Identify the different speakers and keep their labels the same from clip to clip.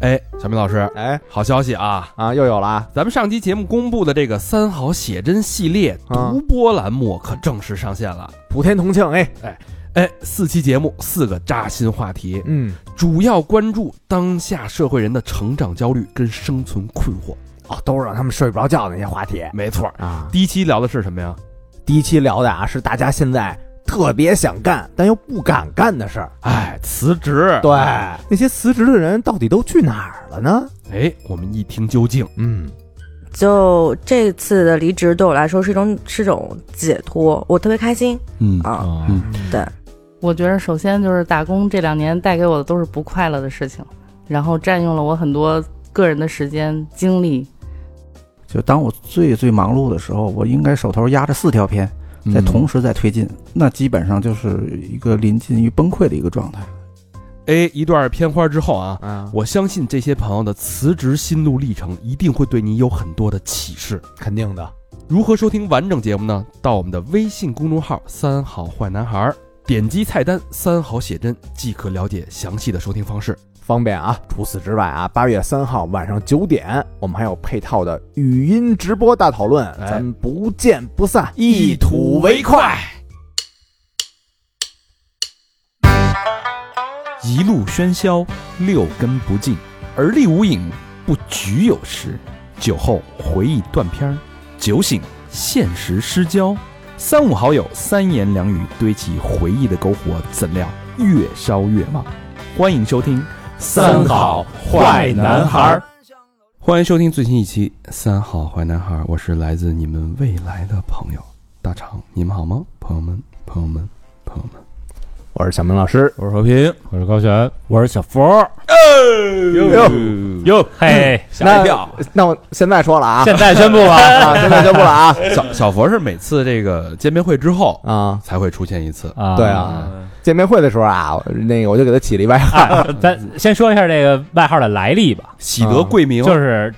Speaker 1: 哎，小明老师，
Speaker 2: 哎
Speaker 1: 好消息啊！
Speaker 2: 啊，又有了啊，
Speaker 1: 咱们上期节目公布的这个三好写真系列
Speaker 2: 啊
Speaker 1: 独播栏目可正式上线了。
Speaker 2: 普天同庆，哎，
Speaker 1: 哎，四期节目，四个扎心话题，
Speaker 2: 嗯，
Speaker 1: 主要关注当下社会人的成长焦虑跟生存困惑。
Speaker 2: 哦，都是让他们睡不着觉的那些话题
Speaker 1: 没错儿，
Speaker 2: 啊。
Speaker 1: 第一期聊的是什么呀？
Speaker 2: 第一期聊的啊，是大家现在特别想干但又不敢干的事儿。
Speaker 1: 哎，辞职。
Speaker 2: 对，那些辞职的人到底都去哪儿了呢？
Speaker 1: 哎，我们一听究竟。
Speaker 2: 嗯，
Speaker 3: 就这次的离职对我来说是一种是一种解脱，我特别开心
Speaker 1: 嗯
Speaker 3: 啊！
Speaker 1: 嗯
Speaker 3: 对，
Speaker 4: 我觉得首先就是打工这两年带给我的都是不快乐的事情，然后占用了我很多个人的时间精力。
Speaker 5: 就当我最最忙碌的时候，我应该手头压着四条片，
Speaker 1: 嗯
Speaker 5: 在同时在推进，那基本上就是一个临近于崩溃的一个状态。
Speaker 1: 哎，一段片花之后啊，
Speaker 2: 啊，
Speaker 1: 我相信这些朋友的辞职心路历程一定会对你有很多的启示。
Speaker 2: 肯定的。
Speaker 1: 如何收听完整节目呢？到我们的微信公众号“三好坏男孩”，点击菜单“三好写真”即可了解详细的收听方式。
Speaker 2: 方便啊！除此之外啊，八月三号晚上九点，我们还有配套的语音直播大讨论，
Speaker 1: 哎
Speaker 2: 咱们不见不散，
Speaker 1: 一吐为
Speaker 2: 快。
Speaker 6: 一路喧嚣，六根不净，而立无影，不局有时。酒后回忆断片儿，酒醒现实失焦。三五好友三言两语堆起回忆的篝火，怎料越烧越旺。欢迎收听《
Speaker 2: 三好坏男孩儿》。
Speaker 1: 欢迎收听最新一期《三好坏男孩》，我是来自你们未来的朋友大长，你们好吗？朋友们，朋友们，朋友们，
Speaker 2: 我是小明老师，
Speaker 6: 我是和平，
Speaker 7: 我是高璇，我是小佛。
Speaker 6: 哎哟，
Speaker 7: 嘿，
Speaker 2: 那。那我现在说了啊，
Speaker 7: 现在宣布了，
Speaker 2: 啊，现在宣布了 啊
Speaker 1: 小小佛是每次这个见面会之后
Speaker 2: 啊！
Speaker 1: 才会出现一次。
Speaker 7: 啊
Speaker 2: 对啊，见面会的时候啊，我那个我就给他起了一外 号，
Speaker 7: 啊咱先说一下这个外号的来历吧，
Speaker 1: 喜得贵名，
Speaker 7: 就是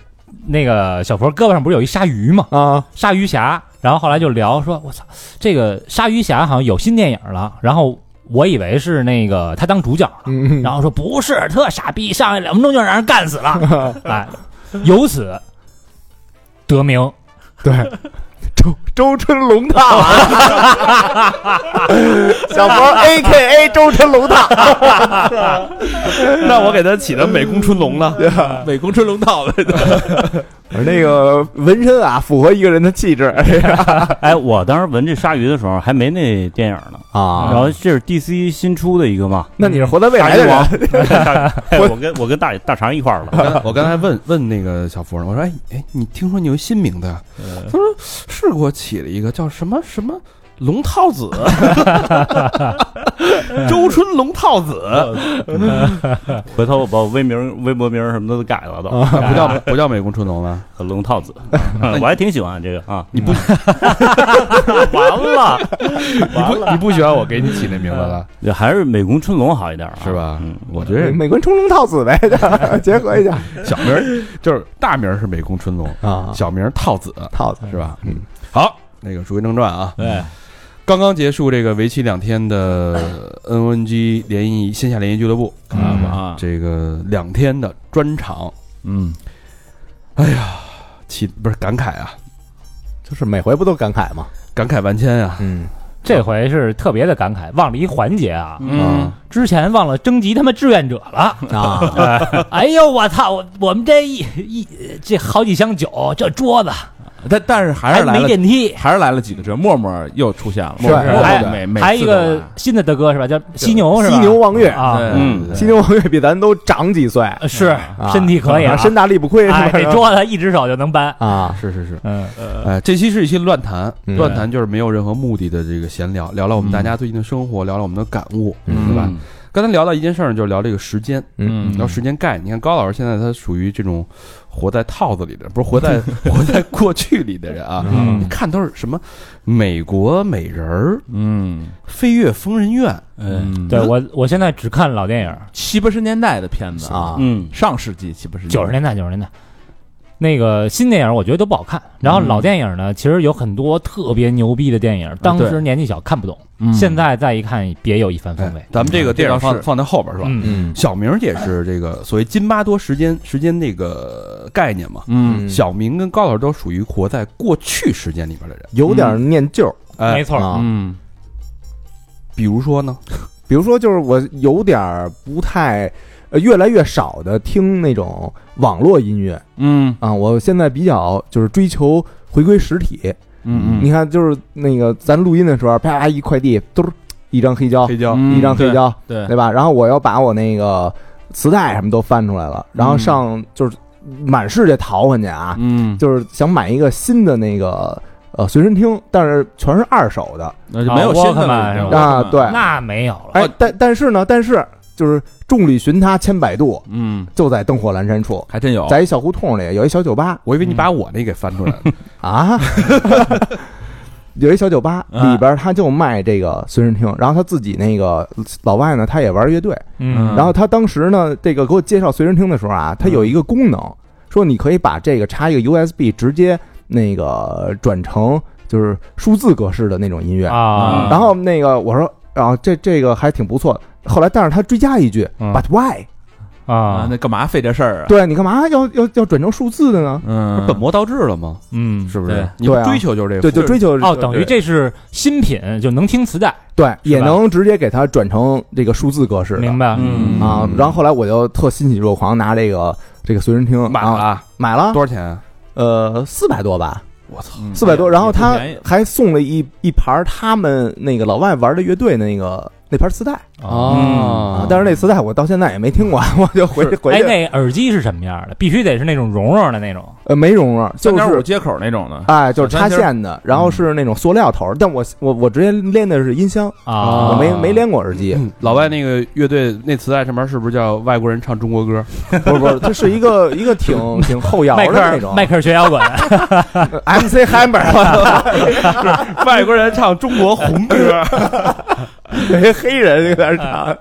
Speaker 7: 那个小佛胳膊上不是有一鲨鱼吗？
Speaker 2: 啊，
Speaker 7: 鲨鱼侠，然后后来就聊说，我操，这个鲨鱼侠好像有新电影了，然后我以为是那个他当主角了，
Speaker 2: 嗯，
Speaker 7: 然后说不是，特傻逼，上来两分钟就让人干死了，哎，由此得名。
Speaker 2: 对，周周春龙套啊，小博 A K A 周春龙套，
Speaker 6: 那我给他起的美工春龙呢？ 美工春龙套的，
Speaker 2: 我那个纹身啊，符合一个人的气质
Speaker 8: 哎，我当时闻这鲨鱼的时候还没那电影呢，然
Speaker 2: 啊。
Speaker 8: 后这是 DC 新出的一个嘛，
Speaker 2: 那你是活在未
Speaker 8: 鲨
Speaker 2: 来
Speaker 8: 鱼
Speaker 2: 的人
Speaker 8: 王，鲨鱼哎我跟我跟大大肠一块儿 了，
Speaker 1: 我刚才问问那个小佛呢，我说：“哎哎，你听说你有新名字呀？”他说：“是给我起了一个叫什么什么龙套子， 周春龙套子，
Speaker 8: 回头我把我微名、微博名什么的都改了都，
Speaker 1: 不叫不叫美工春龙了。
Speaker 8: 和龙套子，嗯我还挺喜欢这个啊。你不
Speaker 7: 完了，
Speaker 1: 你不你不喜欢我给你起那名字了
Speaker 8: 还是美工春龙好一点啊
Speaker 1: 是吧
Speaker 8: 嗯，
Speaker 1: 我觉得
Speaker 2: 美国冲龙套子呗， 结合一下
Speaker 1: 小名儿就是大名儿是美工春龙，
Speaker 2: 啊
Speaker 1: 小名儿套子
Speaker 2: 套子
Speaker 1: 是吧？
Speaker 2: 嗯，
Speaker 1: 好，那个书归正传啊，
Speaker 7: 对，
Speaker 1: 刚刚结束这个为期两天 的 NNG 联谊线下联谊俱乐部
Speaker 7: 嗯
Speaker 1: 啊，这个两天的专场，
Speaker 6: 嗯，
Speaker 1: 起不是感慨啊，
Speaker 2: 就是每回不都感慨吗？
Speaker 1: 感慨万千啊，
Speaker 2: 嗯，
Speaker 7: 这回是特别的感慨，忘了一环节啊，
Speaker 1: 嗯，
Speaker 7: 之前忘了征集他们志愿者 了。
Speaker 2: 啊，
Speaker 7: 哎呦，我操！我我们这一一这好几箱酒，这桌子
Speaker 6: 啊但但是还是来
Speaker 7: 没
Speaker 6: 了，
Speaker 7: 电梯，
Speaker 6: 还是来了几个折。默默又出现了，
Speaker 2: 是
Speaker 6: 默默
Speaker 7: 还
Speaker 6: 默默每每
Speaker 7: 还
Speaker 6: 次都
Speaker 7: 一个
Speaker 6: 来
Speaker 7: 新的大哥是吧？叫犀牛是吧？
Speaker 2: 犀牛望月，
Speaker 7: 啊，
Speaker 6: 对
Speaker 8: 嗯
Speaker 1: 对
Speaker 2: 犀牛望月比咱都长几岁，
Speaker 7: 呃是
Speaker 2: 啊
Speaker 7: 身体可以
Speaker 2: 啊
Speaker 7: 啊，
Speaker 2: 身大力不亏是吧？
Speaker 7: 哎，这桌子一只手就能搬。
Speaker 2: 啊，
Speaker 1: 是是是，
Speaker 7: 嗯，
Speaker 1: 哎，这期是一期乱谈，
Speaker 2: 嗯
Speaker 1: 乱谈就是没有任何目的的这个闲聊，聊聊我们大家最近的生活，聊聊我们的感悟，对吧？刚才聊到一件事儿，就是聊这个时间，
Speaker 2: 嗯
Speaker 1: 聊时间概念。你看高老师现在他属于这种活在套子里的，不是活在活在过去里的人啊，
Speaker 7: 嗯
Speaker 1: 你看都是什么美国美人儿、
Speaker 6: 嗯
Speaker 1: 飞越疯人院，
Speaker 8: 嗯
Speaker 7: 对我我现在只看
Speaker 6: 嗯
Speaker 7: 老电影，
Speaker 6: 七八十年代的片子，
Speaker 2: 啊，
Speaker 8: 嗯，
Speaker 6: 上世纪七八十年代
Speaker 7: 九十年代九十年代，那个新电影我觉得都不好看，然后老电影
Speaker 6: 嗯
Speaker 7: 呢，其实有很多特别牛逼的电影，当时年纪小看不懂，
Speaker 1: 嗯
Speaker 7: 现在再一看别有一番风味
Speaker 1: 哎。咱们这个电影
Speaker 6: 这
Speaker 1: 放
Speaker 6: 倒是
Speaker 1: 放在后边是吧？
Speaker 7: 嗯，
Speaker 6: 嗯
Speaker 1: 小明也是这个所谓津巴多时间时间那个概念嘛。
Speaker 6: 嗯
Speaker 1: 小明跟高老师都属于活在过去时间里边的人。
Speaker 2: 有点念旧，
Speaker 7: 没
Speaker 1: 哎，
Speaker 7: 错儿，
Speaker 2: 啊
Speaker 6: 嗯
Speaker 1: 比如说呢，
Speaker 2: 比如说，就是我有点儿不太，呃，越来越少的听那种网络音乐
Speaker 6: 嗯
Speaker 2: 啊、我现在比较就是追求回归实体。
Speaker 6: 嗯
Speaker 2: 你看，就是那个咱录音的时候，啪一快递，嘟儿一张黑胶，
Speaker 1: 黑胶，
Speaker 2: 一张黑胶，
Speaker 6: 对
Speaker 2: 对吧？然后我要把我那个磁带什么都翻出来了，然后上就是满世界淘换去啊，
Speaker 6: 嗯，
Speaker 2: 就是想买一个新的那个呃随身听，但是全是二手的
Speaker 6: 那嗯就没有
Speaker 7: 啊
Speaker 6: 新的了
Speaker 7: ，Walkman
Speaker 6: 已经
Speaker 7: 是吧
Speaker 2: 啊，对，
Speaker 7: 那没有了。
Speaker 2: 哎，但但是呢，但是就是众里寻他千百度，
Speaker 6: 嗯，
Speaker 2: 就在灯火阑珊处，
Speaker 1: 还
Speaker 9: 哦
Speaker 1: 真有。
Speaker 2: 在一小胡同里有一小酒吧
Speaker 1: 我以为你把我那给翻出来了。
Speaker 2: 啊， 有一小酒吧
Speaker 6: 啊
Speaker 2: 里边他就卖这个随身听，然后他自己那个老外呢，他也玩乐队，
Speaker 7: 嗯，
Speaker 2: 然后他当时呢，这个给我介绍随身听的时候啊，他有一个功能，说你可以把这个插一个 USB，直接那个转成就是数字格式的那种音乐。
Speaker 7: 啊，
Speaker 2: 然后那个我说啊，这这个还挺不错的。后来，但是他追加一句、
Speaker 7: 嗯
Speaker 2: b u t why？
Speaker 1: 啊
Speaker 2: 嗯
Speaker 7: 啊，，
Speaker 1: 那干嘛费这事儿啊？
Speaker 2: 对你干嘛要要要转成数字的呢？
Speaker 6: 嗯
Speaker 1: 本末倒置了吗？
Speaker 7: 嗯，
Speaker 1: 是不
Speaker 7: 对
Speaker 1: 是？你不
Speaker 2: 对啊
Speaker 1: 追求就是这个，
Speaker 2: 对，就追求
Speaker 7: 哦，等于这是新品，就能听磁带，
Speaker 2: 对，也能直接给它转成这个数字格式
Speaker 7: 明
Speaker 2: 的
Speaker 7: 白？
Speaker 6: 嗯
Speaker 2: 啊。然后后来我就特欣喜若狂，拿这个这个随身听
Speaker 1: 买
Speaker 2: 然
Speaker 1: 了
Speaker 2: 后
Speaker 1: 啊
Speaker 2: 买了
Speaker 1: 多，嗯少钱啊？
Speaker 2: 呃，四百多吧。
Speaker 1: 我操，
Speaker 2: 四
Speaker 9: 哎
Speaker 2: 百多，然后
Speaker 6: 也
Speaker 2: 他
Speaker 6: 不便宜
Speaker 2: 还送了一一盘儿他们那个老外玩的乐队那个那盘磁带啊
Speaker 1: 哦，
Speaker 2: 但是那磁带我到现在也没听过， 我就回去回
Speaker 7: 哎，
Speaker 2: 去
Speaker 7: 那耳机是什么样的？必须得是那种绒绒的那种。
Speaker 2: 呃没容了，
Speaker 6: 三
Speaker 2: 就
Speaker 6: 点五
Speaker 2: 是
Speaker 6: 接口那种的，
Speaker 2: 哎就是插
Speaker 6: 小三
Speaker 2: 线的，然后是那种塑料头儿，但我我我直接连的是音箱，
Speaker 7: 啊，嗯
Speaker 2: 我嗯没没连过耳机，
Speaker 1: 老外那个乐队那磁带上面是不是叫外国人唱中国歌？
Speaker 2: 不是不是，它是一个一个挺 挺后摇
Speaker 7: 迈
Speaker 2: 的
Speaker 7: 克
Speaker 2: 那
Speaker 7: 尔
Speaker 2: 种
Speaker 7: 迈克尔学 摇滚，
Speaker 2: MC Hammer
Speaker 1: 外国人唱中国红歌，
Speaker 2: 黑人有点 长，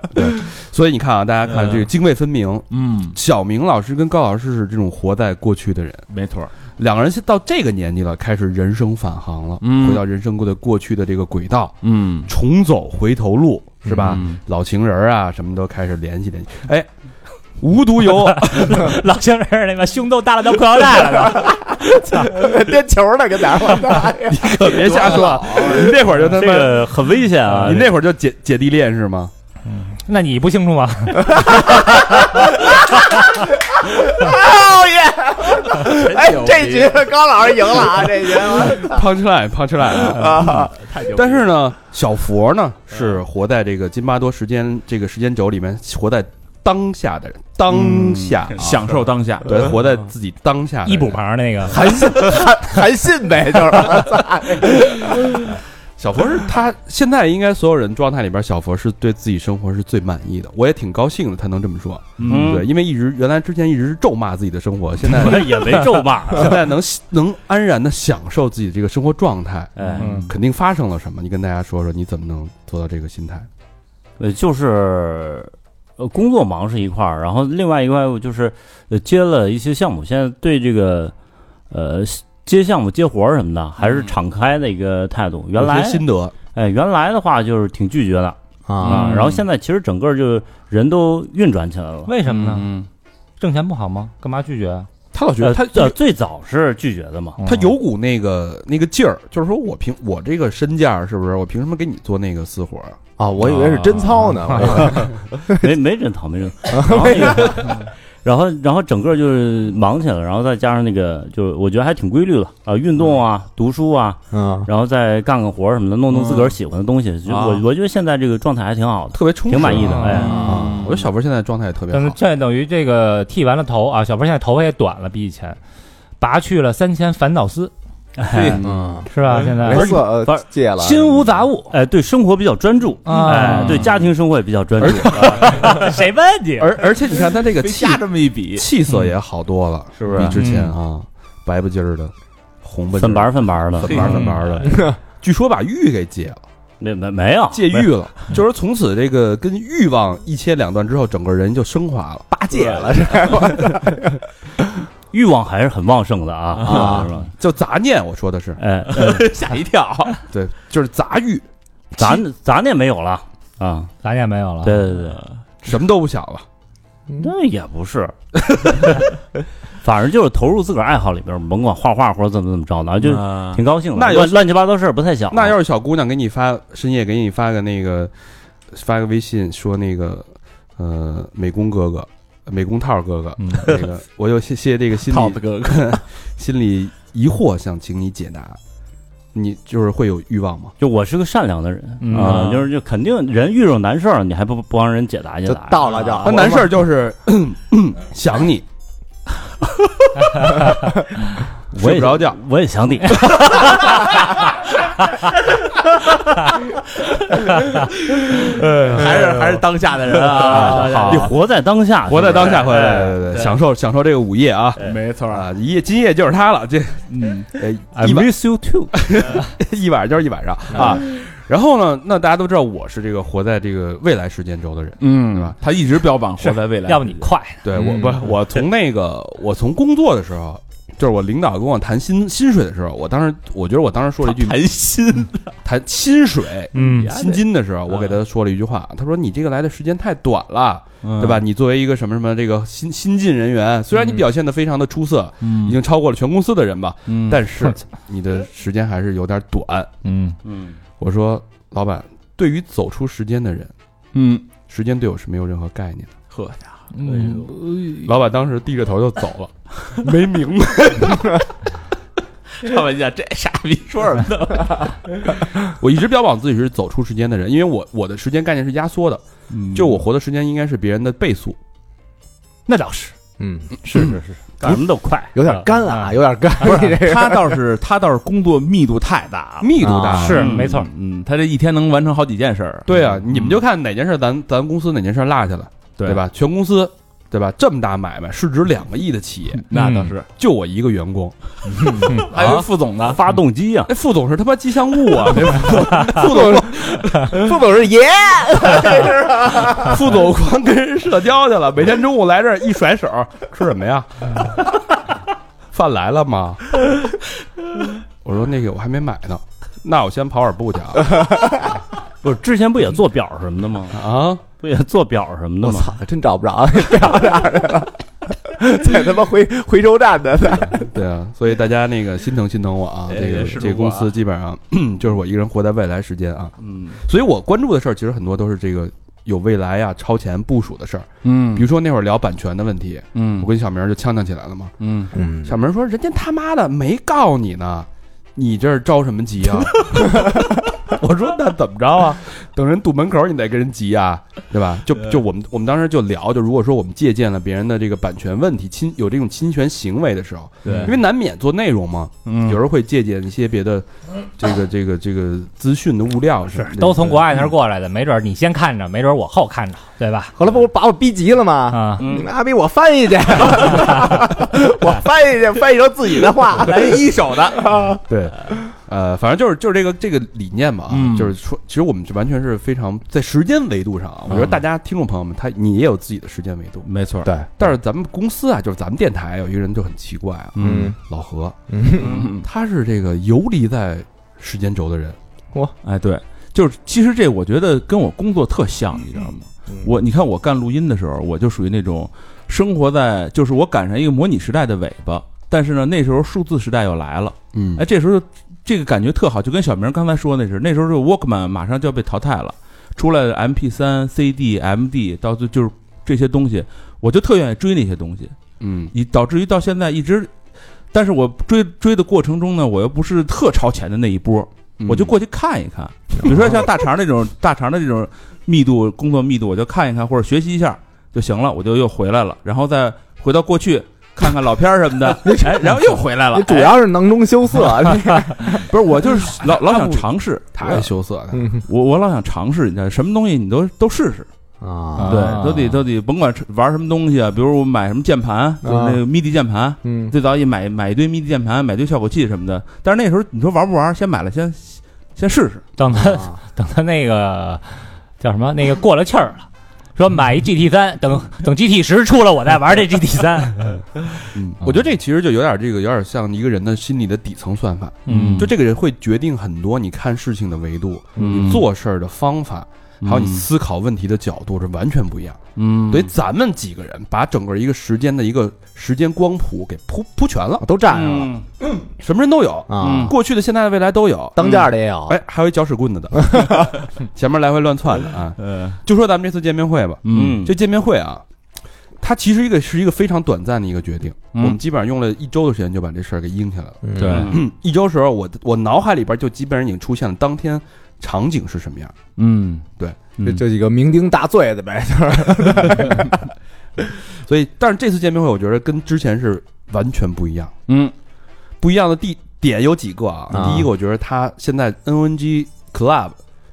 Speaker 1: 所以你看啊，大家看这个泾渭分明。
Speaker 6: 嗯，
Speaker 1: 小明老师跟高老师是这种活在过去的人，
Speaker 6: 没错，
Speaker 1: 两个人到这个年纪了，开始人生返航了，
Speaker 6: 嗯
Speaker 1: 回到人生过的过去的这个轨道，
Speaker 6: 嗯，
Speaker 1: 重走回头路，是吧？
Speaker 6: 嗯
Speaker 1: 老情人啊，什么都开始联系联系。哎，无独有偶，
Speaker 7: 老情人那边胸都耷拉到裤腰带 了都。
Speaker 2: 颠球呢跟哪 儿？
Speaker 1: 可别瞎说啊，你那会儿就他
Speaker 8: 这
Speaker 1: 妈，
Speaker 8: 个很危险啊！
Speaker 1: 你那会儿就姐姐弟恋是吗？
Speaker 7: 那你不 清楚吗？
Speaker 2: 导演，哎，这局高老师赢了啊，这局。
Speaker 1: 胖出来，胖出来啊！但是呢，小佛呢是活在这个津巴多时间这个时间轴里面，活在当下的人，当下
Speaker 9: 嗯
Speaker 1: 啊
Speaker 6: 享受当下，
Speaker 1: 对，活在自己当下的人。
Speaker 7: 一补旁那个，
Speaker 2: 韩信，韩韩信呗，就是
Speaker 1: 小佛是他现在应该所有人状态里边，小佛是对自己生活是最满意的。我也挺高兴的，他能这么说。
Speaker 8: 嗯
Speaker 1: 对，因为一直原来之前一直是咒骂自己的生活，现 在
Speaker 8: 也没咒骂，
Speaker 1: 现在能能安然的享受自己这个生活状态。
Speaker 8: 哎，
Speaker 7: 嗯
Speaker 1: 肯定发生了什么，你跟大家说说，你怎么能做到这个心态？
Speaker 8: 呃，就是呃，工作忙是一块儿，然后另外一块就是呃，接了一些项目，现在对这个呃接项目、接活儿什么的，还是敞开的一个态度。原来
Speaker 1: 有些心得，
Speaker 8: 哎，原来的话就是挺拒绝的
Speaker 2: 啊，
Speaker 8: 啊，
Speaker 7: 嗯
Speaker 8: 然后现在其实整个就人都运转起来了。
Speaker 7: 为什么呢？
Speaker 6: 嗯
Speaker 7: 挣钱不好吗？干嘛拒绝嗯啊？
Speaker 1: 他老觉
Speaker 8: 呃
Speaker 1: 得他
Speaker 8: 呃最早是拒绝的嘛，
Speaker 1: 他有股那个那个劲儿，就是说我凭我这个身价是不是？我凭什么给你做那个私活儿？
Speaker 2: 啊，我以为是贞操呢，我以 为
Speaker 8: 没没人疼，没人疼。然后那个然后，然后整个就是忙起来了，然后再加上那个，就是我觉得还挺规律了啊、运动啊，读书啊，
Speaker 2: 嗯，
Speaker 8: 然后再干干活儿什么的，弄弄自个儿喜欢的东西。就
Speaker 6: 啊
Speaker 8: 我我觉得现在这个状态还挺好的。
Speaker 1: 特别充实，
Speaker 8: 挺满意的哎
Speaker 1: 啊！我觉得小波现在状态也特别
Speaker 7: 等于
Speaker 1: 好，
Speaker 7: 这等于这个剃完了头啊，小波现在头发也短了，比以前拔去了三千烦恼丝，
Speaker 8: 哎，
Speaker 2: 嗯，
Speaker 7: 是吧？现在
Speaker 2: 没错，呃戒了，
Speaker 7: 心无杂物，
Speaker 8: 哎，对生活比较专注，
Speaker 7: 啊
Speaker 8: 哎，对家庭生活也比较专注。
Speaker 7: 谁问你？
Speaker 1: 而而且你看他这个
Speaker 6: 被
Speaker 1: 气
Speaker 6: 下这么一笔，
Speaker 1: 气色也好多了，
Speaker 6: 是不是
Speaker 1: 比之前啊，白不唧儿的，红不唧儿
Speaker 8: 分嗯白儿分白儿的
Speaker 1: 粉，白儿粉白儿的。据说把玉给戒了，
Speaker 8: 没没没有
Speaker 1: 戒欲了，就是从此这个跟欲望一切两断之后，整个人就升华了。
Speaker 2: 八戒了，这
Speaker 5: 欲望还是很旺盛的啊
Speaker 1: 啊
Speaker 5: 是吧
Speaker 1: 叫杂念，我说的是
Speaker 5: 哎，呃
Speaker 1: 吓一跳，对，就是杂欲，
Speaker 5: 杂杂念没有了啊，
Speaker 7: 咱也没有了。
Speaker 5: 对对对，
Speaker 1: 什么都不想了。
Speaker 5: 那也不是， 反正就是投入自个儿爱好里边，甭管画画或者怎么怎么着的，就
Speaker 9: 啊
Speaker 5: 挺高兴的。
Speaker 1: 那要
Speaker 5: 乱乱七八糟事儿不太啊
Speaker 9: 哦
Speaker 5: 想。
Speaker 1: 那要是小姑娘给你发深夜给你发个那个发个微信说那个呃美工哥哥美工套哥哥，
Speaker 9: 嗯
Speaker 1: 那 个我有些些这个心
Speaker 9: 套
Speaker 1: 理
Speaker 9: 子哥哥，
Speaker 1: 心理疑惑，想请你解答，你就是会有欲望吗？
Speaker 5: 就我是个善良的人
Speaker 9: 嗯
Speaker 5: 啊，就是就肯定人遇上难事儿，你还不不帮人解答解
Speaker 2: 就
Speaker 5: 答？
Speaker 2: 到了就
Speaker 9: 啊
Speaker 1: 那啊难事儿就是想 你，
Speaker 5: 我
Speaker 1: 睡
Speaker 5: 也
Speaker 1: 不着觉，
Speaker 5: 我也 想你，
Speaker 9: 还
Speaker 1: 哎
Speaker 9: 是还是当下的人啊， 哎
Speaker 5: 你活在当下，
Speaker 1: 活在当下，
Speaker 5: 是
Speaker 1: 活
Speaker 5: 不是
Speaker 1: 在对对对享受享受这个午夜啊
Speaker 9: 没错啊，
Speaker 1: 啊！一夜今夜就是他了，这
Speaker 9: 嗯，
Speaker 1: 呃
Speaker 7: 哎
Speaker 5: I
Speaker 1: 一晚
Speaker 5: miss you too。
Speaker 1: 一晚上就是一晚上
Speaker 9: 嗯
Speaker 1: 啊。然后呢，那大家都知道我是这个活在这个未来时间轴的人，
Speaker 9: 嗯，
Speaker 1: 对吧？
Speaker 9: 他一直标榜活在未来，
Speaker 7: 要不你快，
Speaker 1: 对我
Speaker 9: 嗯
Speaker 1: 不是我从那个 我从工作的时候，就是我领导跟我谈薪薪水的时候，我当时我觉得我当时说了一句嗯
Speaker 9: 谈心，
Speaker 1: 谈薪水
Speaker 7: 嗯
Speaker 1: 薪金的时候，我给他说了一句话，他说你这个来的时间太短了，
Speaker 9: 对
Speaker 1: 对吧？？你作为一个什么什么这个新新进人员，虽然你
Speaker 9: 嗯
Speaker 1: 表现的非常的出色，已
Speaker 9: 嗯
Speaker 1: 经超过了全公司的人吧，
Speaker 9: 嗯
Speaker 1: 但是你的时间还是有点短。
Speaker 9: 嗯
Speaker 5: 嗯，
Speaker 1: 我说老板，对于走出时间的人，
Speaker 9: 嗯，
Speaker 1: 时间对我是没有任何概念的。
Speaker 9: 呵家
Speaker 1: 老板当时低着头就走了，没明白。
Speaker 9: 伙，问一下这傻逼说什么 呢？
Speaker 1: 我一直标榜自己是走出时间的人，因为我我的时间概念是压缩的，
Speaker 9: 嗯
Speaker 1: 就我活的时间应该是别人的倍速。
Speaker 7: 那倒是。
Speaker 2: 嗯，
Speaker 5: 是是是，干什么都快，
Speaker 2: 有点干啊，有点干。
Speaker 9: 不 是，他倒是他倒是工作密度太大了，啊
Speaker 1: 密度大，
Speaker 7: 是
Speaker 5: 嗯
Speaker 7: 没错，
Speaker 9: 嗯，他这一天能完成好几件事儿，
Speaker 1: 对啊，你们就看哪件事儿咱咱公司哪件事儿落下了，
Speaker 9: 嗯对
Speaker 1: 对？吧？全公司。对吧？这么大买卖，市值两个亿的企业，
Speaker 9: 那倒是，
Speaker 1: 就我一个员工， 啊
Speaker 9: 还有副总呢，
Speaker 5: 发动机呀，啊
Speaker 1: 那哎副总是他妈吉祥物啊！对 吧副总
Speaker 2: 副总是爷，
Speaker 1: 副总光跟人社交去了，每天中午来这儿一甩手，吃什么呀？饭来了吗？ 我说那个我还没买呢，那我先跑会儿步去啊！
Speaker 5: 不是之前不也做表什么的 吗？
Speaker 1: 啊，
Speaker 5: 不也做表什么的
Speaker 2: 我
Speaker 5: 吗？
Speaker 2: 操，真找不着， 找哪儿去了？在他妈回回收站的，在
Speaker 1: 对啊，所以大家那个心疼心疼我啊！
Speaker 9: 哎
Speaker 1: 这个
Speaker 9: 是
Speaker 1: 这个
Speaker 9: 如果
Speaker 1: 公
Speaker 9: 啊
Speaker 1: 司基本上 就是我一个人活在未来时间啊，
Speaker 5: 嗯
Speaker 1: 所以我关注的事儿其实很多都是这个有未来呀、超前部署的事儿。
Speaker 9: 嗯
Speaker 1: 比如说那会儿聊版权的问题，
Speaker 9: 嗯
Speaker 1: 我跟小明儿就呛呛起来了嘛。
Speaker 9: 嗯，
Speaker 2: 嗯
Speaker 1: 小明说：“人家他妈的没告你呢，你这儿着什么急啊？” 我说：“那怎么着啊？等人堵门口，你再跟人急啊，对吧？就就我们我们当时就聊，就如果说我们借鉴了别人的这个版权问题，侵有这种侵权行为的时候，
Speaker 9: 对
Speaker 1: 因为难免做内容嘛，有时候会借鉴一些别的这个这个这个资讯的物料什么的，
Speaker 7: 都从国外那儿过来的，没准儿你先看着，没准儿我后看着，对吧？
Speaker 2: 后来不把我逼急了吗？
Speaker 7: 啊，
Speaker 2: 你妈逼我翻 译去，我翻译去，翻译成自己的话，来一手的。
Speaker 1: 对，呃，反正就是就是这个这个理念吧，啊
Speaker 9: 嗯
Speaker 1: 就是说，其实我们是完全是非常在时间维度上啊，我觉得大家听众朋友们，他你也有自己的时间维度，
Speaker 9: 没错，
Speaker 2: 对，
Speaker 1: 但是咱们公司啊，就是咱们电台有一个人就很奇怪啊，
Speaker 2: 嗯，
Speaker 1: 老何，
Speaker 9: 嗯，
Speaker 1: 他是这个游离在时间轴的人，
Speaker 9: 哎，对，就是其实这我觉得跟我工作特像，你知道
Speaker 2: 嗯
Speaker 9: 吗？我你看我干录音的时候，我就属于那种生活在，就是我赶上一个模拟时代的尾巴，但是呢，那时候数字时代又来了，
Speaker 1: 嗯
Speaker 9: 哎，，这时候这个感觉特好，就跟小明刚才说那是，那时候这 Walkman 马上就要被淘汰了，出来的 MP 三、CD、MD 到最就是这些东西，我就特愿意追那些东西，
Speaker 1: 嗯，
Speaker 9: 以导致于到现在一直。但是我追追的过程中呢，我又不是特超前的那一波，
Speaker 1: 嗯
Speaker 9: 我就过去看一看。比如说像大肠那种大肠的这种密度工作密度，我就看一看或者学习一下就行了，我就又回来了，然后再回到过去看看老片儿什么的，哎，然后又回来了哎
Speaker 2: 你。主要是囊中羞 涩，
Speaker 9: 不是我就是老老想尝试，
Speaker 1: 太羞涩啊了，
Speaker 2: 嗯
Speaker 9: 我我老想尝试一下，什么东西你都都试试，
Speaker 2: 啊，
Speaker 9: 对，都得都得甭管玩什么东西啊，比如我买什么键盘，就是那个 MIDI 键盘，
Speaker 2: 嗯，
Speaker 9: 最早也买买一堆 MIDI 键盘，买一堆效果器什么的。但是那时候你说玩不玩？先买了先先试试。
Speaker 7: 等他
Speaker 2: 啊
Speaker 7: 等他那个叫什么那个过了气儿了，说买一 GT 三，等等 GT 十出了，我再玩这 GT 三。
Speaker 1: 嗯，我觉得这其实就有点这个，有点像一个人的心理的底层算法。
Speaker 7: 嗯
Speaker 1: 就这个人会决定很多你看事情的维度、
Speaker 9: 嗯
Speaker 1: 你做事儿的方法，还有你
Speaker 9: 嗯
Speaker 1: 思考问题的角度是完全不一样。
Speaker 9: 嗯，
Speaker 1: 所以咱们几个人把整个一个时间的一个时间光谱给铺铺全了，
Speaker 2: 都占上了
Speaker 7: 嗯
Speaker 1: 什么人都有，
Speaker 2: 啊，
Speaker 1: 过去的、现在的、未来都有。
Speaker 2: 当家的也有，
Speaker 1: 哎，还有一搅屎棍子的，前面来回乱窜的啊。
Speaker 10: 嗯
Speaker 1: 就说咱们这次见面会吧，
Speaker 9: 嗯
Speaker 1: 这见面会啊，它其实一个是一个非常短暂的一个决定，
Speaker 9: 嗯
Speaker 1: 我们基本上用了一周的时间就把这事儿给应下来了。
Speaker 2: 嗯
Speaker 9: 对，
Speaker 1: 嗯一周时候我，我脑海里边就基本上已经出现了当天场景是什么样。
Speaker 9: 嗯
Speaker 1: 对，
Speaker 2: 这
Speaker 9: 嗯
Speaker 2: 这几个酩酊大醉的呗，
Speaker 1: 所以，但是这次见面会，我觉得跟之前是完全不一样。
Speaker 9: 嗯
Speaker 1: 不一样的地点有几个啊？
Speaker 2: 啊
Speaker 1: 第一个，我觉得它现在 NNG Club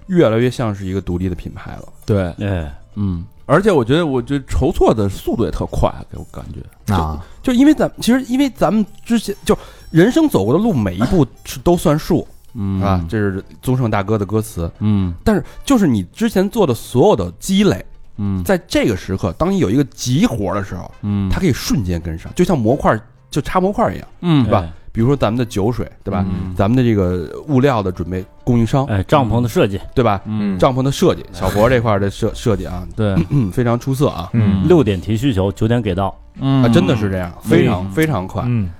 Speaker 1: 越来越像是一个独立的品牌了。
Speaker 9: 对，
Speaker 10: 哎，
Speaker 9: 嗯，而且我觉得，我觉得筹措的速度也特快，给我感觉，
Speaker 2: 这 啊，
Speaker 1: 就因为咱其实因为咱们之前就人生走过的路，每一步是都算数
Speaker 9: 嗯
Speaker 1: 啊，这是宗盛大哥的歌词。
Speaker 9: 嗯
Speaker 1: 但是就是你之前做的所有的积累，
Speaker 9: 嗯
Speaker 1: 在这个时刻，当你有一个急活的时候，
Speaker 9: 嗯，
Speaker 1: 它可以瞬间跟上，就像模块就插模块一样。
Speaker 9: 嗯
Speaker 1: 吧比如说咱们的酒水，对吧？
Speaker 9: 嗯
Speaker 1: 咱们的这个物料的准备供应商，
Speaker 10: 哎，帐篷的设计，
Speaker 1: 对吧？
Speaker 9: 嗯
Speaker 1: 帐篷的设计，小博这块儿的设设计啊，
Speaker 9: 对，
Speaker 1: 嗯， 非常出色啊，
Speaker 9: 嗯
Speaker 10: 六点提需求，九点给到，
Speaker 9: 嗯
Speaker 1: 啊，真的是这样，非常非常快。
Speaker 2: 嗯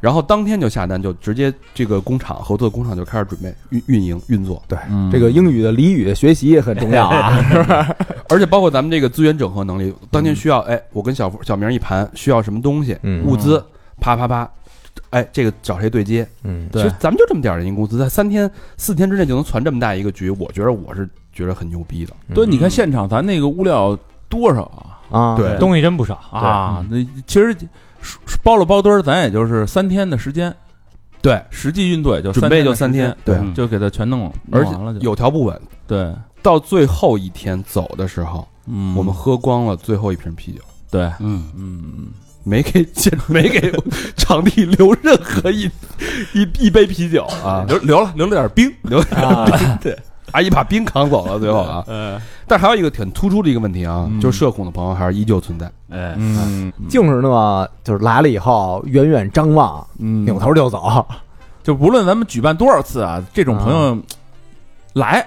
Speaker 1: 然后当天就下单，就直接这个工厂合作工厂就开始准备运运营运作，
Speaker 2: 对
Speaker 9: 嗯，
Speaker 2: 这个英语的俚语的学习也很重要啊，
Speaker 1: 而且包括咱们这个资源整合能力，当
Speaker 9: 嗯
Speaker 1: 天需要，哎，我跟小小明一盘需要什么东西，
Speaker 2: 嗯
Speaker 1: 物资，啪啪啪，哎，这个找谁对接？
Speaker 2: 嗯，
Speaker 1: 其实咱们就这么点儿人工资，在三天四天之内就能攒这么大一个局，我觉得我是觉得很牛逼的。
Speaker 2: 嗯
Speaker 9: 对，你看现场咱那个物料多少啊？
Speaker 2: 啊，
Speaker 1: 对
Speaker 7: 东西真不少
Speaker 9: 啊，那其实包了包堆儿，咱也就是三天的时间，
Speaker 1: 对，
Speaker 9: 实际运作也就
Speaker 1: 准备就三
Speaker 9: 天
Speaker 1: 天
Speaker 9: 的时间，
Speaker 1: 对，
Speaker 10: 嗯
Speaker 9: 就给它全弄了，
Speaker 1: 而
Speaker 9: 弄完了
Speaker 1: 且
Speaker 9: 就
Speaker 1: 有条不紊。
Speaker 9: 对，
Speaker 1: 到最后一天走的时候，
Speaker 9: 嗯
Speaker 1: 我们喝光了最后一瓶啤酒，
Speaker 9: 对，
Speaker 10: 嗯，
Speaker 9: 嗯，
Speaker 1: 没给 现没给场地留任何一一一杯啤酒啊，
Speaker 9: 留留了留了点冰，
Speaker 1: 留
Speaker 2: 啊
Speaker 1: 对，把一把冰扛走了最后啊。但还有一个很突出的一个问题啊，
Speaker 9: 嗯
Speaker 1: 就是社恐的朋友还是依旧存在。
Speaker 10: 哎，
Speaker 9: 嗯
Speaker 2: 净是那么就是来了以后远远张望，
Speaker 9: 嗯，
Speaker 2: 扭头就走，
Speaker 9: 就不论咱们举办多少次啊，这种朋友来，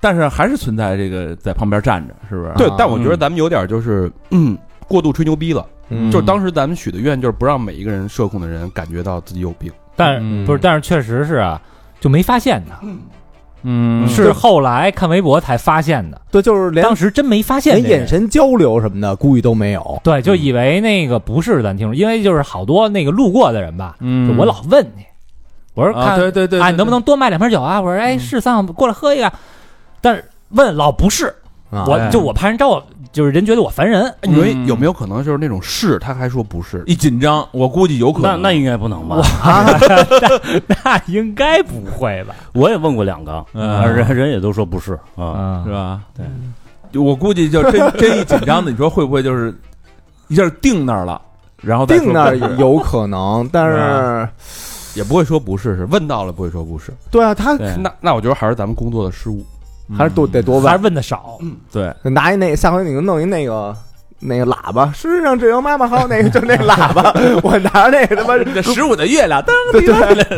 Speaker 9: 但是还是存在这个在旁边站着，是不是？
Speaker 1: 对
Speaker 2: 啊，
Speaker 1: 但我觉得咱们有点就是嗯过度吹牛逼了。
Speaker 2: 嗯
Speaker 1: 就是当时咱们许的愿就是不让每一个人社恐的人感觉到自己有病。
Speaker 7: 但
Speaker 9: 嗯
Speaker 7: 是不是？但是确实是啊，就没发现呢，
Speaker 9: 嗯，
Speaker 7: 是后来看微博才发现的，
Speaker 2: 对，就是连
Speaker 7: 当时真没发现
Speaker 2: 连
Speaker 7: 这个人。
Speaker 2: 眼神交流什么的，估计都没有。
Speaker 7: 对，
Speaker 10: 嗯
Speaker 7: 就以为那个不是咱听说，因为就是好多那个路过的人吧，就
Speaker 9: 嗯，
Speaker 7: 我老问你，我说
Speaker 9: 啊，
Speaker 7: 看
Speaker 9: 对对对，
Speaker 7: 啊，
Speaker 9: 对
Speaker 7: 你能不？能多卖两瓶酒啊？我说
Speaker 10: 嗯
Speaker 7: 哎，是三好过来喝一个，但是问老不是，
Speaker 2: 啊
Speaker 7: 我
Speaker 10: 哎
Speaker 7: 就我怕人招我，就是人觉得我烦人。
Speaker 1: 哎你说
Speaker 9: 嗯
Speaker 1: 有没有可能就是那种是，他还说不是
Speaker 9: 对？一紧张，我估计有可
Speaker 10: 那
Speaker 9: 能。
Speaker 10: 那应该不能吧？
Speaker 7: 啊 那应该不会吧？
Speaker 10: 我也问过两个，
Speaker 9: 嗯
Speaker 10: 啊人人也都说不是啊，
Speaker 7: 嗯
Speaker 9: 是，吧？
Speaker 10: 对，
Speaker 9: 我估计就真真一紧张的，你说会不会就是一下定那儿了，然后再说
Speaker 2: 定那儿
Speaker 9: 不是
Speaker 2: 有可能，但是
Speaker 1: 也不会说不是，是问到了不会说不是。
Speaker 2: 对啊，他
Speaker 10: 对
Speaker 1: 那那我觉得还是咱们工作的失误。
Speaker 9: 嗯
Speaker 2: 还是多得多
Speaker 7: 还
Speaker 2: 问
Speaker 7: 是，问的少，
Speaker 10: 嗯
Speaker 9: 对，
Speaker 2: 拿一那下回你就弄一那个。那个喇叭，世界上只有妈妈好，那个就那喇叭，我拿着那个他妈，
Speaker 9: 这十五的月亮，噔，
Speaker 2: 对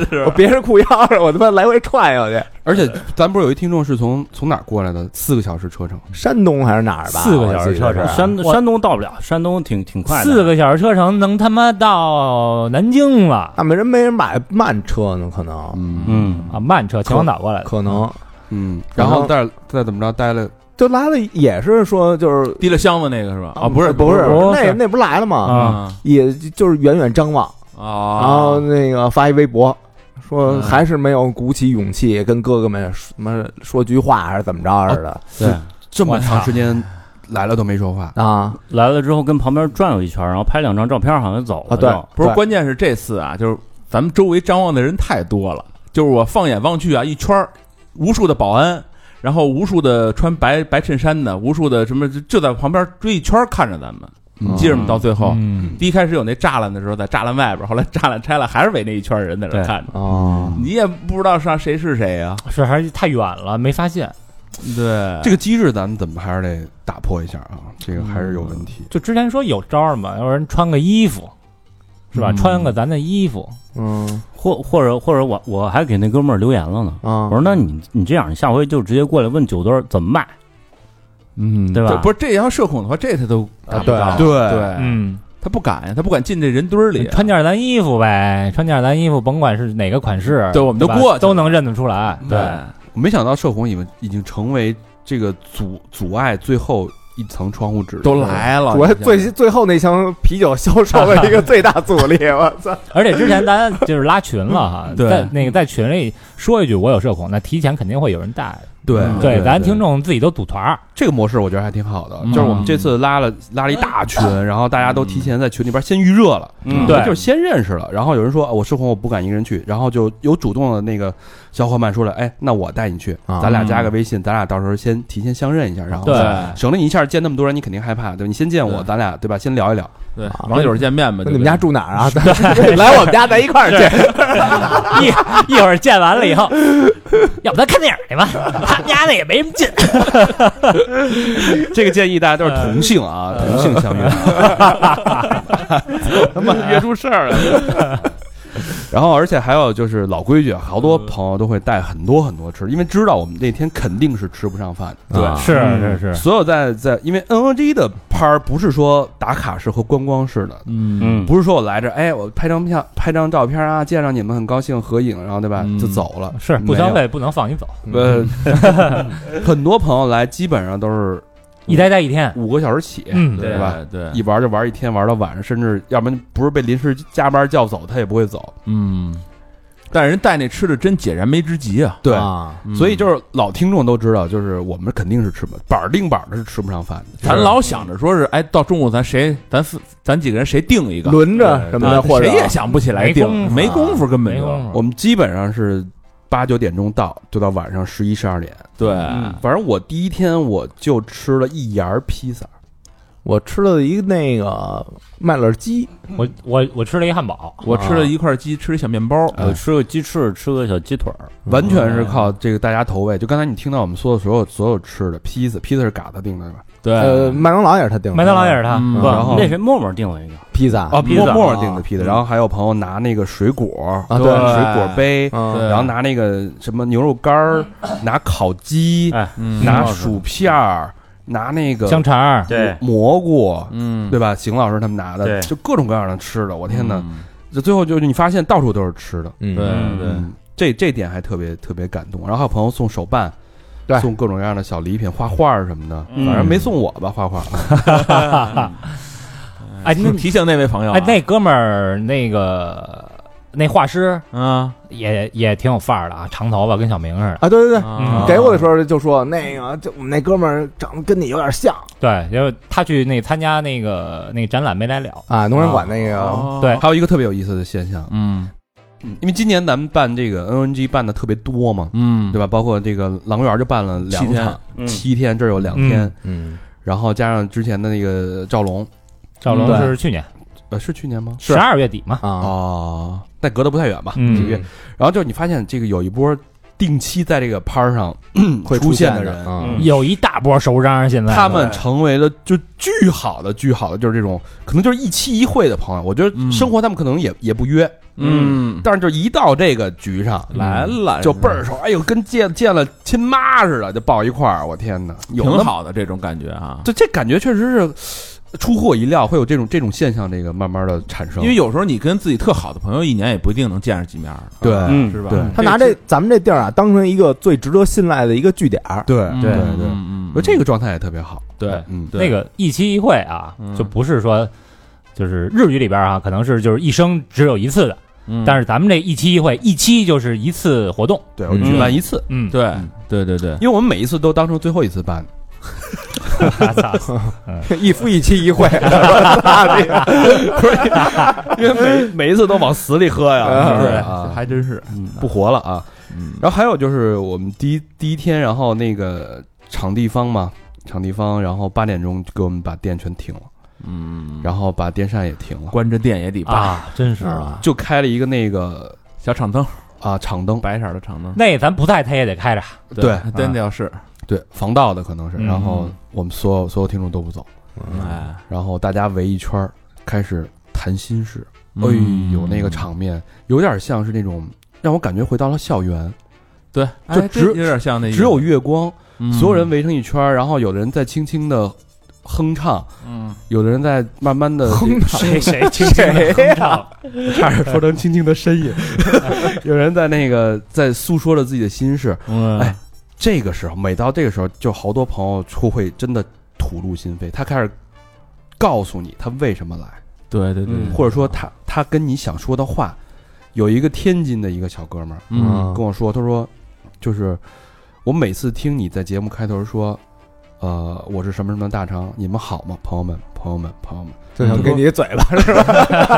Speaker 2: 对，我别人裤腰上，我他妈来回踹过去。
Speaker 1: 而且咱不是有一听众是从从哪儿过来的？四个小时车程，啊
Speaker 2: 山东还是哪儿吧？
Speaker 7: 四个小时
Speaker 2: 我记得
Speaker 7: 车
Speaker 2: 是
Speaker 7: 程
Speaker 10: 山
Speaker 7: 我
Speaker 10: 山东到不了，山东挺挺快的，
Speaker 7: 四个小时车程能他妈到南京了
Speaker 2: 啊那没人没人买慢车呢，可能
Speaker 9: 嗯，
Speaker 10: 嗯，
Speaker 7: 啊！慢车秦皇岛过来的，
Speaker 2: 可能
Speaker 1: 嗯，然
Speaker 2: 然后
Speaker 1: 后再再怎么着待了，
Speaker 2: 就来了，也是说就是
Speaker 9: 提了箱子那个是吧？啊，不是
Speaker 2: 不是
Speaker 7: 不是
Speaker 2: 那那不来了吗？
Speaker 9: 啊
Speaker 2: 也就是远远张望，然后
Speaker 9: 啊，
Speaker 2: 那个发一微博，说
Speaker 9: 嗯
Speaker 2: 还是没有鼓起勇气跟哥哥们什么说句话，还是怎么着似的
Speaker 10: 对，
Speaker 1: 这么
Speaker 7: 我操
Speaker 1: 长时间来了都没说话，
Speaker 2: 啊
Speaker 10: 来了之后跟旁边转悠一圈，然后拍两张照片，好像就走
Speaker 2: 啊！
Speaker 10: 了，
Speaker 2: 对
Speaker 10: 就，
Speaker 9: 不是，
Speaker 2: 对
Speaker 9: 关键是这次啊，就是咱们周围张望的人太多了，就是我放眼望去啊，一圈儿无数的保安。然后无数的穿白白衬衫的，无数的什么就就在旁边追一圈儿看着咱们，
Speaker 1: 嗯
Speaker 9: 接着我们到最后，
Speaker 7: 嗯，
Speaker 9: 第一开始有那栅栏的时候，在栅栏外边儿，后来栅栏拆了，还是围那一圈儿人在那儿
Speaker 10: 对
Speaker 9: 看着，
Speaker 2: 哦，
Speaker 9: 你也不知道上
Speaker 6: 啊
Speaker 7: 啊
Speaker 9: 谁是谁呀、
Speaker 7: 是还是太远了，没发现。
Speaker 9: 对，
Speaker 1: 啊这个机制咱们怎么还是得打破一下啊，这个还是有问题。
Speaker 7: 就之前说有招儿嘛，有人穿个衣服，是吧？
Speaker 6: 嗯
Speaker 7: 穿个咱的衣服，
Speaker 2: 嗯
Speaker 8: 或或者或者我我还给那哥们儿留言了呢，
Speaker 2: 啊
Speaker 8: 我，说那你你这样，你下回就直接过来问酒堆儿怎么卖，
Speaker 6: 嗯，
Speaker 8: 对吧
Speaker 6: 不是，这要社恐的话，这他都
Speaker 2: 啊
Speaker 6: 达不到
Speaker 2: 对嗯
Speaker 6: 对
Speaker 7: 嗯，
Speaker 6: 他不敢呀，他不敢进这人堆儿里。
Speaker 7: 穿件儿咱衣服呗，穿件儿咱衣服，甭管是哪个款式，
Speaker 6: 对我们都
Speaker 7: 吧
Speaker 6: 过去
Speaker 7: 都能认得出来。对，
Speaker 1: 我没想到社恐已经已经成为这个阻阻碍最后一层窗户纸，
Speaker 6: 都来了，
Speaker 2: 我
Speaker 6: 你想
Speaker 2: 最最后那箱啤酒销售了一个最大阻力，我 操！
Speaker 7: 而且之前大家就是拉群 了哈，
Speaker 6: 对
Speaker 7: 在那个在群里说一句我有社恐，那提前肯定会有人带。
Speaker 1: 对
Speaker 6: 嗯
Speaker 7: 对，咱听众自己都组团儿，
Speaker 1: 这个模式我觉得还挺好的，
Speaker 6: 嗯
Speaker 1: 就是我们这次拉了拉了一大群，然后大家都提前在群里边先预热了，
Speaker 6: 嗯
Speaker 7: 对
Speaker 1: 就是先认识了，然后有人说啊我社恐，我不敢一个人去，然后就有主动的那个小伙伴说了，哎，那我带你去，
Speaker 2: 啊
Speaker 1: 咱
Speaker 6: 嗯
Speaker 1: 俩加个微信，咱俩到时候先提前相认一下，然后
Speaker 7: 对
Speaker 1: 省得你一下见那么多人，你肯定害怕，对吧？你先见我，
Speaker 6: 对
Speaker 1: 咱俩对吧？先聊一聊，
Speaker 6: 对网友见面吧，
Speaker 2: 啊那你们家住哪 儿啊？咱
Speaker 7: 对
Speaker 2: 来我们家咱一块儿去。
Speaker 7: 一一会儿见完了以后， 要不咱看电影去吧？ 他们家那也没什么劲。
Speaker 1: 这个建议大家都是同性啊，同性相约。他妈约出事儿了。 然后，而且还有就是老规矩，啊好多朋友都会带很多很多吃，因为知道我们那天肯定是吃不上饭的。
Speaker 2: 对
Speaker 7: 是是是，
Speaker 1: 所有在在，因为 NOG 的拍儿不是说打卡式和观光式的，
Speaker 6: 嗯
Speaker 8: 嗯，
Speaker 1: 不是说我来这儿，哎，我拍张票、拍张照片啊，见上你们很高兴，合影，然后对吧，
Speaker 6: 嗯
Speaker 1: 就走了。
Speaker 7: 是不消费不能放你走，
Speaker 1: 没有。呃， 很多朋友来基本上都是
Speaker 7: 一待待一天。
Speaker 1: 五个小时起，
Speaker 7: 嗯
Speaker 1: 对吧？？
Speaker 6: 对，
Speaker 1: 一玩就玩一天，玩到晚上，甚至要不然不是被临时加班叫走，他也不会走。
Speaker 6: 嗯，但是人带那吃的真解燃眉之急啊，
Speaker 1: 对，
Speaker 2: 啊，
Speaker 7: 嗯
Speaker 1: 所以就是老听众都知道，就是我们肯定是吃不板儿定板儿的是吃不上饭的。
Speaker 6: 咱老想着说是，哎，到中午咱谁，咱四咱几个人谁定一个，
Speaker 2: 轮着什么
Speaker 6: 啊
Speaker 2: 的，或者
Speaker 6: 谁也想不起来
Speaker 7: 没功
Speaker 6: 定，
Speaker 7: 夫啊
Speaker 6: 没功夫根本
Speaker 7: 没
Speaker 6: 就
Speaker 7: 功夫
Speaker 1: 我们基本上是八九点钟到，就到晚上十一十二点。
Speaker 6: 对，
Speaker 7: 嗯
Speaker 9: 嗯
Speaker 1: 反正我第一天我就吃了一牙披萨，
Speaker 2: 我吃了一个那个麦乐鸡，
Speaker 7: 我我我吃了一汉堡，
Speaker 6: 我吃了一块鸡，吃了一小面包，啊
Speaker 8: 我啊呃吃个鸡翅，吃个小鸡腿儿，
Speaker 1: 完全
Speaker 6: 哦
Speaker 1: 是靠这个大家投喂。就刚才你听到我们说的所有所有吃的披萨，披萨是嘎子定的是吧？
Speaker 6: 对，
Speaker 2: 呃，麦当劳也是他订的，
Speaker 7: 麦当劳也是他，
Speaker 6: 嗯
Speaker 7: 不
Speaker 1: 然后
Speaker 8: 那谁默默订嗯了一个，
Speaker 2: 披萨
Speaker 6: 啊
Speaker 1: 哦，
Speaker 8: 披萨
Speaker 1: 默默定的
Speaker 6: 嗯
Speaker 1: 披萨，然后还有朋友拿那个水果
Speaker 2: 啊
Speaker 6: 对
Speaker 1: 水果杯，
Speaker 2: 嗯
Speaker 6: 对
Speaker 1: 然后拿那个什么牛肉干儿，拿烤鸡，
Speaker 8: 哎，
Speaker 6: 嗯
Speaker 1: 拿薯片儿，拿那个
Speaker 7: 香 肠儿，
Speaker 8: 对
Speaker 1: 蘑菇，
Speaker 6: 嗯，
Speaker 1: 对吧？邢老师他们拿的，
Speaker 8: 对
Speaker 1: 就各种各样的吃的。我天哪！
Speaker 6: 嗯，
Speaker 1: 这最后就是你发现到处都是吃的，
Speaker 2: 嗯
Speaker 6: 对对，
Speaker 1: 嗯，这这点还特别特别感动。然后还有朋友送手办
Speaker 2: 对。
Speaker 1: 送各种各样的小礼品、画画儿什么的，
Speaker 8: 嗯
Speaker 1: 反正没送我吧，画画。
Speaker 7: 哎，那
Speaker 6: 提醒那位朋友啊，
Speaker 7: 哎那哥们儿那个那画师
Speaker 6: 啊，
Speaker 7: 也也挺有范儿的啊，长头发跟小明似的，
Speaker 2: 啊，对对对。
Speaker 6: 啊
Speaker 2: 给我的时候就说那个，就我们那哥们儿长得跟你有点像
Speaker 7: 对，因为他去那参加那个那个展览没来了，
Speaker 2: 啊，农人馆那个，
Speaker 6: 哦
Speaker 7: 对
Speaker 1: 还有一个特别有意思的现象，
Speaker 6: 嗯
Speaker 1: 嗯因为今年咱们办这个 NNG 办的特别多嘛，
Speaker 6: 嗯，
Speaker 1: 对吧？包括这个狼园就办了两
Speaker 6: 七天嗯
Speaker 1: 场，七天，这儿有两天，
Speaker 2: 嗯，
Speaker 1: 然后加上之前的那个赵龙，
Speaker 7: 赵龙
Speaker 6: 对
Speaker 7: 是去年
Speaker 1: 呃，是去年吗？
Speaker 7: 十二月底嘛，
Speaker 2: 啊，
Speaker 1: 哦，但隔得不太远吧，
Speaker 7: 嗯
Speaker 1: 几个月。然后就是你发现这个有一波定期在这个拍儿上
Speaker 2: 会
Speaker 1: 出
Speaker 2: 现
Speaker 1: 的
Speaker 2: 的
Speaker 1: 人，
Speaker 2: 啊
Speaker 8: 嗯
Speaker 7: 有一大波熟嚷，现在
Speaker 1: 他们成为了就巨好的、巨好的，就是这种可能就是一期一会的朋友。我觉得
Speaker 6: 嗯
Speaker 1: 生活他们可能也也不约，
Speaker 6: 嗯，
Speaker 1: 但是就一到这个局上
Speaker 6: 来了，
Speaker 1: 就倍儿熟，哎呦，跟见见了亲妈似的，就抱一块儿。我天哪，有
Speaker 6: 挺
Speaker 1: 那么
Speaker 6: 好的这种感觉啊。
Speaker 1: 就这感觉确实是出乎我意料，会有这种这种现象，这个慢慢的产生。
Speaker 6: 因为有时候你跟自己特好的朋友一年也不一定能见着几面儿，啊
Speaker 1: 对
Speaker 8: 嗯
Speaker 6: 是吧？
Speaker 1: 对
Speaker 2: 他拿这咱们这地儿啊，当成一个最值得信赖的一个据点儿，
Speaker 1: 对
Speaker 6: 嗯
Speaker 1: 对
Speaker 6: 嗯
Speaker 1: 对，
Speaker 6: 嗯
Speaker 1: 我这个状态也特别好。
Speaker 6: 对
Speaker 1: 嗯，
Speaker 6: 对
Speaker 7: 那个一期一会啊
Speaker 6: 嗯，
Speaker 7: 就不是说就是日语里边啊，可能是就是一生只有一次的，
Speaker 6: 嗯
Speaker 7: 但是咱们这一期一会，一期就是一次活动，
Speaker 1: 对我
Speaker 2: 嗯
Speaker 1: 举办一次，
Speaker 7: 嗯，
Speaker 6: 对对对对，
Speaker 1: 因为我们每一次都当成最后一次办。
Speaker 2: 一夫一妻一 会，
Speaker 1: 因为每每一次都往死里喝呀，是不是
Speaker 6: 这
Speaker 1: 啊？
Speaker 6: 还真是，
Speaker 1: 不活了啊！
Speaker 6: 嗯
Speaker 1: 然后还有就是我们第一第一天，然后那个场地方嘛，场地方，然后八点钟给我们把电全停了，
Speaker 6: 嗯，
Speaker 1: 然后把电扇也停了，
Speaker 6: 关着电也得拔
Speaker 7: 啊，真是
Speaker 2: 啊
Speaker 1: 就开了一个那个
Speaker 6: 小厂灯，
Speaker 1: 啊场灯，
Speaker 6: 白色 儿的厂灯，啊
Speaker 7: 那咱不在，他也得开着，
Speaker 1: 对
Speaker 6: 真的要是
Speaker 1: 对，防盗的可能是，
Speaker 7: 嗯
Speaker 1: 然后我们所有所有听众都不走，
Speaker 7: 哎，
Speaker 1: 然后大家围一圈儿开始谈心事。哎
Speaker 7: 嗯
Speaker 1: 呦，那个场面有点像是那种让我感觉回到了校园，
Speaker 6: 对，
Speaker 1: 就
Speaker 6: 哎
Speaker 1: 只
Speaker 6: 这有点像那意思，
Speaker 1: 只有月光，
Speaker 6: 嗯
Speaker 1: 所有人围成一圈儿，然后有的人在轻轻的哼唱，
Speaker 6: 嗯
Speaker 1: 有的人在慢慢的哼 唱，
Speaker 7: 谁谁听谁哼唱，
Speaker 1: 差点说成轻轻的 呻吟，有人在那个在诉说着自己的心事。哎
Speaker 6: 嗯，
Speaker 1: 这个时候，每到这个时候，就好多朋友就会真的吐露心扉，他开始告诉你他为什么来，
Speaker 6: 对对对对，
Speaker 1: 或者说他他跟你想说的话。有一个天津的一个小哥们儿，
Speaker 6: 嗯
Speaker 1: 跟我说，他说，就是我每次听你在节目开头说，呃，我是什么什么大肠，你们好吗，朋友们，朋友们，朋友们，
Speaker 2: 就想给你一嘴巴，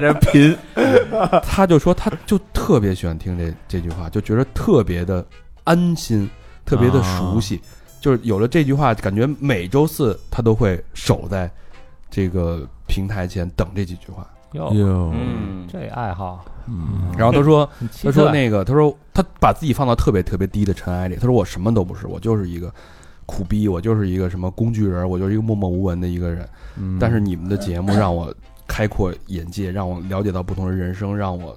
Speaker 5: 人贫，
Speaker 1: 他就说他就特别喜欢听这这句话，就觉得特别的安心，特别的熟悉，
Speaker 6: 啊
Speaker 1: 就是有了这句话，感觉每周四他都会守在这个平台前等这几句话。
Speaker 7: 哟，
Speaker 6: 哟，
Speaker 8: 嗯，
Speaker 7: 这爱好，
Speaker 6: 嗯
Speaker 1: 然后他说，
Speaker 7: 很奇
Speaker 1: 他说
Speaker 7: 特
Speaker 1: 那个，他说他把自己放到特别特别低的尘埃里，他说我什么都不是，我就是一个苦逼，我就是一个什么工具人，我就是一个默默无闻的一个人。
Speaker 6: 嗯
Speaker 1: 但是你们的节目让我开阔眼界，让我了解到不同的人生，让我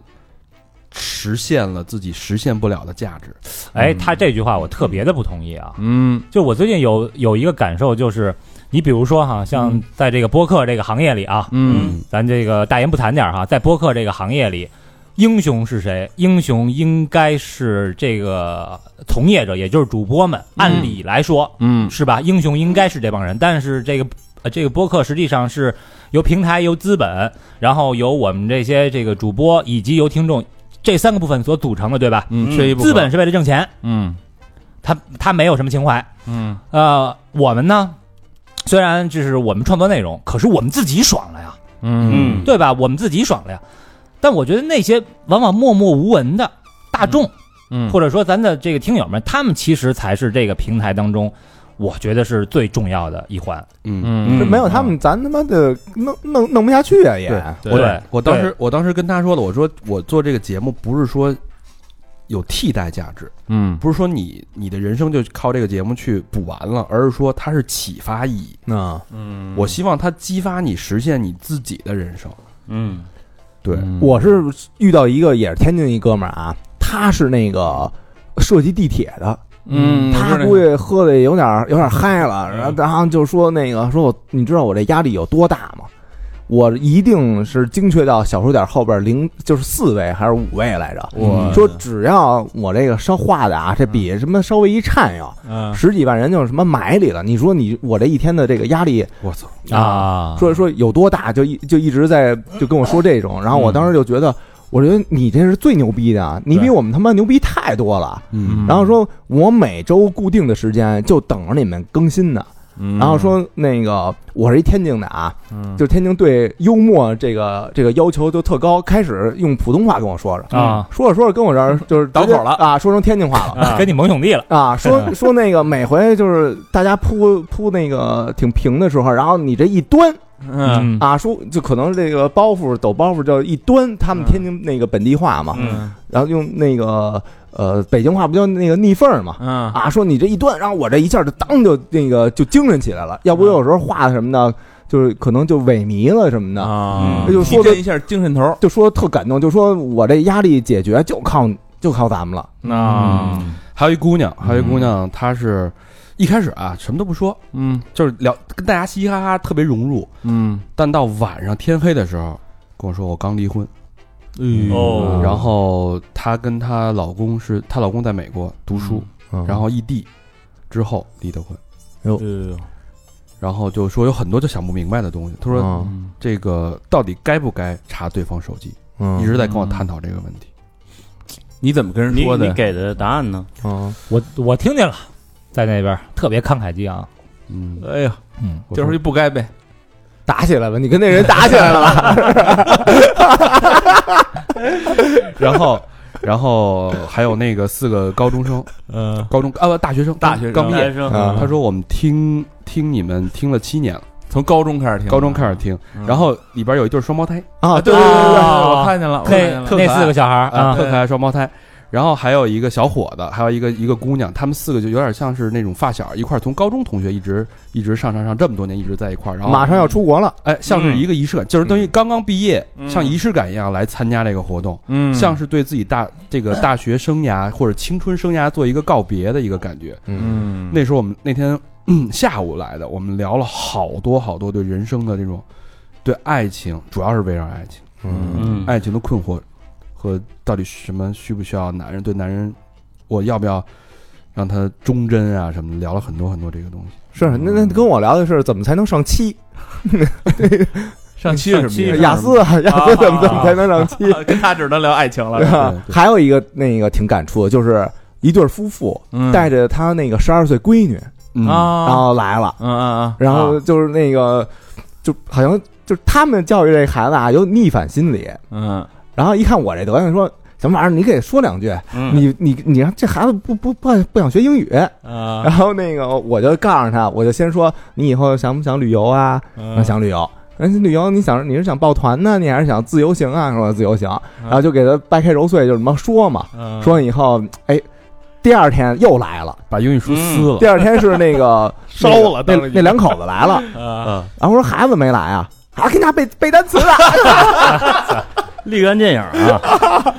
Speaker 1: 实现了自己实现不了的价值。
Speaker 7: 哎，
Speaker 6: 嗯
Speaker 7: 他这句话我特别的不同意啊。
Speaker 6: 嗯
Speaker 7: 就我最近有有一个感受，就是你比如说哈，像在这个播客这个行业里啊，
Speaker 6: 嗯
Speaker 7: 咱这个大言不惭点儿哈，在播客这个行业里，英雄是谁？英雄应该是这个从业者，也就是主播们。按理来说，
Speaker 6: 嗯
Speaker 7: 是吧？英雄应该是这帮人，但是这个、呃、这个播客实际上是由平台、由资本，然后由我们这些这个主播以及由听众这三个部分所组成的，对吧？
Speaker 6: 嗯，缺一部分
Speaker 7: 资本，是为了挣钱，
Speaker 6: 嗯
Speaker 7: 他他没有什么情怀。
Speaker 6: 嗯
Speaker 7: 呃，我们呢，虽然这是我们创作内容，可是我们自己爽了呀，
Speaker 6: 嗯
Speaker 7: 对吧？我们自己爽了呀。但我觉得那些往往默默无闻的大众，
Speaker 6: 嗯，
Speaker 7: 或者说咱的这个听友们，他们其实才是这个平台当中，我觉得是最重要的一环。
Speaker 1: 嗯，
Speaker 6: 嗯
Speaker 2: 没有他们，咱他妈的弄弄弄不下去啊也。
Speaker 1: 对
Speaker 7: 对
Speaker 6: 对，
Speaker 1: 我当时我当时跟他说了，我说我做这个节目不是说有替代价值，
Speaker 6: 嗯
Speaker 1: 不是说你你的人生就靠这个节目去补完了，而是说它是启发意义。
Speaker 2: 嗯，
Speaker 6: 嗯
Speaker 1: 我希望它激发你实现你自己的人生。
Speaker 8: 嗯
Speaker 1: 对，
Speaker 2: 我是遇到一个也是天津一哥们儿啊，他是那个设计地铁的，
Speaker 6: 嗯，
Speaker 2: 他估计喝的有点儿有点儿嗨了，然后然后就说那个说我你知道我这压力有多大吗？我一定是精确到小数点后边零就是四位还是五位来着。
Speaker 6: 我
Speaker 2: 嗯说只要我这个稍画的啊，这笔什么稍微一颤悠，
Speaker 6: 嗯
Speaker 2: 十几万人就是什么埋里了。你说你我这一天的这个压力
Speaker 1: 我操，
Speaker 7: 啊，
Speaker 2: 说说有多大，就一就一直在就跟我说这种，然后我
Speaker 6: 嗯
Speaker 2: 当时就觉得，我觉得你这是最牛逼的，啊你比我们他妈牛逼太多了。
Speaker 1: 嗯
Speaker 2: 然后说，我每周固定的时间就等着你们更新呢。
Speaker 6: 嗯，
Speaker 2: 然后说那个我是一天津的啊，就天津对幽默这个这个要求就特高，开始用普通话跟我说着，
Speaker 7: 啊，
Speaker 2: 说着说着跟我这 儿就是
Speaker 6: 倒口了
Speaker 2: 啊，说成天 津话了。
Speaker 7: 跟你盟兄弟了，
Speaker 2: 啊，说说那个每回就是大家铺铺那个挺平的时候，然后你这一端
Speaker 6: 嗯
Speaker 2: 啊，说就可能这个包袱抖包袱叫一端，他们天津那个本地话嘛，
Speaker 6: 嗯
Speaker 2: 然后用那个呃北京话不叫那个逆缝儿嘛。
Speaker 6: 嗯
Speaker 2: 啊，说你这一端，然后我这一下就当就那个就精神起来了，要不有时候话什么的，就是可能就萎靡了什么的，
Speaker 6: 啊，
Speaker 1: 嗯
Speaker 2: 那就
Speaker 6: 提
Speaker 2: 说的
Speaker 6: 振一下精神头儿
Speaker 2: 就说特感动，就说我这压力解决就靠就靠咱们了，
Speaker 6: 啊，
Speaker 1: 还有一姑娘，还有一姑娘，她是一开始啊什么都不说，
Speaker 6: 嗯
Speaker 1: 就是聊跟大家嘻嘻哈哈，特别融入。
Speaker 6: 嗯
Speaker 1: 但到晚上天黑的时候，跟我说我刚离婚，
Speaker 8: 哦
Speaker 1: 然后她跟她老公是她老公在美国读书，
Speaker 2: 嗯
Speaker 1: 然后异地，之后离的婚，哎
Speaker 6: 嗯
Speaker 1: 然后就说有很多就想不明白的东西。她说
Speaker 2: 嗯
Speaker 1: 这个到底该不该查对方手机，一
Speaker 2: 嗯
Speaker 1: 直在跟我探讨这个问题。
Speaker 6: 你怎么跟人
Speaker 8: 你
Speaker 6: 说
Speaker 8: 你
Speaker 6: 的？
Speaker 8: 给的答案呢？
Speaker 2: 嗯
Speaker 7: 我我听见了，在那边特别慷慨激昂，
Speaker 1: 嗯，
Speaker 6: 哎呀，
Speaker 7: 嗯，
Speaker 6: 这时候就不该呗，
Speaker 2: 打起来吧，你跟那人打起来了吧？
Speaker 1: 然后。然后还有那个四个高中生，
Speaker 6: 嗯
Speaker 1: 高中啊不大学生，
Speaker 6: 大学生
Speaker 1: 刚毕业
Speaker 8: 大，学生
Speaker 2: 啊
Speaker 1: 他说我们听听你们听了七年了，
Speaker 6: 从高中开始听，
Speaker 1: 高中开始听，
Speaker 6: 嗯，
Speaker 1: 然后里边有一对双胞胎，
Speaker 2: 啊，
Speaker 6: 啊，对对对，对我看见了，我看见
Speaker 7: 那
Speaker 6: 了，
Speaker 7: 那四个小孩儿
Speaker 1: 啊，
Speaker 7: 啊
Speaker 1: 特可爱双胞胎。然后还有一个小伙子，还有一个一个姑娘，他们四个就有点像是那种发小，一块儿从高中同学一直一直上上上这么多年一直在一块儿，然后
Speaker 2: 马上要出国了，
Speaker 1: 哎，像是一个仪式感，就是等于刚刚毕业，像仪式感一样来参加这个活动，
Speaker 9: 嗯
Speaker 1: 像是对自己大这个大学生涯或者青春生涯做一个告别的一个感觉。
Speaker 9: 嗯
Speaker 1: 那时候我们那天、嗯 下午来的，我们聊了好多好多对人生的这种对爱情，主要是围绕爱情，
Speaker 2: 嗯
Speaker 5: 嗯，
Speaker 1: 爱情的困惑和到底什么需不需要男人，对男人我要不要让他忠贞啊什么的，聊了很多很多这个东西。
Speaker 2: 是那那跟我聊的是怎么才能上七，
Speaker 9: 上期是什么
Speaker 2: 雅思啊，雅思怎么怎么才能上七？
Speaker 6: 啊
Speaker 9: 呀？跟他只能聊爱情了
Speaker 2: 对吧
Speaker 1: 对对
Speaker 2: 还有一个那个挺感触的，就是一对夫妇
Speaker 9: 嗯
Speaker 2: 带着他那个十二岁闺女，
Speaker 1: 嗯，
Speaker 9: 啊，
Speaker 2: 然后来了，
Speaker 9: 嗯嗯嗯，
Speaker 2: 然后就是那个，就好像就是他们教育这孩子啊有逆反心理，
Speaker 6: 啊
Speaker 9: 嗯
Speaker 2: 然后一看我这德行，说什么玩意儿，你给说两句，你你你让这孩子不不不不想学英语，
Speaker 9: 啊
Speaker 2: 然后那个我就告诉他，我就先说你以后想不想旅游啊？
Speaker 9: 嗯
Speaker 1: 嗯
Speaker 2: 说想旅游。人旅游，你想你是想抱团呢，你还是想自由行啊？说自由行，
Speaker 9: 嗯
Speaker 2: 然后就给他掰开揉碎，就是什么说嘛，
Speaker 1: 嗯
Speaker 2: 说完以后，哎，第二天又来 了，
Speaker 1: 把英语书撕
Speaker 6: 嗯
Speaker 1: 了，
Speaker 2: 第二天是那个
Speaker 9: 烧了
Speaker 2: 那
Speaker 9: 当时嗯
Speaker 2: 那那两口子来了，
Speaker 7: 啊，
Speaker 2: 然后我说孩子没来啊，还跟他背背单词呢，啊
Speaker 5: 立竿见影啊，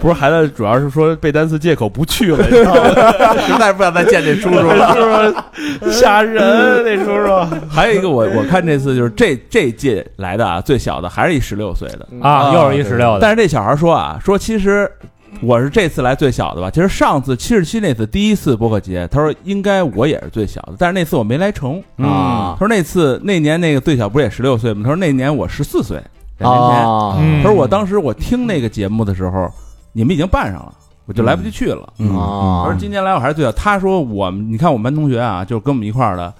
Speaker 9: 不是孩子，主要是说背单词借口不去了，你知道吗 实在不想再见这叔叔了，叔叔吓人，那叔叔。 还有一个我我看这次就是这这届来的啊，最小的还是一十六岁的，
Speaker 7: 啊，又是一十六的，
Speaker 9: 但是这小孩说啊，说其实我是这次来最小的吧，其实上次七十七那次第一次播客节，他说应该我也是最小的，但是那次我没来成
Speaker 2: 啊
Speaker 9: 他说那次那年那个最小不是也十六岁吗？他说那年我十四岁，两年前。
Speaker 2: 啊，
Speaker 7: 嗯
Speaker 9: 他说我当时我听那个节目的时候，你们已经办上了，我就来不及去了。我说
Speaker 2: 啊，
Speaker 7: 嗯
Speaker 9: 今年来我还是最小。他说我们，你看我们班同学啊，就是跟我们一块儿的，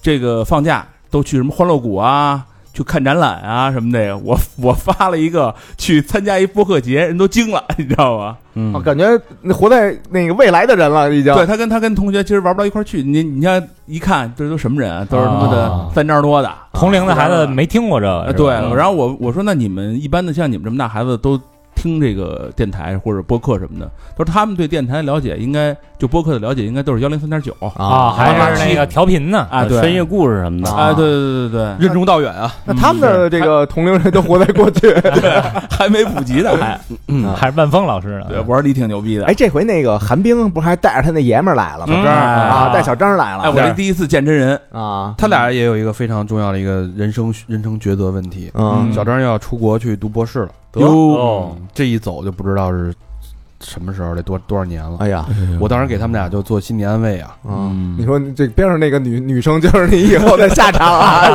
Speaker 9: 这个放假都去什么欢乐谷啊，去看展览啊什么的。我我发了一个去参加一播客节，人都惊了， 你知道吗？
Speaker 5: 嗯
Speaker 2: 我哦感觉那活在那个未来的人了，已经
Speaker 9: 对他跟他跟同学其实玩不到一块儿去。你你看一看，这都什么人啊？都是他妈
Speaker 2: 啊
Speaker 9: 的三张多的。
Speaker 7: 同龄的孩子没听过这个
Speaker 9: 啊，，对，然后我我说那你们一般的像你们这么大孩子都听这个电台或者播客什么的，他说他们对电台的了解应该就播客的了解应该都是幺零三点九啊，
Speaker 7: 啊，还是那个调频呢，
Speaker 9: 啊对，
Speaker 5: 深夜故事什么的，
Speaker 9: 啊对对对 对
Speaker 1: 任重道远啊。
Speaker 2: 那他们的这个同龄人都活在过去。
Speaker 9: 对，还没普及呢还，
Speaker 2: 啊
Speaker 7: 还是万峰老师呢，
Speaker 9: 对，我说你挺牛逼的，
Speaker 2: 哎，这回那个韩冰不是还带着他那爷们儿来了吗？
Speaker 9: 小张
Speaker 2: 啊，
Speaker 9: 啊，
Speaker 2: 带小张来
Speaker 9: 哎，
Speaker 2: 了
Speaker 9: 我这第一次见真人，
Speaker 2: 啊，
Speaker 1: 他俩也有一个非常重要的一个人生人生抉择问题。
Speaker 2: 嗯，哦
Speaker 1: 小张又要出国去读博士了，
Speaker 9: 哟，
Speaker 1: 嗯这一走就不知道是什么时候，得多多少年了。
Speaker 2: 哎呀，
Speaker 1: 我当时给他们俩就做心理安慰啊，
Speaker 2: 嗯，你说你这边上那个女女生就是你以后的下场 啊，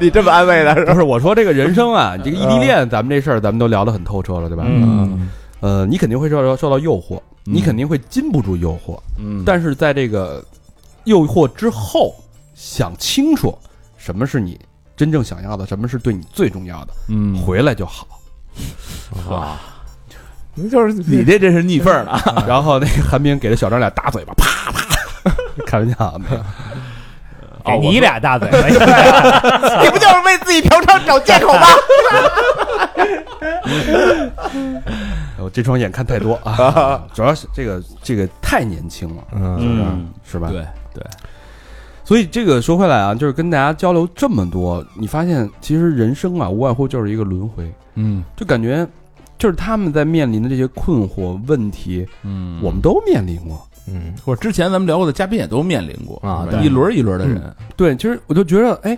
Speaker 2: 你这么安慰的是 吧
Speaker 1: 不？是我说这个人生啊，这个异
Speaker 9: 嗯
Speaker 1: 地恋，咱们这事儿咱们都聊得很透彻了，对吧？
Speaker 7: 嗯，
Speaker 1: 呃，你肯定会受到受到诱惑，你肯定会禁不住诱惑，
Speaker 9: 嗯
Speaker 1: 但是在这个诱惑之后，想清楚什么是你真正想要的，什么是对你最重要的，
Speaker 9: 嗯
Speaker 1: 回来就好。
Speaker 2: 你就是
Speaker 9: 你这这是逆缝了，
Speaker 1: 然后那个韩冰给了小张俩大嘴巴，啪啪， 开玩笑啊的。
Speaker 7: 给你俩大嘴巴，
Speaker 2: 你不就是为自己嫖娼找借口吗？
Speaker 1: 我这双眼看太多 啊，主要是这个这个太年轻了，
Speaker 2: 嗯
Speaker 5: 嗯，
Speaker 1: 是吧？
Speaker 9: 对对，
Speaker 1: 所以这个说回来啊，就是跟大家交流这么多，你发现其实人生啊，无外乎就是一个轮回，
Speaker 9: 嗯
Speaker 1: 就感觉就是他们在面临的这些困惑问题，
Speaker 9: 嗯
Speaker 1: 我们都面临过。
Speaker 2: 嗯
Speaker 9: 或者之前咱们聊过的嘉宾也都面临过
Speaker 2: 啊
Speaker 9: 一轮一轮的人，
Speaker 1: 对，其实我就觉得，哎，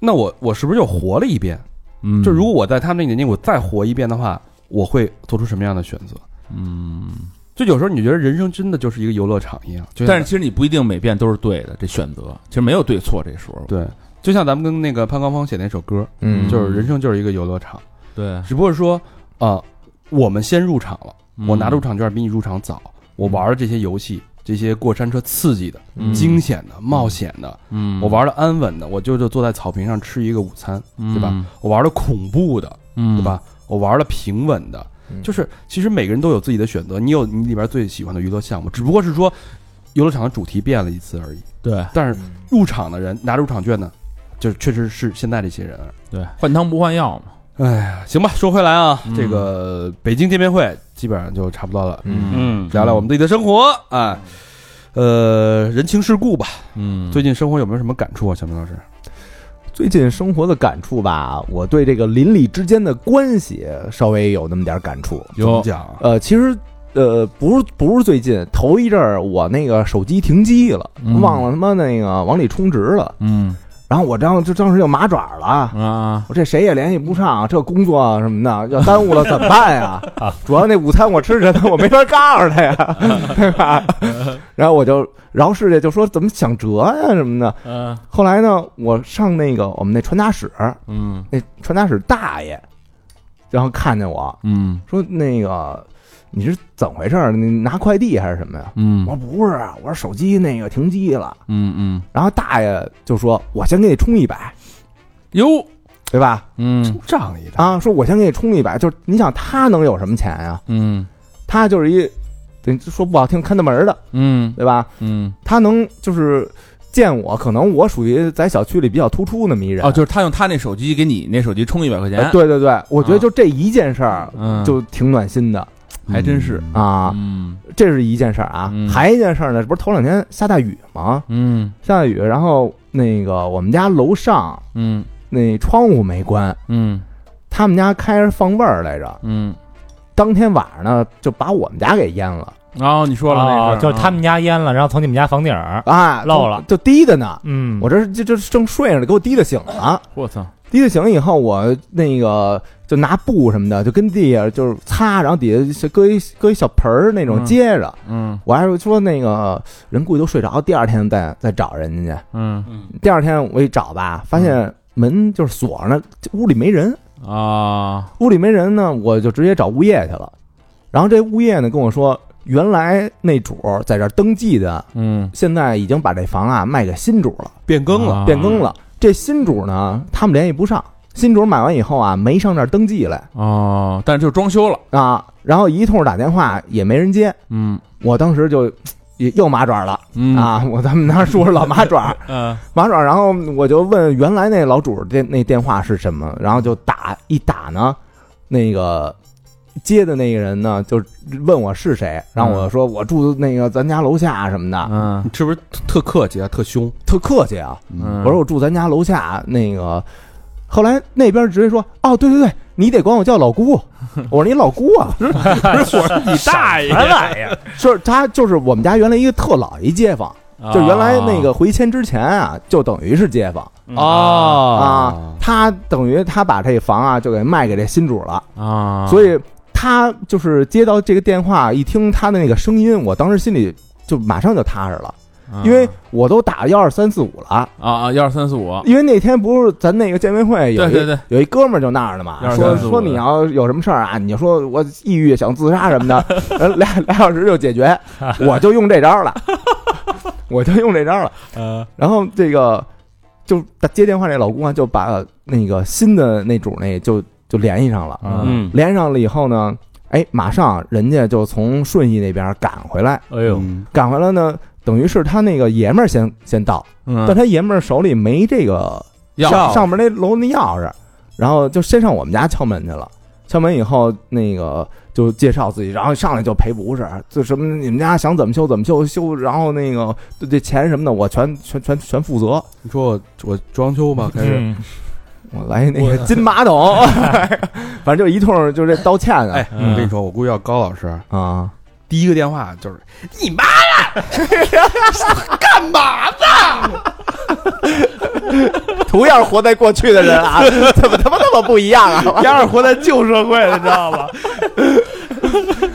Speaker 1: 那我我是不是又活了一遍？
Speaker 9: 嗯
Speaker 1: 就如果我在他们那个年纪，我再活一遍的话，我会做出什么样的选择？
Speaker 9: 嗯。
Speaker 1: 就有时候你觉得人生真的就是一个游乐场一样，就像
Speaker 9: 但是其实你不一定每遍都是对的，这选择其实没有对错这说。
Speaker 1: 对，就像咱们跟那个潘高峰写那首歌，
Speaker 2: 嗯
Speaker 1: 就是人生就是一个游乐场，
Speaker 9: 对，
Speaker 1: 只不过说啊、呃我们先入场了，
Speaker 9: 嗯
Speaker 1: 我拿入场券比你入场早，我玩的这些游戏，这些过山车刺激的、
Speaker 9: 嗯
Speaker 1: 惊险的、冒险的，
Speaker 9: 嗯
Speaker 1: 我玩的安稳的，我就就坐在草坪上吃一个午餐，
Speaker 9: 对
Speaker 1: 对吧？？我玩的恐怖的，
Speaker 9: 嗯
Speaker 1: 对？吧？我玩了平稳的，
Speaker 2: 嗯
Speaker 1: 就是其实每个人都有自己的选择，你有你里边最喜欢的娱乐项目，只不过是说游乐场的主题变了一次而已。
Speaker 9: 对，
Speaker 1: 但
Speaker 2: 嗯
Speaker 1: 是入场的人拿入场券呢，就是确实是现在这些人，啊
Speaker 9: 对，换汤不换药嘛。
Speaker 1: 哎呀，行吧，说回来啊，
Speaker 6: 嗯
Speaker 1: 这个北京见面会基本上就差不多了，
Speaker 2: 嗯
Speaker 8: 嗯，
Speaker 1: 聊聊我们自己的生活啊，呃，人情世故吧。
Speaker 6: 嗯，
Speaker 1: 最近生活有没有什么感触啊，小明老师？
Speaker 2: 最近生活的感触吧，我对这个邻里之间的关系稍微有那么点感触。
Speaker 1: 怎么讲啊，
Speaker 2: 呃，其实呃，不是不是最近，头一阵儿我那个手机停机了，
Speaker 6: 嗯
Speaker 2: 忘了他妈那个往里充值了，
Speaker 6: 嗯
Speaker 2: 然后我当就当时就麻爪了。
Speaker 6: 啊，
Speaker 2: 我这谁也联系不上，这工作啊什么的要耽误了怎么办呀？
Speaker 6: 啊
Speaker 2: 主要那午餐我吃着呢，我没法告诉他呀， 对吧？ 然后我就饶世界就说怎么想辙呀、什么的。
Speaker 7: 嗯
Speaker 2: 后来呢，我上那个我们那传达室，
Speaker 6: 嗯
Speaker 2: 那传达室大爷，然后看见我
Speaker 6: 嗯
Speaker 2: 说那个你是怎么回事儿？你拿快递还是什么呀？
Speaker 6: 嗯
Speaker 2: 我说不是，啊，我说手机那个停机了。
Speaker 6: 嗯嗯
Speaker 2: 然后大爷就说：“我先给你充一百，
Speaker 1: 哟，
Speaker 2: 对吧？
Speaker 6: 嗯
Speaker 1: 仗义的
Speaker 2: 啊，说我先给你充一百，就是你想他能有什么钱呀、
Speaker 6: 嗯
Speaker 2: 他就是一，对，说不好听，看大门儿的，
Speaker 6: 嗯
Speaker 2: 对吧？
Speaker 6: 嗯，
Speaker 2: 他能就是见我，可能我属于在小区里比较突出那么一人。
Speaker 6: 哦，就是他用他那手机给你那手机充一百块
Speaker 2: 哎
Speaker 6: 钱，，
Speaker 2: 对对对，我觉得
Speaker 6: 啊
Speaker 2: 就这一件事儿
Speaker 6: 嗯，
Speaker 2: 就挺暖心的
Speaker 6: 还真是
Speaker 2: 啊，
Speaker 6: 嗯
Speaker 2: 这是一件事儿啊
Speaker 6: 嗯。
Speaker 2: 还一件事儿呢，不是头两天下大雨吗？
Speaker 6: 嗯
Speaker 2: 下大雨，然后那个我们家楼上
Speaker 6: 嗯
Speaker 2: 那窗户没关，
Speaker 6: 嗯
Speaker 2: 他们家开着放味儿来着。
Speaker 6: 嗯，
Speaker 2: 当天晚上呢，就把我们家给淹了
Speaker 6: 然后你说了那
Speaker 7: 哦
Speaker 6: 事，
Speaker 9: 嗯
Speaker 6: 啊
Speaker 7: 就是他们家淹了，然后从你们家房顶儿，
Speaker 2: 啊，
Speaker 7: 漏了
Speaker 2: 就滴的呢。
Speaker 7: 嗯，
Speaker 2: 我这是这这正睡着呢，给我滴的醒了。
Speaker 6: 我操，
Speaker 2: 滴的醒以后，我那个就拿布什么的，就跟地下就是擦，然后底下搁一搁一小盆儿那种
Speaker 6: 嗯
Speaker 2: 接着。
Speaker 6: 嗯
Speaker 2: 我还说那个人估计都睡着，第二天再再找人家去。
Speaker 6: 嗯
Speaker 2: 第二天我一找吧，发现门就是锁着呢，这屋里没人。
Speaker 6: 啊，
Speaker 2: 屋里没人呢，我就直接找物业去了。然后这物业呢跟我说，原来那主儿在这儿登记的，
Speaker 6: 嗯
Speaker 2: 现在已经把这房啊卖给新主了，
Speaker 1: 变更了，
Speaker 6: 啊
Speaker 2: 变更了。这新主呢，他们联系不上。新主买完以后啊，没上这儿登记来
Speaker 6: 哦，但是就是装修了，
Speaker 2: 啊，然后一通打电话也没人接，
Speaker 6: 嗯
Speaker 2: 我当时就也又麻爪了
Speaker 6: 嗯，
Speaker 2: 啊！我咱们那说是老麻爪，
Speaker 6: 嗯
Speaker 2: 麻爪，然后我就问原来那老主儿电那电话是什么，然后就打一打呢，那个接的那个人呢就问我是谁，然后我说我住那个咱家楼下什么的，
Speaker 6: 嗯
Speaker 1: 是不是特客气啊，特凶？
Speaker 2: 特客气啊，
Speaker 6: 嗯，
Speaker 2: 我说我住咱家楼下那个，后来那边直接说哦对对对，你得管我叫老姑，我说你老姑啊，
Speaker 7: 你大爷，什么玩意儿？
Speaker 2: 是他就是我们家原来一个特老一街坊，
Speaker 6: 啊
Speaker 2: 就原来那个回迁之前啊，就等于是街坊。
Speaker 6: 嗯
Speaker 1: 哦
Speaker 2: 啊，他等于他把这房啊就给卖给这新主了，
Speaker 6: 啊，
Speaker 2: 所以他就是接到这个电话，一听他的那个声音，我当时心里就马上就踏实了，因为我都打幺二三四五了。
Speaker 6: 啊啊，一二三四五，
Speaker 2: 因为那天不是咱那个见面会有
Speaker 6: 对
Speaker 2: 一
Speaker 6: 对对
Speaker 2: 有一哥们儿就那儿呢嘛，
Speaker 6: 12345
Speaker 2: 说说你要有什么事儿啊，你就说我抑郁想自杀什么的，呃俩俩小时就解决，我就用这招了，我就用这招了。
Speaker 7: 呃，
Speaker 2: 然后这个就打接电话这老公啊，就把那个新的那主那就就联系上了，
Speaker 6: 嗯
Speaker 8: 嗯，
Speaker 2: 联系上了以后呢，哎，马上人家就从顺义那边赶回来，
Speaker 7: 哎呦，
Speaker 2: 赶回来呢，等于是他那个爷们儿先先到，
Speaker 6: 嗯，
Speaker 2: 但他爷们儿手里没这个
Speaker 6: 要
Speaker 2: 上上面那楼那钥匙，然后就先上我们家敲门去了。敲门以后，那个就介绍自己，然后上来就赔不是，就什么你们家想怎么修怎么修修，然后那个这这钱什么的我全全全全负责。
Speaker 1: 你说我我装修吧，开始
Speaker 7: 嗯，
Speaker 2: 我来那个金马桶， 反正就一通就是这道歉啊、
Speaker 1: 哎，我跟你说，我估计要高老师
Speaker 2: 啊！
Speaker 1: 第一个电话就是你妈呀，干嘛呢？
Speaker 2: 同样活在过去的人 啊，怎么他妈那么不一样啊？
Speaker 7: 第二活在旧社会了，你知道吧？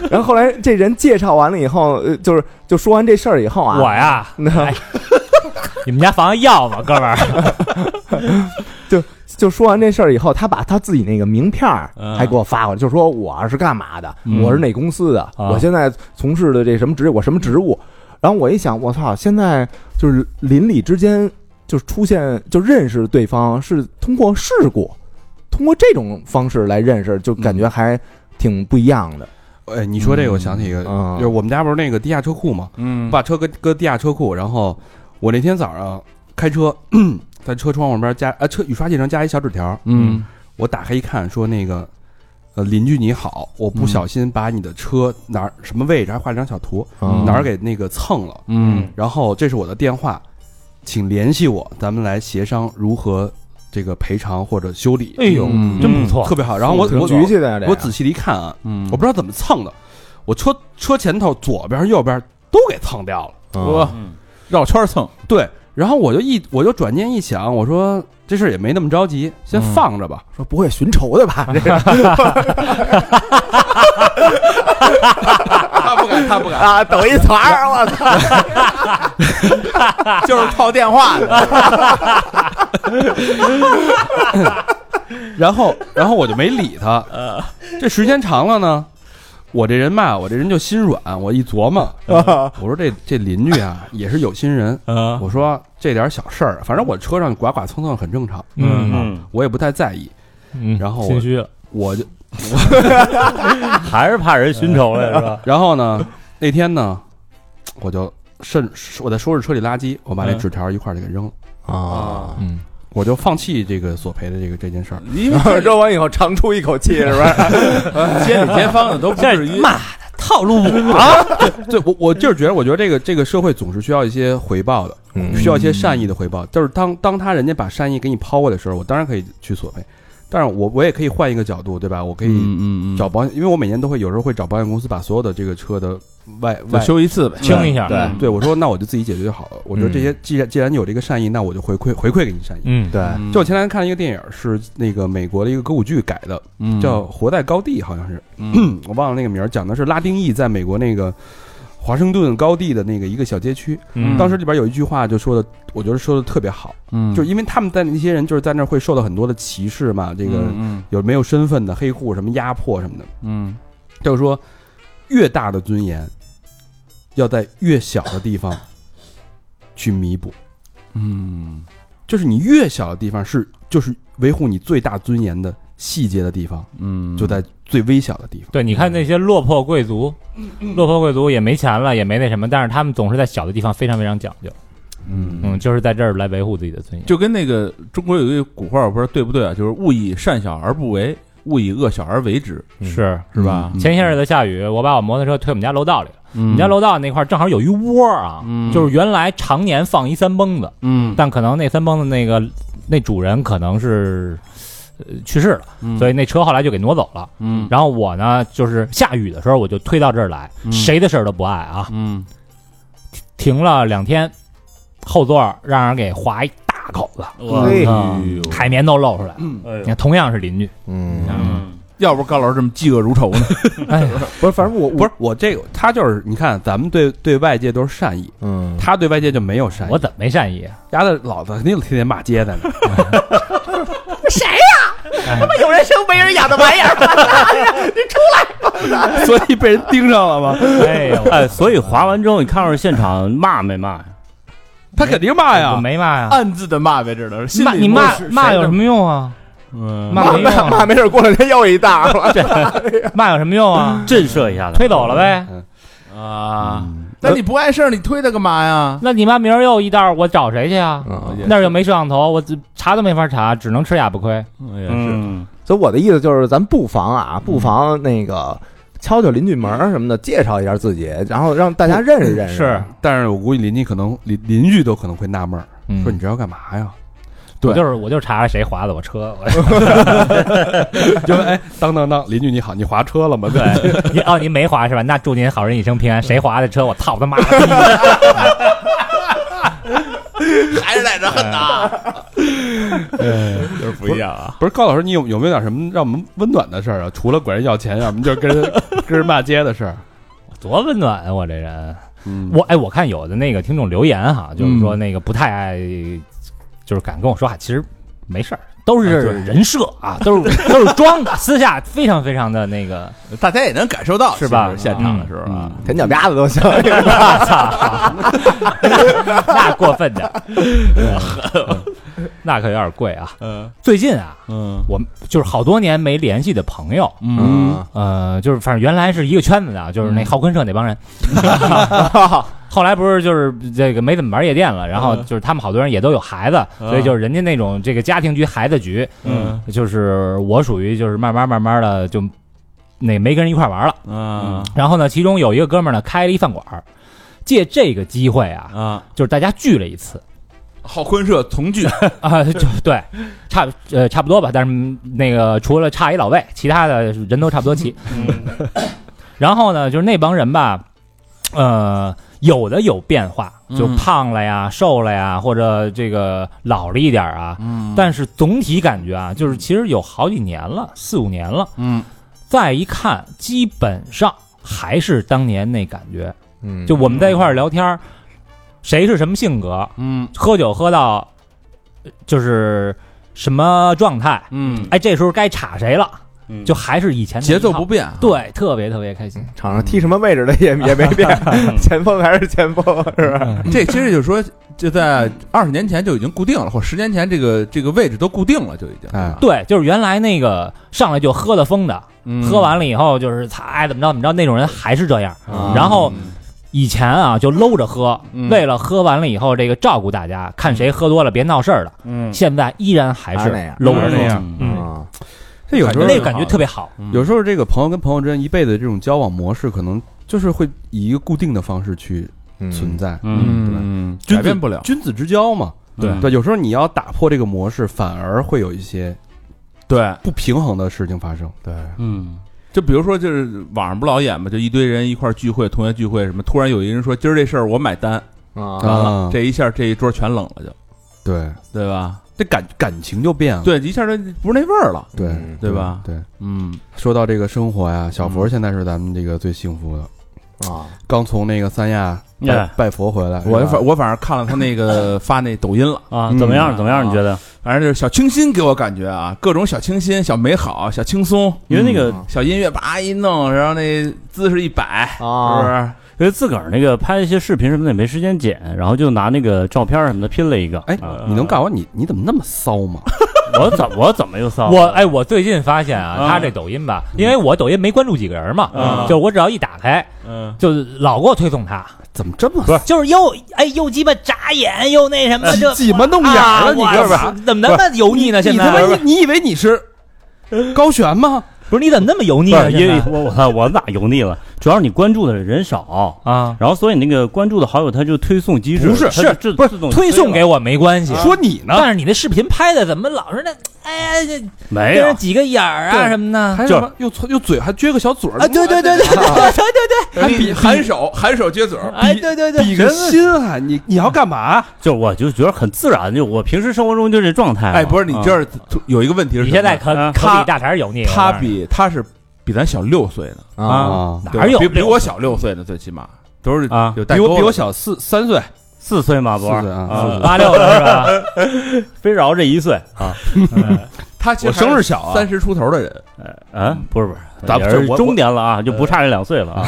Speaker 2: 然后后来这人介绍完了以后，呃就是就说完这事儿以后啊，
Speaker 7: 我呀， 哎
Speaker 2: 那
Speaker 7: 你们家房子要吗，哥们儿？
Speaker 2: 就说完这事儿以后，他把他自己那个名片儿还给我发过来，就说我是干嘛的，我是哪公司的，
Speaker 7: 啊
Speaker 2: 我现在从事的这什么职业，我什么职务。然后我一想，我操，现在就是邻里之间就是出现就认识对方是通过事故，通过这种方式来认识，就感觉还挺不一样的。
Speaker 1: 哎，你说这个，我想起一个，
Speaker 2: 嗯
Speaker 1: 就是我们家不是那个地下车库嘛，
Speaker 6: 嗯
Speaker 1: 把车搁搁地下车库，然后我 呃那天早上开车，在车窗户边加啊车雨刷器上加一小纸条，
Speaker 6: 嗯
Speaker 1: 我打开一看，说那个呃邻居你好，我不小心把你的车哪儿什么位置还画了张小图，
Speaker 2: 嗯
Speaker 1: 哪儿给那个蹭了，
Speaker 6: 嗯
Speaker 1: 然后这是我的电话，请联系我，咱们来协商如何这个赔偿或者修理。
Speaker 7: 哎呦，
Speaker 6: 嗯
Speaker 7: 真不错，
Speaker 1: 特别好。然后我
Speaker 2: 挺
Speaker 1: 我
Speaker 2: 局气的呀，这个
Speaker 1: 我仔细的一看啊，
Speaker 6: 嗯
Speaker 1: 我不知道怎么蹭的，我车车前头左边右边都给蹭掉了。
Speaker 6: 我
Speaker 8: 嗯
Speaker 6: 绕圈蹭，
Speaker 1: 对，然后我就一我就转念一想，我说这事儿也没那么着急，先
Speaker 6: 嗯
Speaker 1: 放着吧。
Speaker 2: 说不会寻仇的吧？ 这个
Speaker 1: 他不敢，他不敢，
Speaker 2: 啊，抖一词儿，我操！
Speaker 1: 就是套电话的。然后，然后我就没理他。这时间长了呢，我这人吧，我这人就心软。我一琢磨，我说这这邻居啊也是有心人。
Speaker 7: 啊，
Speaker 1: 我说这点小事儿，反正我车上刮刮蹭蹭很正常，
Speaker 7: 嗯，
Speaker 8: 嗯，
Speaker 1: 我也不太在意。
Speaker 7: 嗯
Speaker 1: 然后
Speaker 7: 心
Speaker 1: 我
Speaker 7: 虚了，
Speaker 1: 我就，
Speaker 8: 还是怕人寻仇来是吧？
Speaker 1: 然后呢，那天呢，我就顺我在收拾车里垃圾，我把那纸条一块儿就给扔了，
Speaker 2: 啊，
Speaker 6: 嗯，
Speaker 1: 我就放弃这个索赔的这个这件事儿。
Speaker 6: 因为
Speaker 2: 说完以后长出一口气，是不是？
Speaker 6: 街里街坊的都不
Speaker 8: 这
Speaker 6: 至于
Speaker 8: 骂的套路
Speaker 2: 嗯
Speaker 8: 我，
Speaker 1: 对我我就是觉得，我觉得这个这个社会总是需要一些回报的，
Speaker 6: 嗯
Speaker 2: 嗯
Speaker 1: 需要一些善意的回报。就是当当他人家把善意给你抛过来的时候，我当然可以去索赔，但是我我也可以换一个角度，对吧？我可以
Speaker 6: 嗯嗯嗯，
Speaker 1: 找保险，因为我每年都会有时候会找保险公司把所有的这个车的外
Speaker 6: 就
Speaker 1: 外
Speaker 6: 修一次呗，
Speaker 7: 清一下，
Speaker 6: 对
Speaker 1: 对，我说那我就自己解决就好了。我觉得这
Speaker 6: 嗯
Speaker 1: 些既然既然有这个善意，那我就回馈回馈给你善意。
Speaker 7: 嗯，
Speaker 2: 对，
Speaker 1: 就我前两天看了一个电影，是那个美国的一个歌舞剧改的，
Speaker 6: 嗯
Speaker 1: 叫《活在高地》，好像是，
Speaker 6: 嗯
Speaker 1: 我忘了那个名儿，讲的是拉丁裔在美国那个华盛顿高地的那个一个小街区。
Speaker 7: 嗯
Speaker 1: 当时里边有一句话就说的，我觉得说的特别好，
Speaker 6: 嗯
Speaker 1: 就因为他们在那些人就是在那儿会受到很多的歧视嘛，这
Speaker 6: 这
Speaker 1: 个
Speaker 6: 嗯
Speaker 1: 有没有身份的黑户什么压迫什么的，
Speaker 6: 嗯
Speaker 1: 就是说越大的尊严要在越小的地方去弥补。
Speaker 6: 嗯
Speaker 1: 就是你越小的地方是就是维护你最大尊严的细节的地方，
Speaker 6: 嗯，
Speaker 1: 就在最微小的地方。
Speaker 7: 对，你看那些落魄贵族，落魄贵族也没钱了，也没那什么，但是他们总是在小的地方非常非常讲究，
Speaker 6: 嗯
Speaker 7: 嗯，就是在这儿来维护自己的尊严。
Speaker 6: 就跟那个中国有一个古话，我不知道对不对啊，就是勿以善小而不为，勿以恶小而为之，
Speaker 7: 是
Speaker 6: 是吧？
Speaker 1: 嗯
Speaker 7: 前些日子下雨，我把我摩托车推我们家楼道里了，我
Speaker 6: 你
Speaker 7: 们家楼道那块儿正好有一窝儿啊，
Speaker 6: 嗯
Speaker 7: 就是原来常年放一三蹦子，
Speaker 6: 嗯，
Speaker 7: 但可能那三蹦子那个那主人可能是。呃，去世了，所以那车后来就给挪走了。
Speaker 6: 嗯
Speaker 7: 然后我呢，就是下雨的时候我就推到这儿来，
Speaker 6: 嗯
Speaker 7: 谁的事儿都不碍啊。
Speaker 6: 嗯
Speaker 7: 停了两天，后座儿让人给划一大口子，
Speaker 2: 嘿
Speaker 6: 哎呦
Speaker 7: 海绵都露出来了。
Speaker 6: 嗯
Speaker 7: 你看，同样是邻居，
Speaker 2: 嗯，
Speaker 8: 嗯，
Speaker 6: 要不高老师这么嫉恶如仇呢？
Speaker 7: 哎呀，
Speaker 2: 不是，反正我
Speaker 1: 不是我这个，他就是你看，咱们对对外界都是善意，
Speaker 2: 嗯，
Speaker 1: 他对外界就没有善意
Speaker 7: 我。怎么没善意啊？
Speaker 1: 丫的，老子肯定天天骂街的呢。
Speaker 3: 有人生没人养的玩意儿，
Speaker 1: 所以被人盯上 了吗？
Speaker 7: 哎呀，
Speaker 8: 哎，所以划完之后，你看看现场骂没骂呀？
Speaker 1: 他肯定骂
Speaker 7: 我
Speaker 1: 呀。
Speaker 7: 没骂呀，
Speaker 6: 暗自的骂呗，这都是
Speaker 7: 骂你骂骂有什？么用啊？
Speaker 8: 嗯，
Speaker 7: 骂没用
Speaker 2: 骂
Speaker 7: 啊，
Speaker 2: 骂没事，过两天又一大了。
Speaker 7: 骂有什么用啊？
Speaker 8: 震慑一下他，
Speaker 7: 推走了呗。
Speaker 1: 嗯
Speaker 6: 啊，那
Speaker 2: 呃
Speaker 6: 你不碍事儿，你推他干嘛呀？
Speaker 7: 那你妈明儿又一道儿，我找谁去啊？
Speaker 2: 嗯
Speaker 7: 那儿又没摄像头，我查都没法查，只能吃哑巴亏。
Speaker 6: 也是，
Speaker 8: 嗯，
Speaker 2: 所以我的意思就是，咱不妨啊，不妨那个敲敲邻居门儿什么的，介绍一下自己，然后让大家认识认识。
Speaker 7: 是，
Speaker 1: 但是我估计邻居可能邻邻居都可能会纳闷儿，
Speaker 7: 嗯
Speaker 1: 说你这要干嘛呀？
Speaker 6: 对
Speaker 7: 我就是我就查查谁划的我车，我
Speaker 1: 就哎，当当当，邻居你好，你划车了吗？
Speaker 6: 嗯
Speaker 1: 对，
Speaker 7: 您哦您没划是吧？那祝您好人一生平安。谁划的车我操他妈！
Speaker 6: 还是在这恨呐，就是不一样啊。
Speaker 1: 不是高老师，你有有没有点什么让我们温暖的事儿啊？除了管人要钱，要么就是跟人 跟人骂街的事儿。
Speaker 7: 多温暖啊！我这人，
Speaker 1: 嗯
Speaker 7: 我哎，我看有的那个听众留言哈，就是说
Speaker 6: 嗯
Speaker 7: 那个不太爱，就是敢跟我说话，其实没事儿，都是
Speaker 6: 啊对
Speaker 7: 人设啊，都是 都是装的，私下非常非常的 那个，
Speaker 6: 大家也能感受
Speaker 2: 啊
Speaker 6: 到，
Speaker 7: 是吧
Speaker 6: 其实现场的时候啊，
Speaker 2: 舔脚丫子都行。
Speaker 7: 那过分的， 那可有点贵啊。
Speaker 6: 嗯
Speaker 7: 最近啊，
Speaker 6: 嗯
Speaker 7: 我就是好多年没联系的朋友，
Speaker 6: 嗯，
Speaker 7: 呃，就是反正原来是一个圈子的啊，就是那
Speaker 6: 嗯
Speaker 7: 浩坤社那帮人， 后来不是就是这个没怎么玩夜店了，然后
Speaker 6: 嗯
Speaker 7: 就是他们好多人也都有孩子，
Speaker 6: 嗯
Speaker 7: 所以就是人家那种这个家庭局、孩子局，
Speaker 6: 嗯
Speaker 7: 就是我属于就是慢慢慢慢的就那没跟人一块玩了。
Speaker 6: 啊
Speaker 7: 然后呢，其中有一个哥们儿呢开了一饭馆儿，借这个机会啊，
Speaker 6: 啊，
Speaker 7: 就是大家聚了一次
Speaker 6: 好婚社同聚，
Speaker 7: 啊，就对，差呃差不多吧，但是那个除了差一老魏，其他的人都差不多齐。
Speaker 6: 嗯
Speaker 7: 然后呢，就是那帮人吧，呃，有的有变化，就
Speaker 6: 嗯
Speaker 7: 胖了呀、瘦了呀，或者这个老了一点儿啊。
Speaker 6: 嗯
Speaker 7: 但是总体感觉啊，就是其实有好几年了，四五年了，
Speaker 6: 嗯
Speaker 7: 再一看，基本上还是当年那感觉。
Speaker 2: 嗯，
Speaker 7: 就我们在一块儿聊天儿，谁是什么性格，
Speaker 6: 嗯
Speaker 7: 喝酒喝到呃就是什么状态，
Speaker 6: 嗯，
Speaker 7: 哎，这时候该插谁了，
Speaker 8: 嗯
Speaker 7: 就还是以前那一
Speaker 6: 节奏
Speaker 7: 套
Speaker 6: 不变啊，
Speaker 7: 对，特别特别开心。
Speaker 2: 场上踢什么位置的也也没变，前锋还是前锋，是吧？
Speaker 6: 这其实就是说，就在二十年前就已经固定了，或十年前这个这个位置都固定了，就已经。
Speaker 1: 哎
Speaker 7: 对，就是原来那个上来就喝的疯的，
Speaker 6: 嗯
Speaker 7: 喝完了以后就是擦哎怎么着怎么着那种人还是这样。
Speaker 6: 啊
Speaker 7: 然后以前啊就搂着喝，
Speaker 6: 嗯
Speaker 7: 为了喝完了以后这个照顾大家，看谁喝多了别闹事儿了。
Speaker 6: 嗯，
Speaker 7: 现在依然还
Speaker 2: 还
Speaker 7: 是
Speaker 2: 是那样
Speaker 7: 搂着
Speaker 6: 还是
Speaker 7: 喝
Speaker 6: 那样，
Speaker 7: 嗯，
Speaker 2: 啊，
Speaker 1: 这有时候
Speaker 7: 那个感觉特别好。
Speaker 6: 嗯
Speaker 1: 有时候这个朋友跟朋友之间一辈子这种交往模式，可能就是会以一个固定的方式去存在，
Speaker 8: 嗯
Speaker 1: 对吧
Speaker 6: 嗯，
Speaker 1: 君
Speaker 6: 改
Speaker 1: 子
Speaker 6: 变不了。
Speaker 1: 君子之交嘛。嗯
Speaker 8: 对
Speaker 1: 对，有时候你要打破这个模式，反而会有一些
Speaker 6: 对，
Speaker 1: 不平衡的事情发生。
Speaker 2: 对，
Speaker 8: 嗯
Speaker 6: 就比如说，就是网上不老演嘛，就一堆人一块儿聚会，同学聚会什么，突然有一个人说今儿这事儿我买单，
Speaker 2: 啊，
Speaker 6: 完了、
Speaker 1: 啊
Speaker 6: 这一下这一桌全冷了就，
Speaker 1: 对，
Speaker 6: 对吧？
Speaker 1: 这感感情就变了。
Speaker 6: 对，一下就不是那味儿了。
Speaker 1: 对
Speaker 2: 嗯
Speaker 6: 对吧
Speaker 1: 对，
Speaker 6: 嗯
Speaker 1: 说到这个生活呀，小佛现在是咱们这个最幸福的，
Speaker 2: 啊，
Speaker 1: 刚从那个三亚拜
Speaker 8: Yeah
Speaker 1: 拜佛回来。
Speaker 6: 我
Speaker 1: 是吧
Speaker 6: 反我反正看了他那个发那抖音了，
Speaker 8: 啊，怎么样？怎么样？你觉得？
Speaker 6: 反正就是小清新给我感觉啊，各种小清新、小美好、小轻松，
Speaker 8: 因为那个
Speaker 2: 嗯
Speaker 6: 小音乐叭一弄，然后那姿势一摆，
Speaker 2: 啊
Speaker 6: 是不是？
Speaker 8: 因为自个儿那个拍一些视频什么的也没时间剪，然后就拿那个照片什么的拼了一个。
Speaker 1: 哎
Speaker 8: 啊，
Speaker 1: 你能告诉我你你怎么那么骚吗？
Speaker 8: 我怎我怎么又骚了？
Speaker 7: 我哎，我最近发现啊，
Speaker 8: 哦嗯
Speaker 7: 他这抖音吧，因为我抖音没关注几个人嘛，
Speaker 8: 嗯
Speaker 7: 就是我只要一打开，
Speaker 6: 嗯，
Speaker 7: 就老给我推送他，
Speaker 1: 怎么这么
Speaker 7: 不是，就是又哎又鸡巴眨眼又那什么这
Speaker 1: 挤么弄眼儿了？你这是
Speaker 7: 是怎么那么油腻呢？现
Speaker 1: 你
Speaker 7: 在
Speaker 1: 他妈你以为你是高璇吗？
Speaker 7: 不是你怎么那么油腻
Speaker 8: 不
Speaker 7: 呢？
Speaker 8: 是
Speaker 7: 因
Speaker 8: 因为
Speaker 7: 为
Speaker 8: 我我我哪油腻了？主要是你关注的人少，
Speaker 7: 啊，
Speaker 8: 然后所以那个关注的好友他就推送机制，
Speaker 1: 不是
Speaker 8: 它
Speaker 1: 是
Speaker 8: 自
Speaker 7: 不是
Speaker 8: 自动
Speaker 7: 推送给
Speaker 8: 我
Speaker 7: 我没关系，
Speaker 1: 嗯说你呢？
Speaker 7: 但是你那视频拍的怎么老是那哎呀
Speaker 8: 没
Speaker 7: 跟着？
Speaker 8: 有
Speaker 7: 几个眼儿啊
Speaker 1: 对
Speaker 7: 什么的
Speaker 1: 还
Speaker 8: 就
Speaker 1: 什么又又嘴还撅个小嘴儿
Speaker 6: 哎
Speaker 7: 啊？对对对对对对对
Speaker 6: 还比含手含手撅嘴儿
Speaker 7: 对，，哎对对对，
Speaker 1: 比个心啊！你你要干嘛？
Speaker 8: 就我就觉得很自然，就我平时生活中就这状态嘛。
Speaker 6: 哎，不是，你
Speaker 8: 啊
Speaker 6: 这儿有一个问题是什么，
Speaker 7: 你现在可
Speaker 8: 嗯
Speaker 7: 可比大肠油腻，
Speaker 6: 他
Speaker 7: 我告诉你
Speaker 6: 比他是比咱小六岁呢，
Speaker 2: 啊，
Speaker 7: 哪有
Speaker 6: 对吧比比
Speaker 7: 六
Speaker 6: 我小六岁呢，最起码都是
Speaker 8: 啊
Speaker 6: 有代
Speaker 1: 比我
Speaker 6: 沟
Speaker 1: 比我
Speaker 6: 的
Speaker 1: 小四三岁，
Speaker 8: 四岁嘛，不
Speaker 1: 四岁
Speaker 8: 是
Speaker 1: 啊
Speaker 8: 啊
Speaker 7: 八六的是吧？
Speaker 8: 非饶这一岁啊？
Speaker 6: 他其实
Speaker 1: 我生日小啊
Speaker 6: 三十出头的人，
Speaker 8: 呃啊，不是不是，
Speaker 1: 咱
Speaker 8: 也
Speaker 1: 们
Speaker 8: 是
Speaker 1: 我我
Speaker 8: 中年了啊，就不差这两岁了啊。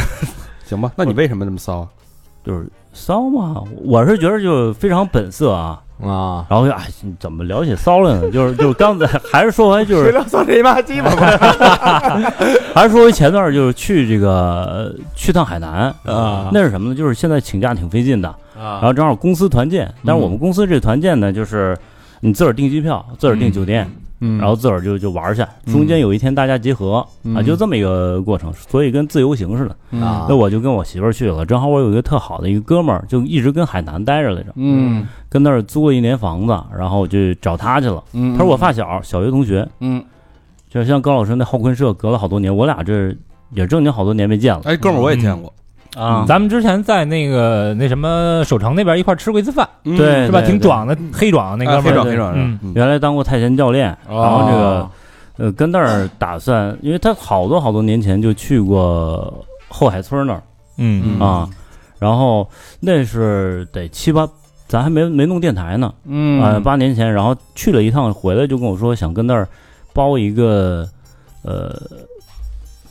Speaker 1: 行吧？那你为什么这么骚啊？
Speaker 8: 就是骚嘛，我是觉得就非常本色啊。
Speaker 2: 啊，
Speaker 8: 然后就哎，你怎么聊起骚了呢？ 就是就是刚才还是说回就
Speaker 2: 谁
Speaker 8: 是
Speaker 2: 聊骚谁骂鸡巴，
Speaker 8: 还是说回前段儿就是去这个呃去趟海南
Speaker 6: 啊
Speaker 8: 那是什么呢？就是现在请假挺费劲的
Speaker 2: 啊
Speaker 8: 然后正好公司团
Speaker 2: 嗯
Speaker 8: 建，但是我们公司这团建呢，就是你自个儿订机票，自个儿订酒店，
Speaker 6: 嗯
Speaker 8: 然后自个儿就就玩儿去。
Speaker 2: 嗯
Speaker 8: 中间有一天大家集合、啊，就这么一个过程，所以跟自由行似的。
Speaker 6: 嗯
Speaker 2: 啊
Speaker 8: 那我就跟我媳妇儿去了，正好我有一个特好的一个哥们儿，就一直跟海南待着来着，
Speaker 6: 嗯
Speaker 8: 跟那儿租了一年房子，然后我就找他去了。
Speaker 6: 嗯
Speaker 8: 他是我发小，小学同学，
Speaker 6: 嗯，
Speaker 8: 就像高老师那好坤社隔了好多年，我俩这也正经好多年没见了
Speaker 1: 哎，哥们儿，我也见过，
Speaker 8: 啊。
Speaker 7: 咱们之前在那个那什么首城那边一块儿吃过一次饭，
Speaker 1: 嗯
Speaker 8: 对
Speaker 7: 是吧？
Speaker 8: 对
Speaker 7: 挺
Speaker 8: 对
Speaker 7: 壮的，黑壮那
Speaker 1: 那
Speaker 7: 哥
Speaker 1: 个啊
Speaker 7: 们
Speaker 1: 黑
Speaker 7: 儿，
Speaker 1: 壮
Speaker 8: 对
Speaker 1: 黑壮，
Speaker 7: 嗯
Speaker 1: 嗯
Speaker 8: 原来当过泰拳教练，然后这个
Speaker 6: 哦
Speaker 8: 呃跟那儿打算，因为他好多好多年前就去过后海村那儿
Speaker 7: 嗯
Speaker 8: 啊，然后那是得七八，咱还没没弄电台呢，
Speaker 6: 嗯
Speaker 8: 呃八年前，然后去了一趟，回来就跟我说想跟那儿包一个呃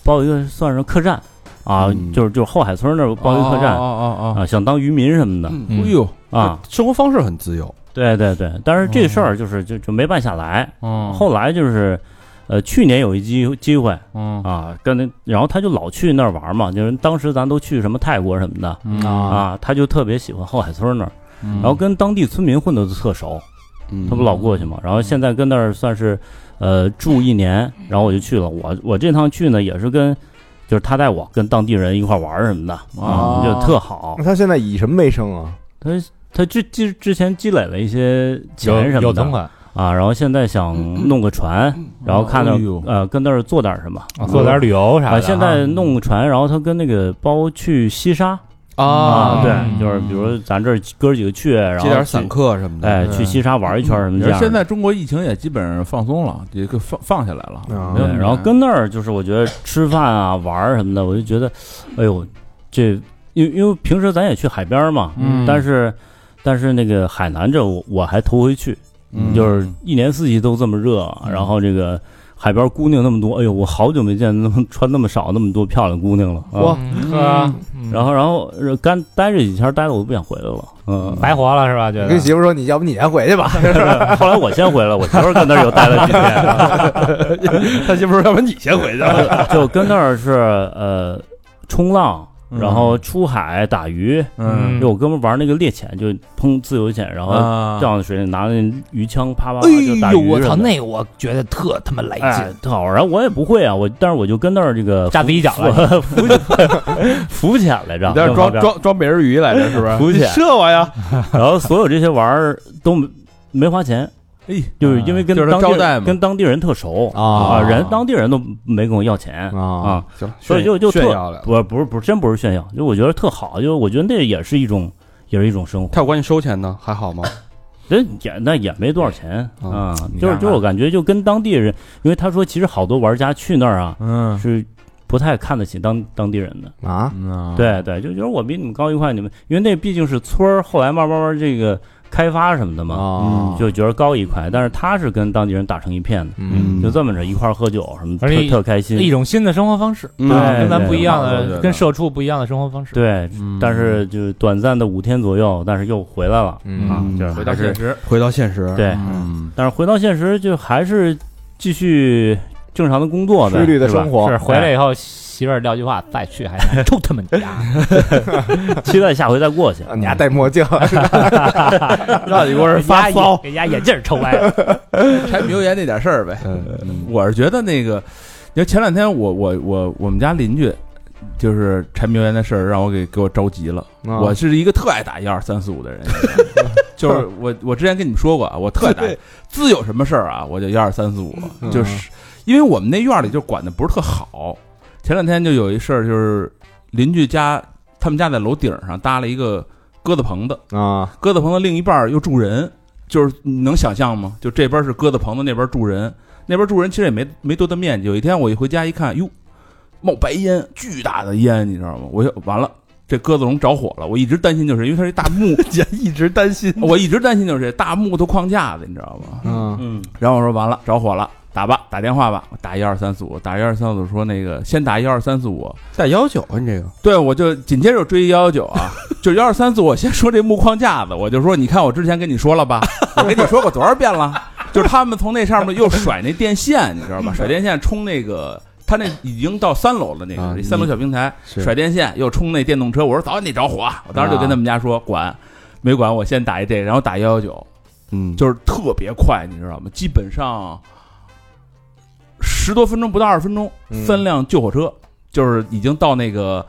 Speaker 8: 包一个算是客栈啊，
Speaker 1: 嗯
Speaker 8: 就是就是后海村那儿包一个客栈。
Speaker 6: 哦哦
Speaker 8: 啊，想当渔民什么的、
Speaker 1: 嗯
Speaker 7: 嗯
Speaker 6: 哦，哎呦，
Speaker 8: 啊，，
Speaker 1: 生活方式很自由，
Speaker 8: 对对对，但是这事儿就是就就没办下来。
Speaker 6: 哦
Speaker 8: 后来就是，呃，去年有一机机会
Speaker 7: 嗯
Speaker 8: 啊，跟那，然后他就老去那儿玩嘛，就是当时咱都去什么泰国什么的
Speaker 7: 嗯
Speaker 8: 啊，他就特别喜欢后海村那儿，
Speaker 7: 然
Speaker 6: 嗯
Speaker 8: 然后跟当地村民混的都特熟，
Speaker 1: 嗯
Speaker 8: 他不老过去嘛，然后现在跟那儿算是呃住一年，然后我就去了，我我这趟去呢也是跟。就是他带我跟当地人一块玩儿什么的
Speaker 2: 哦
Speaker 8: 啊，就特好
Speaker 2: 那。他现在以什么为生啊？
Speaker 8: 他他之之之前积累了一些钱什
Speaker 7: 有
Speaker 8: 么
Speaker 7: 有
Speaker 8: 的
Speaker 7: 存款，
Speaker 8: 啊，然后现在想弄个船，
Speaker 1: 嗯
Speaker 8: 然后看
Speaker 7: 哎
Speaker 8: 着
Speaker 7: 呦
Speaker 8: 呃跟那儿做点什么
Speaker 7: 啊做点旅游啥
Speaker 8: 啊。
Speaker 7: 的。
Speaker 8: 现
Speaker 7: 啊
Speaker 8: 在弄个船，然后他跟那个包去西沙
Speaker 1: 啊，
Speaker 8: 对，就是比如咱这儿哥几个去，然后
Speaker 1: 接点
Speaker 8: 去
Speaker 1: 散客什么的，
Speaker 8: 哎，
Speaker 1: 嗯
Speaker 8: 去西沙玩一圈什么
Speaker 9: 你
Speaker 8: 这
Speaker 9: 说
Speaker 8: 样的。
Speaker 9: 现在中国疫情也基本上放松了，也放放下来了，
Speaker 2: 啊
Speaker 9: 没有那
Speaker 8: 对，
Speaker 9: 么
Speaker 8: 然后
Speaker 9: 难
Speaker 8: 跟那儿就是我觉得吃饭啊、玩儿什么的，我就觉得，哎呦，这因为因为平时咱也去海边儿嘛，
Speaker 7: 嗯
Speaker 8: 但是但是那个海南这我我还头回去，
Speaker 1: 嗯
Speaker 8: 就是一年四季都这么热，然后这个海边姑娘那么多，哎呦，我好久没见那么 穿那么少那么多漂亮姑娘了，啊
Speaker 2: 哇
Speaker 7: 是吧？嗯
Speaker 8: 然后然后呃干待着几天，待着我就不想回来了， 嗯。
Speaker 7: 白活了是吧？觉
Speaker 2: 你
Speaker 7: 得
Speaker 2: 跟媳妇说，你要不你先回去吧。
Speaker 8: 后来我先回来了，我媳妇儿跟那儿又待了几天。
Speaker 1: 他媳妇说，要不你先回去，
Speaker 8: 就跟那儿是呃冲浪，然后出海打鱼。
Speaker 9: 嗯
Speaker 8: 就我哥们儿玩那个猎潜，就砰自由潜，然后
Speaker 9: 啊，
Speaker 8: 掉到水里拿那鱼枪啪啪啪就打
Speaker 7: 哎
Speaker 8: 鱼
Speaker 7: 呦，我
Speaker 8: 什
Speaker 7: 操，
Speaker 8: 么的
Speaker 7: 那个我觉得特他妈来
Speaker 8: 哎
Speaker 7: 劲，，
Speaker 8: 特好玩。然后我也不会啊，我但是我就跟那儿这个
Speaker 7: 扎自己脚了。
Speaker 8: 浮浮浮 潜来着，
Speaker 1: 你在这
Speaker 8: 跟
Speaker 1: 装
Speaker 8: 旁边
Speaker 1: 装装美人鱼来着，是 不是？
Speaker 8: 浮潜
Speaker 1: 射我呀！
Speaker 8: 然后所有这些玩儿都没没花钱，
Speaker 9: 哎，
Speaker 8: 就是因为跟
Speaker 9: 就是
Speaker 8: 当地
Speaker 9: 招待
Speaker 8: 人
Speaker 9: 嘛
Speaker 8: 跟当地人特熟
Speaker 2: 啊
Speaker 8: 啊，人当地人都没跟我要钱
Speaker 2: 啊
Speaker 8: 啊，
Speaker 1: 行，
Speaker 8: 所以就就
Speaker 1: 炫
Speaker 8: 特
Speaker 1: 耀了。
Speaker 8: 不是不是不是，真不是炫耀，就我觉得特好，就我觉得那也是一种也是一种生活，
Speaker 1: 他有管你收钱呢，还好吗？
Speaker 8: 那也那也没多少钱
Speaker 1: 嗯
Speaker 8: 啊，
Speaker 9: 你
Speaker 8: 就是
Speaker 9: 看看
Speaker 8: 就是我感觉就跟当地人，因为他说其实好多玩家去那儿啊
Speaker 9: 嗯
Speaker 8: 是不太看得起当当地人的，
Speaker 2: 啊！
Speaker 9: 嗯啊，
Speaker 8: 对对，就觉得我比你们高一块，你们因为那毕竟是村儿，后来慢慢慢这个开发什么的嘛，
Speaker 2: 哦
Speaker 8: 就觉得高一块，但是他是跟当地人打成一片的，
Speaker 2: 嗯
Speaker 8: 就这么着一块儿喝酒什么，特
Speaker 7: 而且
Speaker 8: 特开
Speaker 7: 一
Speaker 8: 心。
Speaker 7: 种新的生活方式，
Speaker 1: 嗯
Speaker 7: 啊
Speaker 8: 哎对
Speaker 7: 跟咱不一样嗯
Speaker 9: 对对
Speaker 7: 的，
Speaker 9: 对
Speaker 7: 跟社畜不一样的生活方式。
Speaker 8: 对，
Speaker 1: 嗯
Speaker 8: 但是就是短暂的五天左右，但是又回来了。
Speaker 2: 嗯
Speaker 8: 啊，
Speaker 1: 嗯
Speaker 8: 就是
Speaker 9: 回到
Speaker 8: 还是
Speaker 9: 现实，
Speaker 1: 回到现实，
Speaker 8: 对，
Speaker 9: 嗯，
Speaker 8: 但是回到现实就还是继续正常的工作呗，
Speaker 2: 规律的
Speaker 8: 是吧
Speaker 2: 生活
Speaker 7: 是回来以后，媳妇儿撂句话，再去还南，抽他们家。
Speaker 8: 期待下回再过去。
Speaker 2: 啊你还戴墨镜，
Speaker 1: 让你给我发骚，
Speaker 7: 给家眼镜儿抽歪了。
Speaker 9: 柴米油盐那点事儿呗。
Speaker 1: 嗯
Speaker 9: 我是觉得那个，你说前两天我我我我们家邻居就是柴米油盐的事儿，让我给给我着急了。
Speaker 2: 啊
Speaker 9: 我是一个特爱打一二三四 五的人，就是我我之前跟你们说过啊，我特爱打，自有什么事儿啊，我就一二三四五，
Speaker 2: 嗯
Speaker 9: 就是因为我们那院儿里就管的不是特好。前两天就有一事儿，就是邻居家他们家在楼顶上搭了一个鸽子棚子，
Speaker 2: 啊
Speaker 9: 鸽子棚的另一半儿又住人，就是你能想象吗？就这边是鸽子棚子，那边住人，那边住人其实也没没多大面积。有一天我一回家一看，哟，冒白烟，巨大的烟，你知道吗？我就完了。这鸽子笼着火了，我一直担心就是因为它是一大木，
Speaker 1: 一直担心
Speaker 9: 我一直担心就是这大木头框架子，你知道吗？
Speaker 2: 嗯
Speaker 8: 嗯，
Speaker 9: 然后我说完了，着火了，打吧，打电话吧，我打一二三四五，打一二三四五，说那个先打一二三四五，
Speaker 1: 带幺九啊，你这个
Speaker 9: 对，我就紧接着追幺幺九啊，就幺二三四。我先说这木框架子，我就说，你看我之前跟你说了吧，我跟你说过多少遍了，就是他们从那上面又甩那电线，你知道吧？甩电线冲那个，他那已经到三楼了，那个、
Speaker 1: 啊
Speaker 9: 三楼小平台
Speaker 1: 是
Speaker 9: 甩电线又冲那电动车。我说早你着火啊，我当时就跟他们家说管，没管我先打一这个，然后打幺幺九，
Speaker 1: 嗯，
Speaker 9: 就是特别快，你知道吗？基本上十多分钟不到二十分钟，
Speaker 2: 嗯
Speaker 9: 三辆救火车就是已经到那个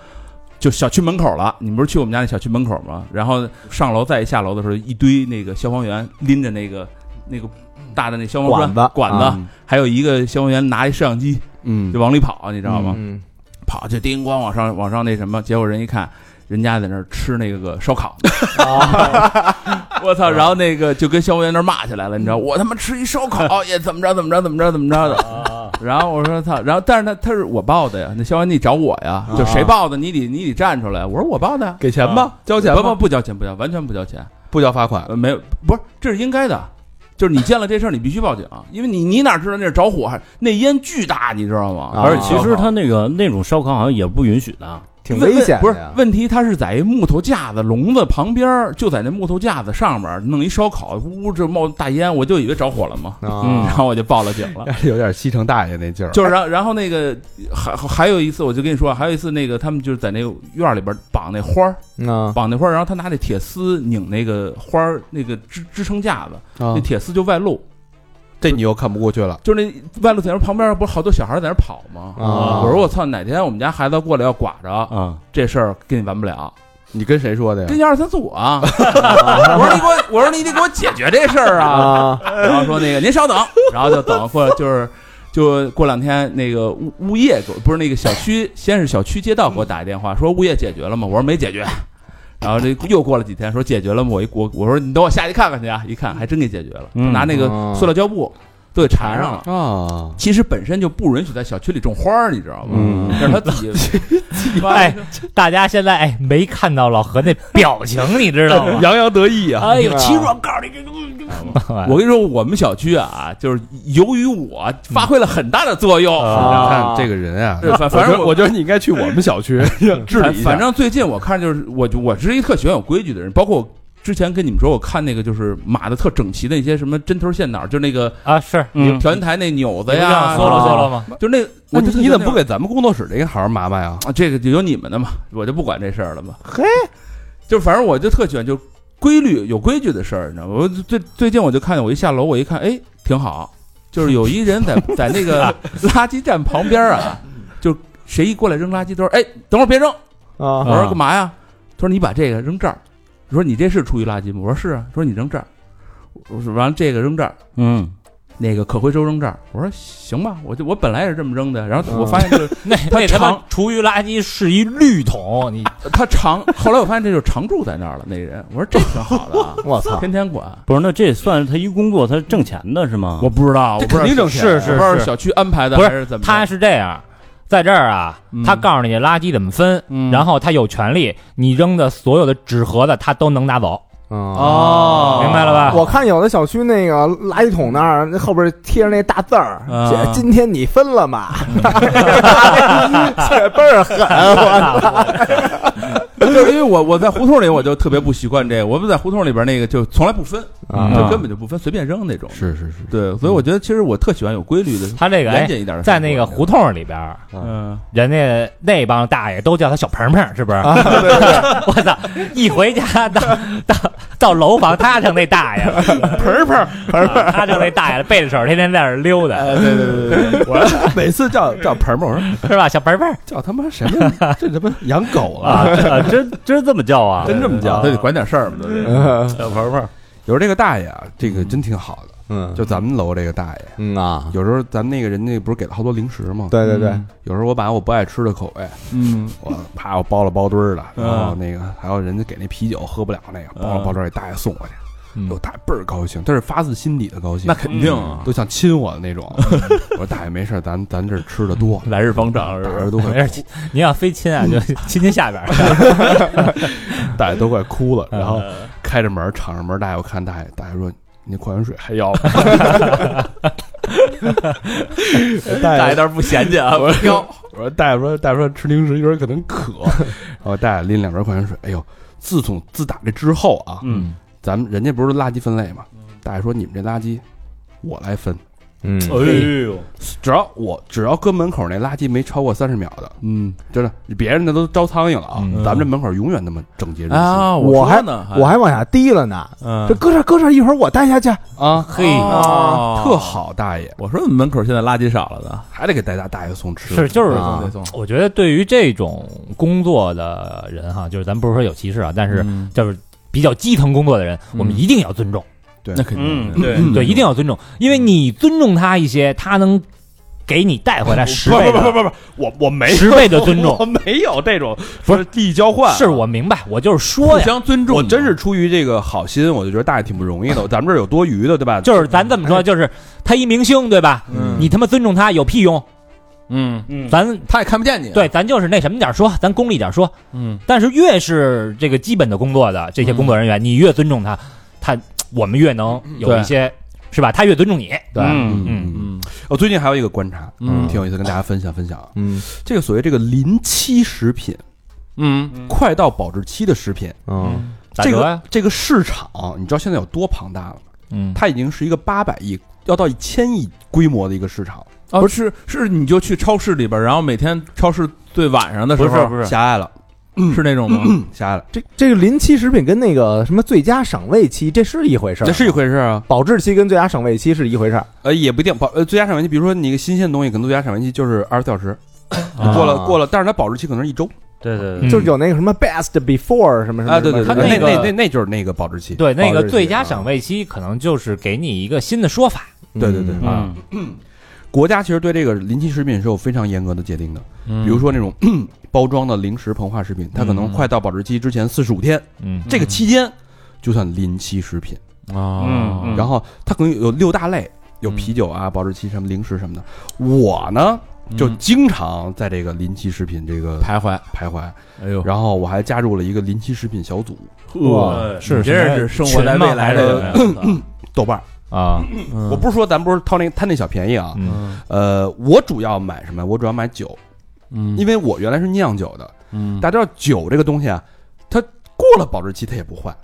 Speaker 9: 就小区门口了。你们不是去我们家那小区门口吗？然后上楼再下楼的时候，一堆那个消防员拎着那个那个大的那消防
Speaker 2: 管
Speaker 9: 栓
Speaker 2: 子嗯
Speaker 9: 管子，
Speaker 1: 啊
Speaker 9: 还有一个消防员拿一摄像机
Speaker 1: 嗯
Speaker 9: 就，往里跑，你知道吗？
Speaker 2: 嗯
Speaker 9: 跑就叮咣往上往上那什么，结果人一看。人家在那儿吃那个烧烤，
Speaker 1: 哦
Speaker 9: 我操！然后那个就跟消防员那儿骂起来了，你知道，我他妈吃一烧 烤也怎么着怎么着怎么着怎么着
Speaker 1: 哦
Speaker 9: 的。 然后我说操，然后但是他他是我报的呀，那消防员你找我呀，
Speaker 1: 哦
Speaker 9: 就谁报的你得你得站出来。我说我报的呀，
Speaker 1: 给钱吧，哦交钱
Speaker 9: 不不
Speaker 1: 吧，
Speaker 9: 不交钱不交，完全不交钱，
Speaker 1: 不交罚款，
Speaker 9: 呃没有不是这是应该的，就是你见了这事儿你必须报警，因为你你哪知道那是着火还那烟巨大，你知道吗？
Speaker 2: 啊
Speaker 8: 而且其实他那个那种烧烤好像也不允许的，
Speaker 2: 挺
Speaker 9: 问
Speaker 2: 危险
Speaker 9: 问不是
Speaker 2: 的呀。
Speaker 9: 问题，它是在一木头架子笼子旁边儿，就在那木头架子上面儿弄一烧烤，呜呜这冒大烟，我就以为着火了嘛，嗯
Speaker 2: 啊
Speaker 9: 然后我就报了警了。
Speaker 1: 有点西城大爷那劲儿，
Speaker 9: 就是然然后那个还还有一次，我就跟你说，还有一次那个他们就是在那个院儿里边绑那花儿，
Speaker 2: 啊
Speaker 9: 绑那花儿，然后他拿那铁丝拧那个花儿那个支支撑架子，
Speaker 1: 啊
Speaker 9: 那铁丝就外露，
Speaker 1: 这你又看不过去了。
Speaker 9: 就是那外露铁丝旁边不是好多小孩在那跑吗？
Speaker 2: 啊
Speaker 9: 我说我操，哪天我们家孩子过来要剐着
Speaker 8: 啊，
Speaker 9: 这事儿跟你完不了，
Speaker 1: 你跟谁说的
Speaker 9: 跟
Speaker 1: 呀？
Speaker 9: 一二三四五啊！我说你给我，我说你得给我解决这事儿啊！
Speaker 2: 啊
Speaker 9: 然后说那个您稍等，然后就等过就是。就过两天，那个物物业给我不是那个小区，先是小区街道给我打一电话，说物业解决了吗？我说没解决。然后这又过了几天，说解决了吗？我一我我说你等我下去看看去啊！一看还真给解决了，
Speaker 8: 嗯
Speaker 9: 拿那个
Speaker 2: 哦
Speaker 9: 塑料胶布都给缠上了。
Speaker 1: 啊，
Speaker 9: 其实本身就不允许在小区里种花儿，你知道吗？
Speaker 8: 嗯
Speaker 9: 但是他自己，
Speaker 7: 哎，大家现在哎没看到老何那表情，你知 道吗？
Speaker 1: 洋洋得意啊！
Speaker 7: 哎呦，
Speaker 2: 欺
Speaker 7: 我告
Speaker 9: 我跟你说，我们小区啊，就是由于我发挥了很大的作用，
Speaker 1: 你
Speaker 2: 啊
Speaker 1: 看这个人啊，
Speaker 9: 是反
Speaker 1: 我
Speaker 9: 反
Speaker 1: 觉
Speaker 9: 正
Speaker 1: 得我觉得你应该去我们小 区治
Speaker 9: 反
Speaker 1: 理一下
Speaker 9: 反。正最近我看就是我就我是一特喜欢有规矩的人，包括我之前跟你们说，我看那个就是码的特整齐的一些什么针头线脑，就那个
Speaker 7: 啊，是
Speaker 8: 嗯，
Speaker 9: 调音台那钮子
Speaker 7: 你不这
Speaker 9: 呀啊
Speaker 7: 样，solo solo 吗？
Speaker 9: 就那
Speaker 1: 那
Speaker 9: 我
Speaker 1: 你
Speaker 9: 就
Speaker 1: 你怎么不给咱们工作室这个好好麻麻呀？
Speaker 9: 啊，这个就有你们的嘛，我就不管这事儿了嘛。嘿，就反正我就特喜欢就规律有规矩的事儿，你知道吗？我就最最近我就看见我一下楼，我一看，哎，挺好，就是有一人在在那个垃圾站旁边啊，就谁一过来扔垃圾，他说：“哎，等会儿别扔。”
Speaker 2: 啊
Speaker 9: 我说：“干嘛呀？”他说：“你把这个扔这儿。”我说：“你这是厨余垃圾吗？”我说：“是啊。”他说：“你扔这儿。”我说：“完了这个扔这儿。”
Speaker 8: 嗯，
Speaker 9: 那个可回收扔这儿，我说行吧，我就我本来也是这么扔的，然后我
Speaker 2: 嗯，
Speaker 9: 发现就是
Speaker 7: 那
Speaker 9: 他
Speaker 7: 那他妈
Speaker 9: 长
Speaker 7: 厨余垃圾是一绿桶，你
Speaker 9: 他常， 后来我发现这就是常住在那儿了。那人，我说这挺好 的啊
Speaker 2: 我操！
Speaker 9: 天天管。
Speaker 8: 不是，那这算是他一工作，他挣钱的是吗？
Speaker 9: 我不知道，我
Speaker 1: 这
Speaker 9: 不知
Speaker 1: 肯
Speaker 9: 道
Speaker 1: 定挣钱啊，
Speaker 9: 我不知道是小区安排的
Speaker 7: 不是
Speaker 9: 还是怎么着。
Speaker 7: 他是这样，在这儿啊，他告诉你垃圾怎么分，然后他有权利，你扔的所有的纸盒子他都能拿走，
Speaker 2: 啊，
Speaker 9: 哦，
Speaker 7: 明白了吧？
Speaker 2: 我看有的小区那个垃圾桶那儿那后边贴着那大字儿
Speaker 9: 啊，
Speaker 2: 写今天你分了吗？ 这倍儿狠，我操！
Speaker 9: 就是因为我我在胡同里我就特别不习惯这个，我们在胡同里边那个就从来不分，
Speaker 2: 啊
Speaker 9: 就根本就不分，随便扔那种。
Speaker 1: 是是是，
Speaker 9: 对，所以我觉得其实我特喜欢有规律的，
Speaker 7: 他这个
Speaker 9: 严
Speaker 7: 哎，
Speaker 9: 谨一点的生活。
Speaker 7: 在那个胡同里边儿，
Speaker 9: 嗯，
Speaker 7: 人家那帮大爷都叫他小鹏鹏，是不是？ 我操！一回家到到到楼房，他成那大爷了，鹏鹏鹏鹏，他成那大爷了，背着手天天在那儿溜达，
Speaker 1: 哎，对对对对，我 每次叫叫盆儿嘛，我说
Speaker 7: 是吧？小鹏鹏
Speaker 1: 叫他妈什么 呀？这他妈养 狗
Speaker 8: 啊
Speaker 1: 了，
Speaker 8: 啊，真真这么叫啊？
Speaker 1: 真这么叫
Speaker 9: 他？得管点事儿嘛。对
Speaker 8: 小鹏鹏，
Speaker 1: 有时候这个大爷啊，这个真挺好的，
Speaker 2: 嗯
Speaker 1: 就咱们楼这个大爷，
Speaker 2: 嗯啊，
Speaker 1: 有时候咱们那个人家不是给了好多零食吗？
Speaker 2: 对对对，
Speaker 1: 有时候我把我不爱吃的口味，
Speaker 9: 嗯，
Speaker 1: 我啪我包了包堆儿的，然后那个还有人家给那啤酒喝不了那个，包了
Speaker 9: 嗯
Speaker 1: 包堆儿给大爷送过去，有大爷倍儿高兴，他是发自心底的高兴
Speaker 9: 那，肯定啊，嗯
Speaker 1: 都想亲我的那种。我说大爷没事儿，咱咱这儿吃的多，
Speaker 9: 来日方长是
Speaker 1: 大
Speaker 9: 不是
Speaker 1: 爷都快
Speaker 7: 没事，您要非亲啊，就亲亲 下边儿。
Speaker 1: 大爷都快哭
Speaker 9: 嗯
Speaker 1: 了，然后开着门儿敞着门儿，大爷我看大爷，大爷说。你矿泉水还要吗？
Speaker 9: 大爷倒是不嫌弃 啊，不要。
Speaker 1: 我说大爷说，大爷说吃零食一会儿可能渴，然后大爷拎两瓶矿泉水。哎呦，自从自打这之后啊，
Speaker 8: 嗯，
Speaker 1: 咱们人家不是垃圾分类吗？大爷说你们这垃圾我来分，
Speaker 2: 嗯
Speaker 8: 哎呦，
Speaker 1: 只要我只要搁门口那垃圾没超过三十秒的，
Speaker 9: 嗯
Speaker 1: 真的，别人那都招苍蝇了啊，
Speaker 7: 嗯
Speaker 1: 咱们这门口永远那么整洁如新
Speaker 9: 啊，
Speaker 2: 我还
Speaker 9: 说呢，
Speaker 2: 我还往下滴了呢，
Speaker 9: 嗯
Speaker 2: 这搁这儿搁这儿，一会儿我带下去
Speaker 1: 啊，
Speaker 7: 嘿，
Speaker 9: 哦
Speaker 1: 特。好，大爷
Speaker 9: 我说怎么门口现在垃圾少了呢？
Speaker 1: 还得给大家大爷送吃的，
Speaker 7: 是就是
Speaker 2: 啊
Speaker 9: 得送
Speaker 7: 我觉得对于这种工作的人哈，就是咱不是说有歧视啊，但是
Speaker 9: 嗯
Speaker 7: 就是比较基层工作的人，我们一定要尊重，
Speaker 9: 那肯
Speaker 8: 嗯
Speaker 9: 定，对
Speaker 7: 对，一定要尊重，因为你尊重他一些，他能给你带回来十
Speaker 1: 不
Speaker 7: 倍
Speaker 1: 不不
Speaker 7: 的
Speaker 1: 不不，我我没
Speaker 7: 十倍的尊重
Speaker 1: 我。没有这种不是利益交换，
Speaker 7: 是我明白，我就是说
Speaker 9: 互
Speaker 7: 呀，
Speaker 9: 相尊重。
Speaker 1: 我真是出于这个好心，我就觉得大爷挺不容易的，咱们这儿有多余的，对吧？
Speaker 7: 就是咱这么说，就是他一明星对吧？你他妈尊重他有屁用？
Speaker 9: 嗯，
Speaker 7: 咱
Speaker 9: 他也看不见你。
Speaker 7: 对，咱就是那什么点儿说，咱功利点儿说。嗯，但是越是这个基本的工作的这些工作人员，你越尊重他，他我们越能有一些是吧？他越尊重你。
Speaker 1: 对，
Speaker 8: 嗯
Speaker 1: 嗯嗯。我最近还有一个观察，
Speaker 2: 嗯
Speaker 1: 挺有意思，跟大家分享分享啊。
Speaker 2: 嗯
Speaker 1: 这个所谓这个临期食品，嗯，快到保质期的食品，
Speaker 2: 嗯
Speaker 7: 打
Speaker 1: 这
Speaker 7: 折
Speaker 1: 个
Speaker 7: 呀，
Speaker 1: 这个市场，你知道现在有多庞大了吗？
Speaker 7: 嗯，
Speaker 1: 它已经是一个八百亿，要到一千亿规模的一个市场。
Speaker 9: 不是是你就去超市里边，然后每天超市最晚上的时候
Speaker 8: 不是不是
Speaker 9: 狭隘了，是那种吗？
Speaker 1: 下嗯来了，
Speaker 2: 这这个临期食品跟那个什么最佳赏味期，这是一回事儿，
Speaker 1: 这是一回事啊。
Speaker 2: 保质期跟最佳赏味期是一回事儿。
Speaker 1: 呃，也不一定保呃最佳赏味期，比如说你一个新鲜的东西，可能最佳赏味期就是二十四小时，过了过了，但是它保质期可能是一周
Speaker 8: 对对
Speaker 7: 嗯
Speaker 8: 对，
Speaker 2: 就是有那个什么 best before 什么什么
Speaker 1: 啊。对对
Speaker 2: 什
Speaker 1: 对，
Speaker 2: 么
Speaker 7: 它
Speaker 1: 那
Speaker 7: 那个
Speaker 1: 那那那就是那个保质期。
Speaker 7: 对，那
Speaker 2: 保
Speaker 7: 个
Speaker 2: 质期
Speaker 7: 最佳
Speaker 2: 啊
Speaker 7: 赏味期可能就是给你一个新的说法
Speaker 1: 对对对
Speaker 2: 嗯
Speaker 7: 啊
Speaker 8: 嗯，
Speaker 1: 国家其实对这个临期食品是有非常严格的界定的，比如说那种 包装的零食膨化食品，它可能快到保质期之前四十五天，
Speaker 7: 嗯，
Speaker 1: 这个期间就算临期食品。
Speaker 8: 嗯嗯
Speaker 1: 然后它可能有六大类，有啤酒啊、保质期什么、零食什么的。我呢，就经常在这个临期食品这个
Speaker 9: 徘徊，
Speaker 1: 徘徊，
Speaker 9: 哎呦，
Speaker 1: 然后我还加入了一个临期食品小组，
Speaker 2: 哇
Speaker 7: 是
Speaker 9: 真是生活在未来的人，
Speaker 1: 豆瓣儿。
Speaker 7: 啊，
Speaker 1: 我不是说咱不是掏那贪那小便宜啊，
Speaker 7: 嗯
Speaker 1: 呃，我主要买什么？我主要买酒，
Speaker 9: 嗯
Speaker 1: 因为我原来是酿酒的。
Speaker 9: 嗯，
Speaker 1: 大家知道酒这个东西啊，它过了保质期它也不坏。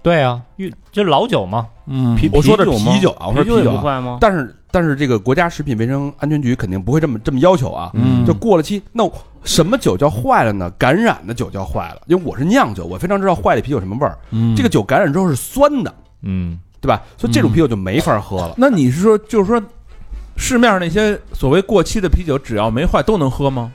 Speaker 7: 对啊，越就老酒嘛，
Speaker 9: 嗯
Speaker 8: 啤
Speaker 1: 我说的是
Speaker 8: 吗
Speaker 1: 啤酒啊，我说
Speaker 8: 啤酒
Speaker 1: 啤
Speaker 8: 也
Speaker 1: 酒
Speaker 8: 不
Speaker 1: 啊，
Speaker 8: 坏吗？
Speaker 1: 但是但是这个国家食品卫生安全局肯定不会这么这么要求啊。
Speaker 9: 嗯
Speaker 1: 就过了期，那我什么酒叫坏了呢？感染的酒叫坏了，因为我是酿酒，我非常知道坏的啤酒什么味儿。
Speaker 9: 嗯
Speaker 1: 这个酒感染之后是酸的，
Speaker 7: 嗯，
Speaker 1: 对吧？所以这种啤酒就没法喝了。
Speaker 9: 那你是说，就是说，市面上那些所谓过期的啤酒，只要没坏都能喝吗？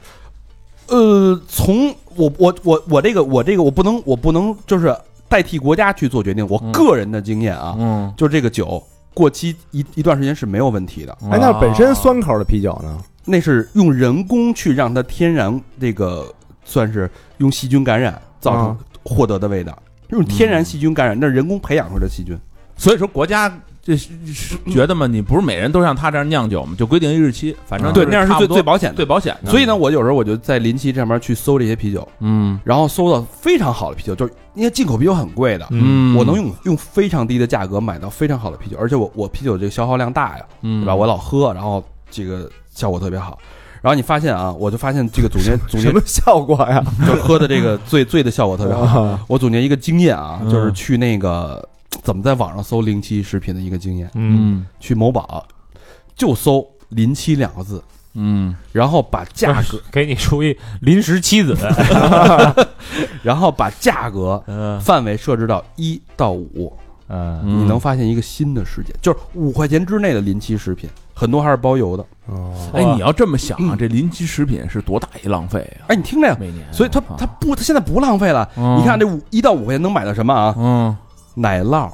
Speaker 1: 呃，从我我我我这个我这个我不能我不能就是代替国家去做决定，我
Speaker 9: 嗯
Speaker 1: 个人的经验啊，
Speaker 9: 嗯，
Speaker 1: 就是这个酒过期一一段时间是没有问题的，
Speaker 2: 哎，那本
Speaker 9: 啊
Speaker 2: 身酸口的啤酒呢？
Speaker 1: 那是用人工去让它天然这个算是用细菌感染造成
Speaker 2: 啊
Speaker 1: 获得的味道，这种天
Speaker 9: 嗯
Speaker 1: 然细菌感染，那是人工培养出来的细菌。
Speaker 9: 所以说国家这是是觉得嘛，你不是每人都像他这样酿酒嘛，就规定一日期，反正
Speaker 1: 对，那样是最最
Speaker 9: 保
Speaker 1: 保险的
Speaker 9: 最。保险的。
Speaker 1: 所以呢，，我有时候我就在临期上面去搜这些啤酒，
Speaker 9: 嗯
Speaker 1: 然后搜到非常好的啤酒，就是因为进口啤酒很贵的，
Speaker 9: 嗯，
Speaker 1: 我能用用非常低的价格买到非常好的啤酒，而且我我啤酒这个消耗量大呀，
Speaker 9: 嗯，
Speaker 1: 对吧？我老喝，然后这个效果特别好。然后你发现啊，我就发现这个总结总结
Speaker 2: 什么效果呀？
Speaker 1: 就是喝的这个醉醉的效果特别好。
Speaker 2: 啊
Speaker 1: 我总结一个经验啊，
Speaker 9: 嗯
Speaker 1: 就是去那个怎么在网上搜临期食品的一个经验，
Speaker 7: 嗯，
Speaker 9: 嗯
Speaker 1: 去某宝就搜“临期”两个字，
Speaker 9: 嗯
Speaker 1: 然后把价
Speaker 2: 嗯
Speaker 1: 格，
Speaker 7: 给你出一临时妻子，
Speaker 1: 然后把价格
Speaker 7: 呃
Speaker 9: 嗯
Speaker 1: 范围设置到一到五，
Speaker 7: 嗯
Speaker 1: 你能发现一个新的世界，就是五块钱之内的临期食品，很多还是包邮的。
Speaker 2: 嗯
Speaker 9: 哎，你要这么想
Speaker 1: 嗯
Speaker 9: 啊，这临期食品是多大一浪费啊！
Speaker 1: 哎，你听着呀，
Speaker 9: 每年，
Speaker 1: 所以它它不，它现在不浪费了。
Speaker 9: 嗯
Speaker 1: 你看这五一到五块钱能买到什么啊？
Speaker 9: 嗯，
Speaker 1: 奶酪、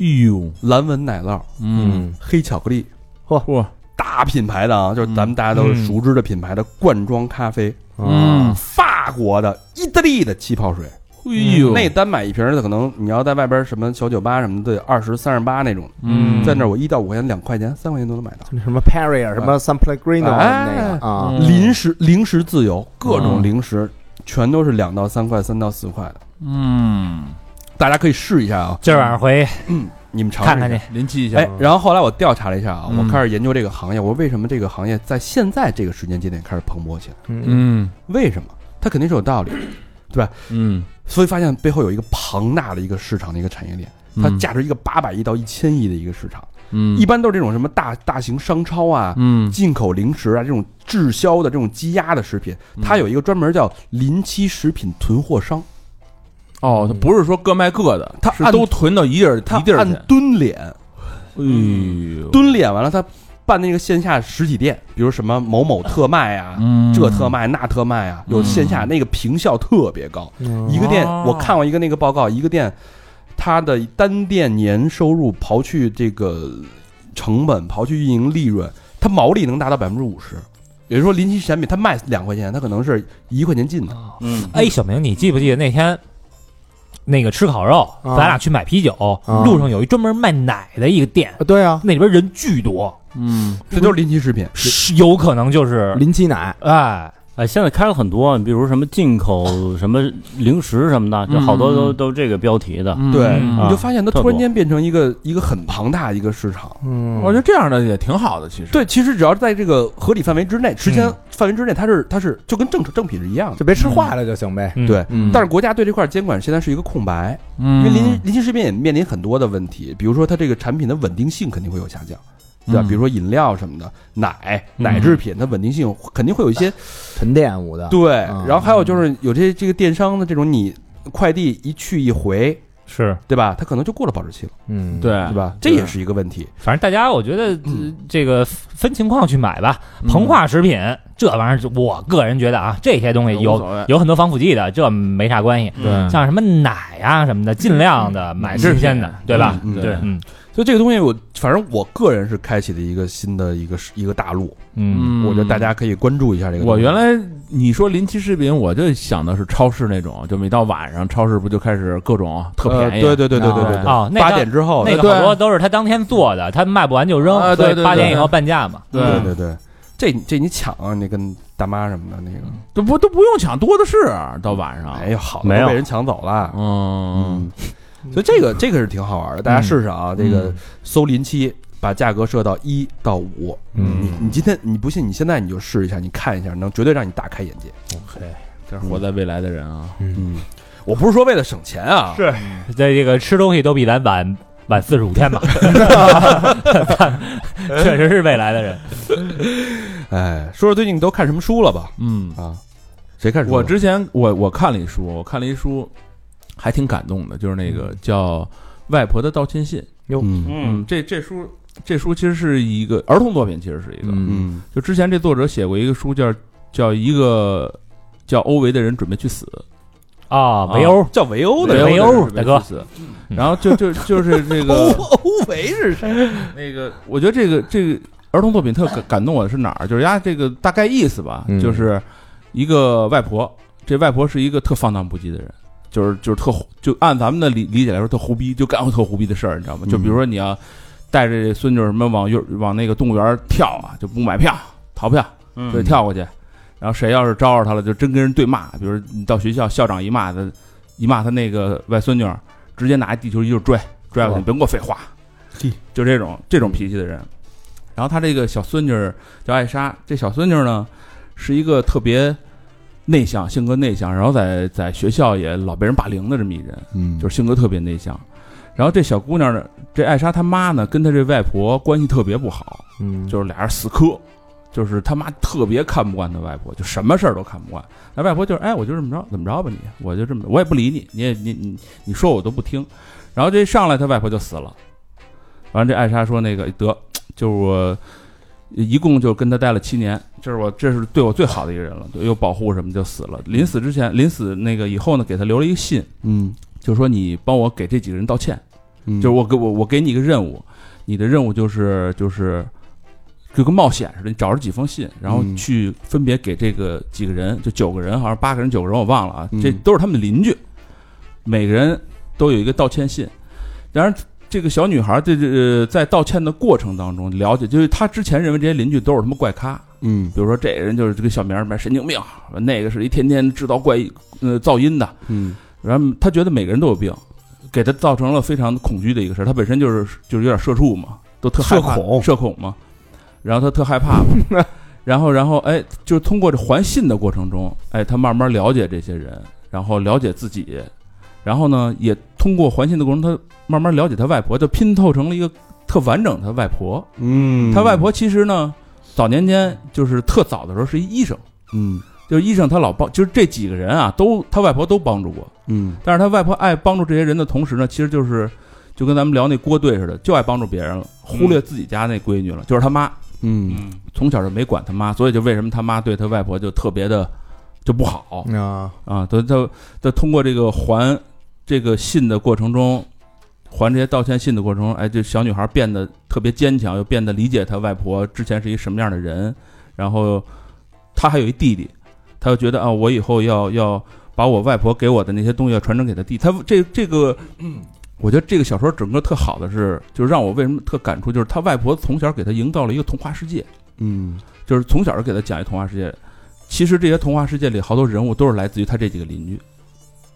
Speaker 9: 哎呦，
Speaker 1: 蓝纹奶酪、
Speaker 9: 嗯，
Speaker 1: 黑巧克力，
Speaker 2: 嚯
Speaker 9: 嚯，
Speaker 1: 大品牌的啊，就是咱们大家都
Speaker 7: 嗯
Speaker 1: 熟知的品牌的罐装咖啡，
Speaker 2: 啊
Speaker 9: 嗯，
Speaker 1: 啊法国的、意大利的气泡水，嗯
Speaker 9: 哎呦，
Speaker 1: 那单买一瓶的可能你要在外边什么小酒吧什么的，二十三十八那种，
Speaker 9: 嗯
Speaker 1: 在那儿我一到五块钱、两块钱、三块钱都能买到。
Speaker 2: 什么 Perrier，什么 San Pellegrino
Speaker 1: 哎
Speaker 2: 那个啊，
Speaker 9: 嗯
Speaker 1: 零食零食自由，各种
Speaker 9: 嗯
Speaker 1: 零食全都是两到三块、三到四块的，
Speaker 9: 嗯，
Speaker 1: 大家可以试一下啊，
Speaker 7: 今儿晚上回
Speaker 1: 你们尝试
Speaker 7: 看
Speaker 1: 一下
Speaker 7: 看去。
Speaker 9: 临期一下，
Speaker 1: 哎，然后后来我调查了一下啊，
Speaker 9: 嗯
Speaker 1: 我开始研究这个行业，我说为什么这个行业在现在这个时间节点开始蓬勃起来？
Speaker 2: 嗯
Speaker 9: 嗯
Speaker 1: 为什么？它肯定是有道理的，
Speaker 9: 嗯，
Speaker 1: 所以发现背后有一个庞大的一个市场的一个产业链，它价值一个八百亿到一千亿的一个市场，
Speaker 9: 嗯
Speaker 1: 一般都是这种什么大大型商超啊。
Speaker 9: 嗯
Speaker 1: 进口零食啊，这种滞销的、这种积压的食品，
Speaker 9: 嗯
Speaker 1: 它有一个专门叫临期食品囤货商，
Speaker 9: 哦，它不是说各卖各的，
Speaker 1: 它嗯
Speaker 9: 是
Speaker 1: 按
Speaker 9: 都囤到一地儿
Speaker 1: 它
Speaker 9: 一地儿去
Speaker 1: 按。嗯吨敛，
Speaker 9: 哎呦，
Speaker 1: 吨敛完了，它办那个线下实体店，比如什么某某特卖啊，
Speaker 9: 嗯
Speaker 1: 这特卖那特卖啊，有线下那个评效特别高，
Speaker 2: 嗯
Speaker 1: 一个店我看过一个那个报告，一个店它的单店年收入刨去这个成本，刨去运营利润，它毛利能达到百分之五十。也就是说，临期产品它卖两块钱，它可能是一块钱进的。
Speaker 8: 嗯，
Speaker 7: 哎，小明，你记不记得那天那个吃烤肉，
Speaker 2: 啊
Speaker 7: 咱俩去买啤酒，
Speaker 2: 啊
Speaker 7: 路上有一专门卖奶的一个店，
Speaker 2: 啊对啊，
Speaker 7: 那里边人巨多，
Speaker 9: 嗯
Speaker 1: 这都是临期食品，
Speaker 7: 是有可能就是
Speaker 2: 临期奶
Speaker 7: 哎，
Speaker 8: 哎，现在开了很多，比如什么进口什么零食什么的，就好多都、
Speaker 6: 嗯
Speaker 8: 都这个标题的。
Speaker 1: 对，
Speaker 6: 嗯
Speaker 1: 你就发现它
Speaker 8: 特
Speaker 1: 突然
Speaker 8: 多
Speaker 1: 间变成一个一个很庞大一个市场。
Speaker 2: 嗯，
Speaker 9: 我觉得这样的也挺好的，其实。
Speaker 1: 对，其实只要在这个合理范围之内，时间
Speaker 2: 嗯
Speaker 1: 范围之内，它是它是就跟正正品是一样的。
Speaker 2: 就嗯别吃坏了就行呗。
Speaker 7: 嗯
Speaker 1: 对，
Speaker 2: 嗯
Speaker 1: 但是国家对这块监管现在是一个空白，因
Speaker 6: 因
Speaker 1: 为临临近食品也面临很多的问题，比如说它这个产品的稳定性肯定会有下降，对吧？
Speaker 6: 嗯
Speaker 1: 比如说饮料什么的，奶奶制品，它稳定性肯定会有一些
Speaker 2: 沉淀物的，
Speaker 1: 对。
Speaker 2: 嗯
Speaker 1: 然后还有就是有这这个电商的这种，你快递一去一回，
Speaker 7: 是，
Speaker 1: 对吧？它可能就过了保质期了，
Speaker 2: 嗯，
Speaker 9: 对，
Speaker 1: 对吧？这也是一个问题。
Speaker 7: 反正大家我觉得、呃这个分情况去买吧。膨化食品这玩意儿就，我个人觉得啊，这些东西
Speaker 9: 无
Speaker 7: 有
Speaker 9: 所谓
Speaker 7: 有很多防腐剂的，这没啥关系。
Speaker 6: 对
Speaker 7: 像什么奶啊什么的，尽量的买新鲜的，对吧？
Speaker 1: 嗯
Speaker 8: 对
Speaker 7: 嗯
Speaker 1: 所以这个东西我，反正我个人是开启了一个新的一个一个大陆，
Speaker 7: 嗯，
Speaker 1: 我觉得大家可以关注一下这个东西。
Speaker 9: 我原来你说临期食品，我就想的是超市那种，就每到晚上，超市不就开始各种啊特
Speaker 1: 呃
Speaker 9: 便宜？啊
Speaker 1: 对对对对对对对，
Speaker 7: 哦那个
Speaker 1: 八点之后，
Speaker 7: 那个好多都是他当天做的，他卖不完就扔，
Speaker 9: 啊对
Speaker 7: 所
Speaker 9: 对
Speaker 7: 以八
Speaker 9: 对
Speaker 7: 点以后半价嘛。
Speaker 9: 对
Speaker 1: 对对对，这这你抢啊，你跟大妈什么的那个，
Speaker 9: 都不都不用抢，多的是到晚上。
Speaker 1: 哎呀，好
Speaker 8: 没
Speaker 1: 的
Speaker 8: 有
Speaker 1: 都被人抢走了。
Speaker 9: 嗯，，
Speaker 1: 所以这个这个是挺好玩的，大家试试啊，这个搜临期。把价格设到一到五，
Speaker 2: 嗯
Speaker 1: 你你今天你不信，你现在你就试一下，你看一下，能绝对让你大开眼界。
Speaker 9: 这是活在未来的人啊，
Speaker 1: 嗯，我不是说为了省钱啊，
Speaker 7: 是，在这个吃东西都比咱晚晚四十五天吧，确实是未来的人。
Speaker 1: 哎，说说最近都看什么书了吧？
Speaker 9: 嗯。
Speaker 1: 啊，谁看书了？
Speaker 9: 我之前我我看了一书，我看了一书，还挺感动的，就是那个叫《外婆的道歉信》。
Speaker 1: 嗯
Speaker 9: 嗯，这这书这书其实是一个儿童作品，其实是一个。
Speaker 2: 嗯
Speaker 1: 嗯
Speaker 9: 就之前这作者写过一个书叫叫一个叫欧维的人准备去死，
Speaker 7: 啊，围殴，
Speaker 1: 叫维欧
Speaker 7: 的
Speaker 1: 的
Speaker 7: 人
Speaker 9: 维
Speaker 7: 欧
Speaker 9: 欧
Speaker 7: 大哥
Speaker 9: 死。然后就就就是这个
Speaker 1: 欧维是谁？
Speaker 9: 那个， 我觉得这个这个儿童作品特感感动我的是哪儿？就是呀，这个大概意思吧，
Speaker 2: 嗯
Speaker 9: 就是一个外婆，这外婆是一个特放荡不羁的人，就是就是特就按咱们的理理解来说，特胡逼，就干过特胡逼的事儿，你知道吗？就比如说你要带着这孙女儿什么往幼往那个动物园儿跳啊，就不买票逃票，
Speaker 8: 嗯
Speaker 9: 对，跳过去。然后谁要是招惹他了，就真跟人对骂。比如你到学校，校长一骂他，一骂他那个外孙女儿，直接拿一地球仪就拽拽过
Speaker 1: 哦
Speaker 9: 去，你别跟我废话。就这种这种脾气的人。然后他这个小孙女儿叫艾莎，这小孙女儿呢是一个特别内向，性格内向，然后在在学校也老被人霸凌的这么一人。
Speaker 1: 嗯
Speaker 9: 就是性格特别内向。然后这小姑娘呢，这艾莎她妈呢，跟她这外婆关系特别不好，
Speaker 2: 嗯，
Speaker 9: 就是俩人死磕，就是他妈特别看不惯她外婆，就什么事儿都看不惯。那外婆就是，哎，我就这么着，怎么着吧你，我就这么，我也不理你，你也你你你说我都不听。然后这一上来，她外婆就死了。完了，这艾莎说那个得，就是我一共就跟她待了七年，这是我这是对我最好的一个人了，对又保护什么就死了。临死之前，临死那个以后呢，给她留了一个信。
Speaker 1: 嗯，
Speaker 9: 就是说你帮我给这几个人道歉，
Speaker 1: 嗯
Speaker 9: 就是我给我我给你一个任务，你的任务就是就是就跟冒险似的，你找着几封信，然后
Speaker 1: 嗯
Speaker 9: 去分别给这个几个人，就九个人，好像八个人九个人我忘了啊，
Speaker 1: 嗯
Speaker 9: 这都是他们的邻居，每个人都有一个道歉信。然而这个小女孩这这呃在道歉的过程当中了解，就是她之前认为这些邻居都是他妈怪咖，
Speaker 1: 嗯
Speaker 9: 比如说这人就是这个小名儿，神经病，那个是一天天制造怪呃噪音的，
Speaker 1: 嗯
Speaker 9: 然后他觉得每个人都有病，给他造成了非常恐惧的一个事儿。他本身就是就是有点社畜嘛，都特害怕
Speaker 1: 社恐
Speaker 9: 社恐嘛。然后他特害怕嘛， 然后然后哎，就是通过这还信的过程中，哎，他慢慢了解这些人，然后了解自己，然后呢，也通过还信的过程，他慢慢了解他外婆，就拼凑成了一个特完整的外婆。
Speaker 1: 嗯
Speaker 9: 他外婆其实呢，早年间就是特早的时候是一医生，
Speaker 1: 嗯
Speaker 9: 就是医生他老帮，就是这几个人啊，都他外婆都帮助过。
Speaker 1: 嗯
Speaker 9: 但是他外婆爱帮助这些人的同时呢，其实就是就跟咱们聊那郭队似的，就爱帮助别人了，忽略自己家那闺女了，就是他妈
Speaker 1: 嗯
Speaker 8: 嗯
Speaker 9: 从小就没管他妈，所以就为什么他妈对他外婆就特别的就不好
Speaker 2: 啊，
Speaker 9: 啊？他他他通过这个还这个信的过程中，还这些道歉信的过程中，哎，这小女孩变得特别坚强，又变得理解她外婆之前是一什么样的人，然后她还有一弟弟，她就觉得啊，我以后要要把我外婆给我的那些东西要传承给她弟。她这这个，我觉得这个小说整个特好的是，就是让我为什么特感触，就是她外婆从小给她营造了一个童话世界，
Speaker 1: 嗯
Speaker 9: 就是从小就给她讲一童话世界。其实这些童话世界里好多人物都是来自于他这几个邻居，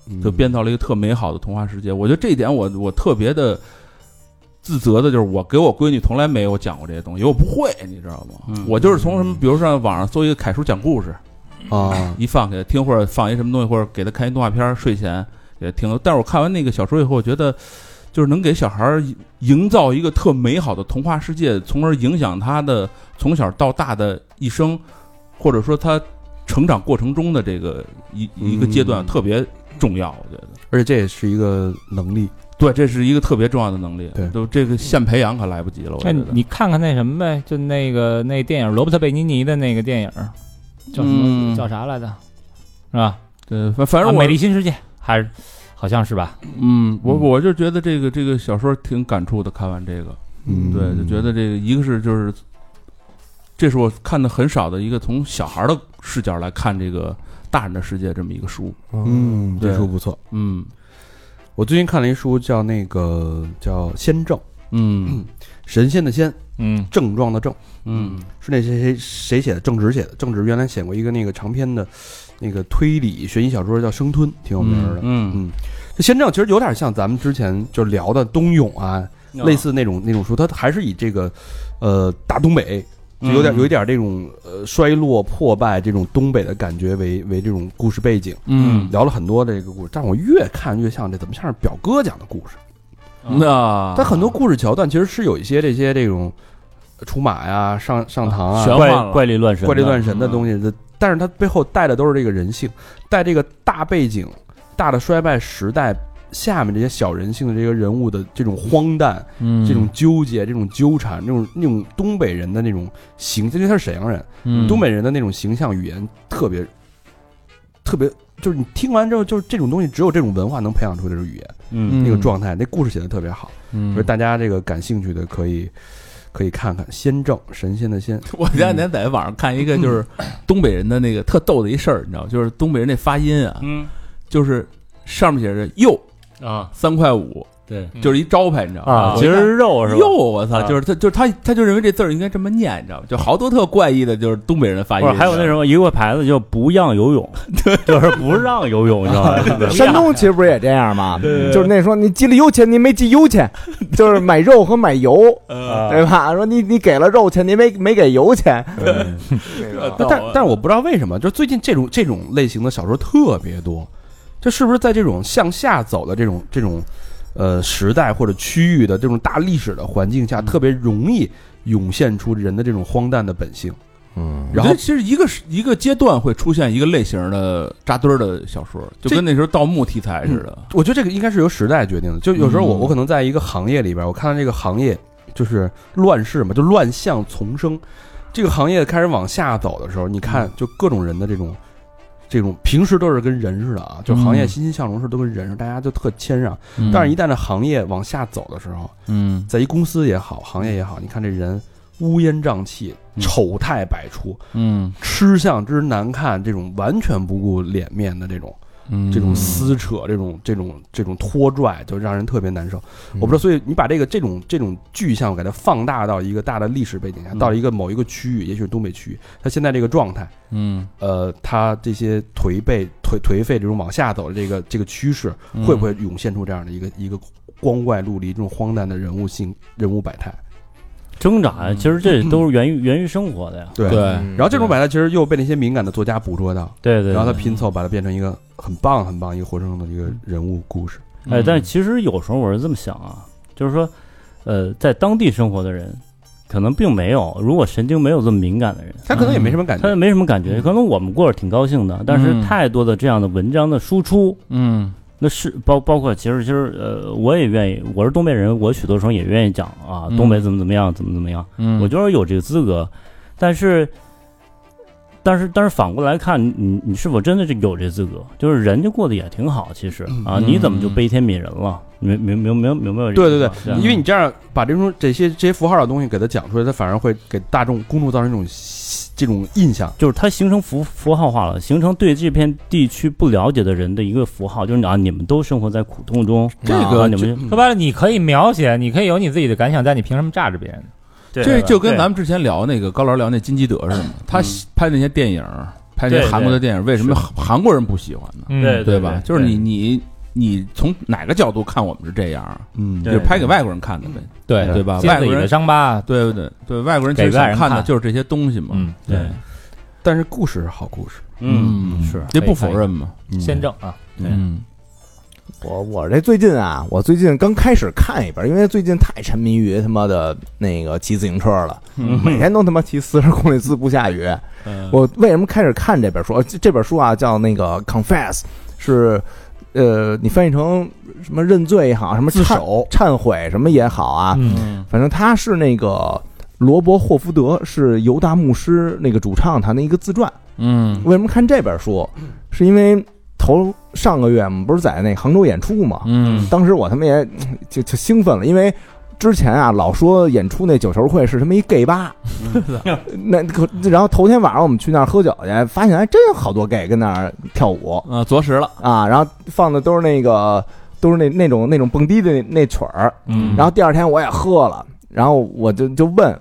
Speaker 1: 嗯
Speaker 9: 就编造了一个特美好的童话世界。我觉得这一点我我特别的自责的，就是我给我闺女从来没有讲过这些东西，我不会，你知道吗？
Speaker 8: 嗯
Speaker 9: 我就是从什么，比如上网上搜一个凯叔讲故事，
Speaker 1: 啊，
Speaker 9: 一放给他听，或者放一什么东西，或者给他看一动画片儿，睡前也听。但是我看完那个小说以后，我觉得就是能给小孩儿营造一个特美好的童话世界，从而影响他的从小到大的一生，或者说他成长过程中的这个一一个阶段
Speaker 1: 嗯
Speaker 9: 特别重要。我觉得，
Speaker 1: 而且这也是一个能力，
Speaker 9: 对，这是一个特别重要的能力。
Speaker 1: 对
Speaker 9: 都这个现培养可来不及了。我觉
Speaker 7: 那
Speaker 9: 得
Speaker 7: 你看看那什么呗，就那个那电影罗伯特贝尼尼的那个电影，叫什么、
Speaker 9: 嗯
Speaker 7: 叫啥来着？是吧？
Speaker 9: 对，反反
Speaker 7: 啊
Speaker 9: 正我
Speaker 7: 美丽新世界还是好像是吧？
Speaker 9: 嗯，我我就觉得这个这个小说挺感触的，看完这个。
Speaker 1: 嗯，
Speaker 9: 对，就觉得这个一个是就是，这是我看的很少的一个从小孩的视角来看这个大人的世界这么一个书。
Speaker 1: 嗯，这
Speaker 9: 对
Speaker 1: 书不错。
Speaker 9: 嗯
Speaker 1: 我最近看了一书，叫那个叫《仙正》，
Speaker 9: 嗯
Speaker 1: 神仙的仙，
Speaker 7: 嗯
Speaker 1: 症状的症，
Speaker 9: 嗯
Speaker 1: 是那谁谁谁写的？正直写的。正直原来写过一个那个长篇的，那个推理悬疑小说叫《生吞》，挺有名儿的。
Speaker 9: 嗯
Speaker 1: 这仙正其实有点像咱们之前就聊的冬泳啊，
Speaker 8: 嗯
Speaker 1: 类似那种那种书，它还是以这个，呃，大东北，就有点
Speaker 9: 嗯
Speaker 1: 有一点这种呃衰落破败这种东北的感觉为为这种故事背景，
Speaker 9: 嗯，
Speaker 1: 聊了很多这个故事，但我越看越像这怎么像是表哥讲的故事，
Speaker 7: 啊
Speaker 9: 那
Speaker 1: 但很多故事桥段其实是有一些这些这种呃出马呀、上上堂啊、
Speaker 8: 玄
Speaker 9: 幻
Speaker 8: 幻
Speaker 9: 了
Speaker 8: 怪力乱神的，
Speaker 1: 怪力乱神的东西的，但是它背后带的都是这个人性，带这个大背景、大的衰败时代下面这些小人性的这个人物的这种荒诞、
Speaker 9: 嗯
Speaker 1: 这种纠结、这种纠缠、这种那种东北人的那种形，因为他是沈阳人，
Speaker 9: 嗯
Speaker 1: 东北人的那种形象语言特别特别，就是你听完之后，就是这种东西只有这种文化能培养出这种语言。
Speaker 8: 嗯，
Speaker 1: 那个状态，那故事写的特别好，
Speaker 9: 嗯
Speaker 1: 所以大家这个感兴趣的可以可以看看《仙正》，神仙的仙，
Speaker 9: 我前两天在网上看一 个就是东北人的那个特逗的一事儿，你知道，就是东北人那发音啊，
Speaker 8: 嗯
Speaker 9: 就是上面写着“又
Speaker 8: 啊，
Speaker 9: 三块五
Speaker 8: 对”，
Speaker 9: 就是一招牌，你知道
Speaker 2: 啊
Speaker 9: 吗？
Speaker 8: 其实是肉是吧？
Speaker 9: 又我操，
Speaker 8: 啊
Speaker 9: 就是他，就是他，他就认为这字儿应该这么念，你知道吗？就好多特怪异的，就是东北人的发
Speaker 8: 不
Speaker 9: 音
Speaker 8: 是，。还有那什么一个牌子叫不让 游泳，就是不让游泳，你知道吗？
Speaker 2: 山东其实不是也这样吗？就是那说你寄了油钱，您没寄油 钱，就是买肉和买油，对吧？说你你给了肉钱，您没没给油钱，
Speaker 1: 呃但但但我不知道为什么，就是最近这种这种类型的小说特别多，这是不是在这种向下走的这种这种呃时代或者区域的这种大历史的环境下，特别容易涌现出人的这种荒诞的本性？
Speaker 2: 嗯，
Speaker 1: 然
Speaker 9: 然
Speaker 1: 后
Speaker 9: 后其实一个时一个阶段会出现一个类型的扎堆儿的小说，就
Speaker 1: 这
Speaker 9: 跟那时候盗墓题材似的。
Speaker 1: 我觉得这个应该是由时代决定的。就有时候我
Speaker 9: 嗯
Speaker 1: 我可能在一个行业里边，我看到这个行业就是乱世嘛，就乱象丛生。这个行业开始往下走的时候，你
Speaker 9: 嗯
Speaker 1: 看就各种人的这种这种平时都是跟人似的啊，就行业
Speaker 9: 嗯
Speaker 1: 欣欣向荣时都跟人似的，大家就特谦让。
Speaker 8: 嗯
Speaker 1: 但是，一旦这行业往下走的时候，
Speaker 9: 嗯
Speaker 1: 在一公司也好，行业也好，你看这人乌烟瘴气、
Speaker 9: 嗯
Speaker 1: 丑态百出、
Speaker 9: 嗯
Speaker 1: 吃相之难看，这种完全不顾脸面的这种。
Speaker 9: 嗯
Speaker 1: 这种撕扯、这种这种这种拖拽，就让人特别难受。我不知道，所以你把这个这种这种具象给它放大到一个大的历史背景下，
Speaker 9: 嗯
Speaker 1: 到一个某一个区域，也许是东北区域，它现在这个状态，
Speaker 9: 嗯
Speaker 1: 呃，它这些颓废、颓颓废这种往下走的这个这个趋势，会不会涌现出这样的一个一个光怪陆离、这种荒诞的人物性、人物百态？
Speaker 8: 挣扎，其实
Speaker 1: 嗯
Speaker 8: 这都是源于源于生活的呀。
Speaker 1: 对
Speaker 9: 对
Speaker 1: 然后这
Speaker 2: 嗯
Speaker 1: 种百态其实又被那些敏感的作家捕捉到，
Speaker 8: 对对，
Speaker 1: 然后他
Speaker 8: 对
Speaker 1: 拼凑把它变成一个很棒、很棒一个活生生的一个人物故事。
Speaker 8: 哎，但其实有时候我是这么想啊，就是说，呃，在当地生活的人，可能并没有，如果神经没有这么敏感的人，
Speaker 1: 他可能也没什么感
Speaker 8: 他
Speaker 1: 觉，
Speaker 8: 没什么感
Speaker 1: 嗯
Speaker 8: 觉。可能我们过着挺高兴的，但是
Speaker 9: 嗯
Speaker 8: 太多的这样的文章的输出，
Speaker 9: 嗯
Speaker 8: 那是包包括其实其实呃，我也愿意，我是东北人，我许多时候也愿意讲啊，
Speaker 9: 嗯
Speaker 8: 东北怎么怎么样，怎么怎么样，
Speaker 9: 嗯
Speaker 8: 我觉得有这个资格，但是。但是，但是反过来看，你你你是否真的是有这资格？就是人家过得也挺好，其实啊，
Speaker 9: 嗯
Speaker 8: 你怎么就悲天悯人了？明明明明明白有这
Speaker 1: 对对
Speaker 8: 个
Speaker 1: 对
Speaker 8: 情况吧嗯
Speaker 1: 因为你这样把这种这些这些符号的东西给他讲出来，他反而会给大众公众造成一种这种印象。
Speaker 8: 就是它形成符符号化了，形成对这片地区不了解的人的一个符号，就是啊，你们都生活在苦痛中，
Speaker 9: 这
Speaker 8: 啊、
Speaker 9: 个
Speaker 8: 你
Speaker 9: 就嗯
Speaker 8: 们
Speaker 7: 说白了，你可以描写，你可以有你自己的感想，但你凭什么榨着别人？
Speaker 8: 对
Speaker 9: 这就跟
Speaker 8: 对
Speaker 9: 咱们之前聊那个高老聊那金基德似的，他
Speaker 8: 嗯
Speaker 9: 拍那些电影拍这些
Speaker 8: 对
Speaker 9: 韩国的电影，为什么韩韩国人不喜欢呢？
Speaker 7: 嗯
Speaker 8: 对
Speaker 9: 对吧？就是你
Speaker 8: 对
Speaker 9: 你你从哪个角度看我们是这样啊？
Speaker 1: 嗯
Speaker 9: 就
Speaker 8: 对
Speaker 9: 是拍给外国人看的呗。
Speaker 7: 对
Speaker 9: 对吧
Speaker 7: 揭
Speaker 9: 外
Speaker 7: 自己
Speaker 9: 国人
Speaker 7: 的伤疤，
Speaker 9: 对不对？对外国人其实
Speaker 7: 给外
Speaker 9: 想
Speaker 7: 人
Speaker 9: 看的
Speaker 7: 看
Speaker 9: 就是这些东西嘛。
Speaker 7: 嗯，
Speaker 8: 对，
Speaker 1: 但是故事是好故事，
Speaker 8: 嗯，
Speaker 9: 是这不否认嘛。
Speaker 7: 先正啊，
Speaker 9: 嗯，
Speaker 2: 我我这最近啊，我最近刚开始看一本，因为最近太沉迷于他妈的那个骑自行车了，每天都他妈骑四十公里自不下雨。我为什么开始看这本书？呃这这本书啊叫那个《Confess》，是呃，你翻译成什么认罪也好，什么自首、忏悔什么也好啊，
Speaker 7: 嗯
Speaker 2: 反正他是那个罗伯霍福德是犹大牧师那个主唱他的一个自传。
Speaker 9: 嗯
Speaker 2: 为什么看这本书？是因为头上个月我们不是在那杭州演出嘛，
Speaker 9: 嗯
Speaker 2: 当时我他妈也嗯就就兴奋了，因为之前啊老说演出那九球会是他妈一 gay 吧， 那可然后头天晚上我们去那儿喝酒去，发现还哎真有好多 gay 跟那儿跳舞
Speaker 9: 啊，着实了。
Speaker 2: 啊，然后放的都是那个都是那那种那种蹦迪的那那曲儿，
Speaker 7: 嗯
Speaker 2: 然后第二天我也喝了，然后我就就问，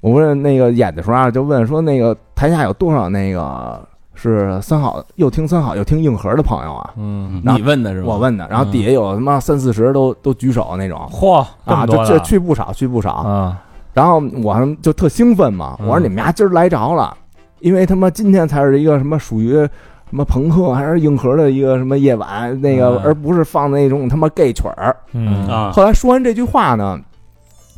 Speaker 2: 我问那个演的时候啊，就问说那个台下有多少那个是三好又听三好又听硬核的朋友啊？
Speaker 9: 嗯
Speaker 2: 然后
Speaker 9: 你问的是吧？
Speaker 2: 我问的，然后
Speaker 9: 嗯
Speaker 2: 底下有他妈三四十都都举手那种
Speaker 7: 嚯，这
Speaker 2: 啊，
Speaker 7: 么
Speaker 2: 就
Speaker 7: 多
Speaker 2: 这
Speaker 7: 了
Speaker 2: 去不少去不少。
Speaker 7: 啊，嗯
Speaker 2: 然后我就特兴奋嘛，我说你们家今儿来着了，因为他妈今天才是一个什么属于什么朋克还是硬核的一个什么夜晚，那个
Speaker 7: 嗯
Speaker 2: 而不是放那种他妈 gay 曲儿。
Speaker 7: 嗯
Speaker 8: 啊，
Speaker 2: 后来说完这句话呢，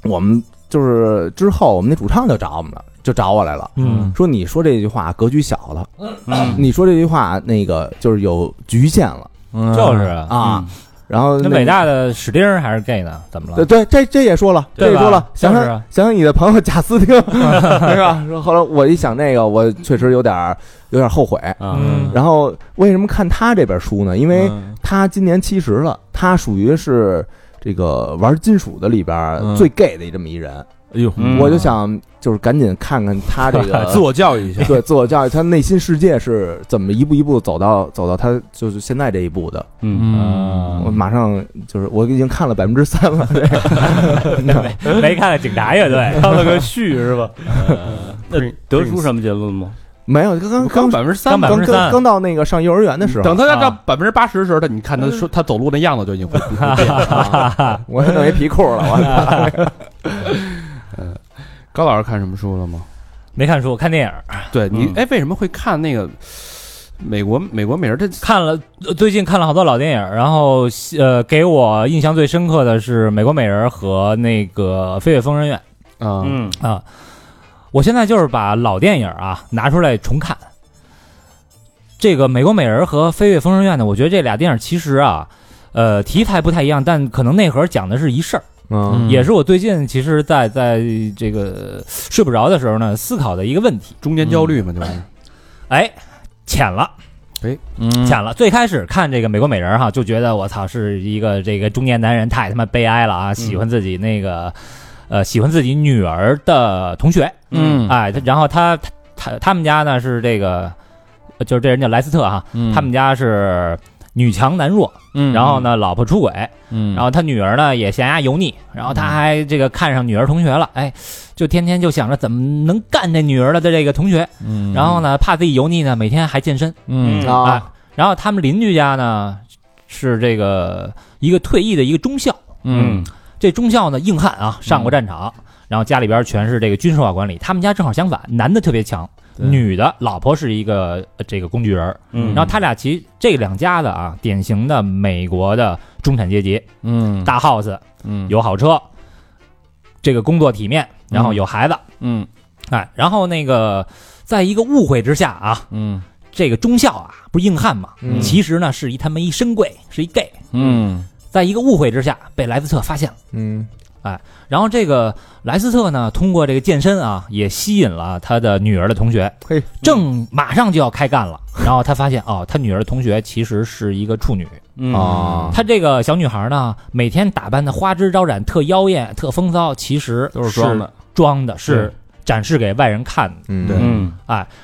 Speaker 2: 我们就是之后我们那主唱就找我们了，就找我来了，
Speaker 7: 嗯
Speaker 2: 说你说这句话格局小了，
Speaker 8: 嗯
Speaker 2: 你说这句话那个就是有局限了
Speaker 9: 嗯，
Speaker 7: 就是
Speaker 2: 啊。然后
Speaker 7: 那伟大的史丁儿还是 gay 呢？怎么
Speaker 2: 对
Speaker 7: 了？
Speaker 2: 对，这这也说了，这
Speaker 7: 对
Speaker 2: 也
Speaker 7: 吧
Speaker 2: 说了，想
Speaker 7: 就
Speaker 2: 想
Speaker 7: 是啊
Speaker 2: 想想你的朋友贾斯汀， 对吧？说后来我一想那个，我确实有点儿有点儿后悔。
Speaker 7: 嗯
Speaker 2: 然后为什么看他这本书呢？因为
Speaker 9: 嗯
Speaker 2: 他今年七十了，他属于是这个玩金属的里边儿
Speaker 9: 嗯
Speaker 2: 最 gay 的这么一人。
Speaker 9: 哎呦，
Speaker 8: 嗯
Speaker 2: 我就想就是赶紧看看他这
Speaker 9: 自
Speaker 2: 个。
Speaker 9: 我教育一下。
Speaker 2: 对自我教育，他内心世界是怎么一步一步走到走到他就是现在这一步的。
Speaker 8: 嗯，
Speaker 2: 我马上就是我已经看了百分之三了， 对
Speaker 7: 没没看看警察乐 队，看了个序是吧？
Speaker 8: 那得出什么结论吗？
Speaker 2: 没有，刚刚刚
Speaker 1: 百分之三
Speaker 7: 刚百
Speaker 2: 刚
Speaker 7: 分之
Speaker 2: 刚
Speaker 7: 三，
Speaker 2: 刚到那个上幼儿园的时候，
Speaker 1: 等他到
Speaker 7: 啊
Speaker 1: 百分之八十的时候，他你看他说他走路那样子就已经会
Speaker 2: 我弄一皮裤了，我
Speaker 1: 高老师看什么书了吗？
Speaker 7: 没看书，看电影儿，
Speaker 1: 对你
Speaker 8: 嗯
Speaker 1: 哎，为什么会看那个美国美国美人？这
Speaker 7: 看了呃最近看了好多老电影儿，然后呃，给我印象最深刻的是《美国美人》和那个《飞越疯人院》。
Speaker 1: 啊，
Speaker 8: 嗯
Speaker 7: 啊，我现在就是把老电影啊拿出来重看。这个《美国美人》和《飞越疯人院》呢，我觉得这俩电影其实啊，呃，题材不太一样，但可能内核讲的是一事儿，
Speaker 2: 嗯
Speaker 7: 也是我最近其实在在这个睡不着的时候呢思考的一个问题。
Speaker 1: 中间焦虑嘛，就是
Speaker 7: 哎，浅了。
Speaker 9: 嗯
Speaker 7: 浅了。最开始看这个《美国美人》哈，就觉得我操是一个这个中年男人太他妈悲哀了啊，喜欢自己那个、呃喜欢自己女儿的同学，
Speaker 9: 嗯
Speaker 7: 哎，他然后他他他他们家呢是这个呃就是这人叫莱斯特哈，
Speaker 9: 嗯
Speaker 7: 他们家是女强男弱，
Speaker 9: 嗯
Speaker 7: 然后，呢老婆出轨，
Speaker 9: 嗯，
Speaker 7: 然后他女儿呢也嫌丫油腻，然后他还这个看上女儿同学
Speaker 9: 嗯
Speaker 7: 了，哎，就天天就想着怎么能干这女儿的这个同学，
Speaker 9: 嗯，
Speaker 7: 然后呢怕自己油腻呢，每天还健身。
Speaker 9: 嗯，
Speaker 8: 嗯
Speaker 2: 啊
Speaker 7: 哎，然后他们邻居家呢是这个一个退役的一个中校，
Speaker 9: 嗯
Speaker 7: 这中校呢硬汉啊，上过战场，然后家里边全是这个军事化管理。他们家正好相反，男的特别强，
Speaker 9: 对
Speaker 7: 女的老婆是一个、呃这个工具人儿。
Speaker 8: 嗯，
Speaker 7: 然后他俩其实这两家子啊，典型的美国的中产阶级，
Speaker 9: 嗯，
Speaker 7: 大 house
Speaker 9: 嗯
Speaker 7: 有好车，这个工作体面，然后有孩子，
Speaker 9: 嗯
Speaker 7: 哎，然后那个在一个误会之下啊，
Speaker 9: 嗯
Speaker 7: 这个中校啊不是硬汉嘛，
Speaker 2: 嗯
Speaker 7: 其实呢是一他妈一深贵，是一 gay，
Speaker 9: 嗯
Speaker 7: 在一个误会之下被莱斯特发现了。
Speaker 2: 嗯
Speaker 7: 然后这个莱斯特呢，通过这个健身啊，也吸引了他的女儿的同学。
Speaker 2: 嘿，
Speaker 7: 正马上就要开干了，然后他发现哦，他女儿的同学其实是一个处女。
Speaker 8: 嗯
Speaker 2: 啊，
Speaker 7: 他这个小女孩呢，每天打扮的花枝招展，特妖艳，特风骚，其实
Speaker 9: 都是装，的，
Speaker 7: 装的是展示给外人看的。啊
Speaker 2: 嗯
Speaker 1: 对
Speaker 8: 嗯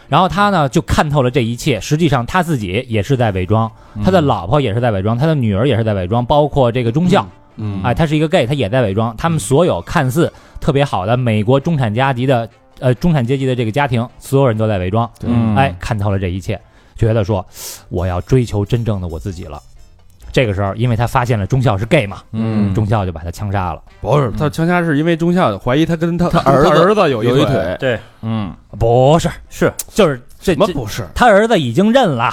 Speaker 7: 然后他呢就看透了这一切，实际上他自己也是在伪装，他的老婆也是在伪装，他的女儿也是在伪装，包括这个中校，啊
Speaker 1: 嗯
Speaker 9: 嗯
Speaker 7: 哎，他是一个 gay，他也在伪装。他们所有看似特别好的美国中产阶级的呃中产阶级的这个家庭，所有人都在伪装，
Speaker 6: 嗯
Speaker 7: 哎，看透了这一切，觉得说我要追求真正的我自己了。这个时候，因为他发现了中校是 gay 嘛，
Speaker 6: 嗯
Speaker 7: 中校就把他枪杀了。
Speaker 1: 不是他枪杀是因为中校怀疑他跟他他儿儿子有
Speaker 9: 有
Speaker 1: 一
Speaker 9: 一腿，
Speaker 8: 对，
Speaker 6: 嗯，
Speaker 7: 不是，是就是这
Speaker 1: 什么
Speaker 7: 这
Speaker 1: 不是？
Speaker 7: 他儿子已经认了，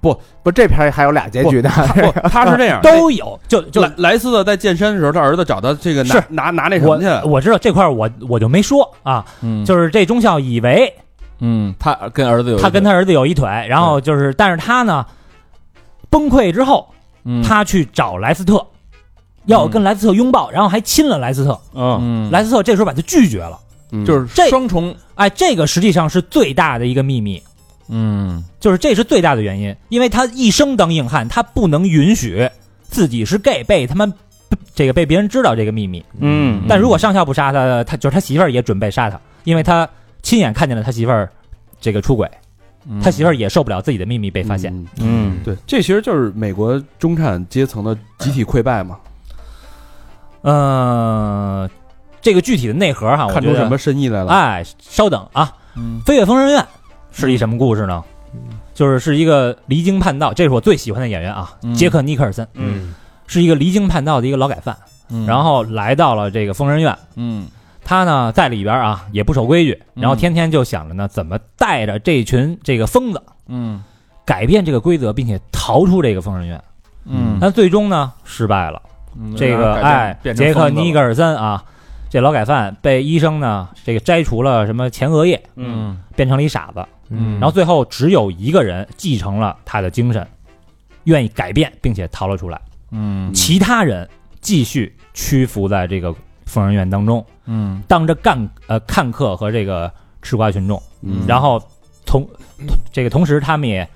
Speaker 2: 不，这片儿还有俩结局呢。
Speaker 1: 不， 他是这样，
Speaker 7: 都有，就就
Speaker 1: 莱莱斯特在健身的时候，他儿子找他这个拿
Speaker 7: 是
Speaker 1: 拿拿那什么
Speaker 7: 我
Speaker 1: 去了，
Speaker 7: 我知道这块儿我我就没说啊，
Speaker 6: 嗯
Speaker 7: 就是这中校以为
Speaker 6: 嗯
Speaker 9: 他跟儿子有一腿
Speaker 7: 他跟他儿子有一腿，然后就是，但是他呢崩溃之后，
Speaker 6: 嗯，
Speaker 7: 他去找莱斯特，要跟莱斯特拥抱，然后还亲了莱斯特，
Speaker 8: 嗯，
Speaker 6: 嗯
Speaker 7: 莱斯特这时候把他拒绝了。
Speaker 1: 就是
Speaker 9: 就是
Speaker 7: 这
Speaker 9: 双重
Speaker 7: 哎，这个实际上是最大的一个秘密，
Speaker 6: 嗯
Speaker 7: 就是这是最大的原因，因为他一生当硬汉，他不能允许自己是 gay 被他们这个被别人知道这个秘密。
Speaker 8: 嗯
Speaker 7: 但如果上校不杀他，他就是他媳妇儿也准备杀他，因为他亲眼看见了他媳妇儿这个出轨，
Speaker 6: 嗯
Speaker 7: 他媳妇儿也受不了自己的秘密被发现。
Speaker 1: 嗯
Speaker 8: 嗯，
Speaker 1: 对，这其实就是美国中产阶层的集体溃败嘛，
Speaker 7: 呃，这个具体的内核啊哈，我
Speaker 1: 看
Speaker 7: 觉
Speaker 1: 出
Speaker 7: 得
Speaker 1: 什么深意来了？
Speaker 7: 哎，稍等啊，
Speaker 6: 嗯
Speaker 7: 飞越疯人院》是一什么故事呢？就是是一个离经叛道，这是我最喜欢的演员啊，
Speaker 6: 嗯
Speaker 7: 杰克·尼克尔森，
Speaker 8: 嗯，
Speaker 7: 是一个离经叛道的一个劳改犯，
Speaker 6: 嗯
Speaker 7: 然后来到了这个疯人院。
Speaker 6: 嗯
Speaker 7: 他呢在里边啊也不守规矩，
Speaker 6: 嗯
Speaker 7: 然后天天就想着呢怎么带着这群这个疯子
Speaker 6: 嗯
Speaker 7: 改变这个规则，并且逃出这个疯人院。
Speaker 6: 嗯
Speaker 7: 但最终呢失败了。
Speaker 6: 嗯
Speaker 7: 这个
Speaker 9: 改变
Speaker 7: 哎，
Speaker 9: 变成
Speaker 7: 杰克
Speaker 9: 疯子了
Speaker 7: 尼格尔森啊，这劳改犯被医生呢这个摘除了什么前额叶，
Speaker 6: 嗯
Speaker 7: 变成了一傻子。
Speaker 6: 嗯
Speaker 7: 然后最后只有一个人继承了他的精神，愿意改变，并且逃了出来。
Speaker 6: 嗯
Speaker 7: 其他人继续屈服在这个疯人院当中，
Speaker 6: 嗯
Speaker 7: 当着干呃看客和这个吃瓜群众，
Speaker 1: 嗯
Speaker 7: 然后同这个同时他们也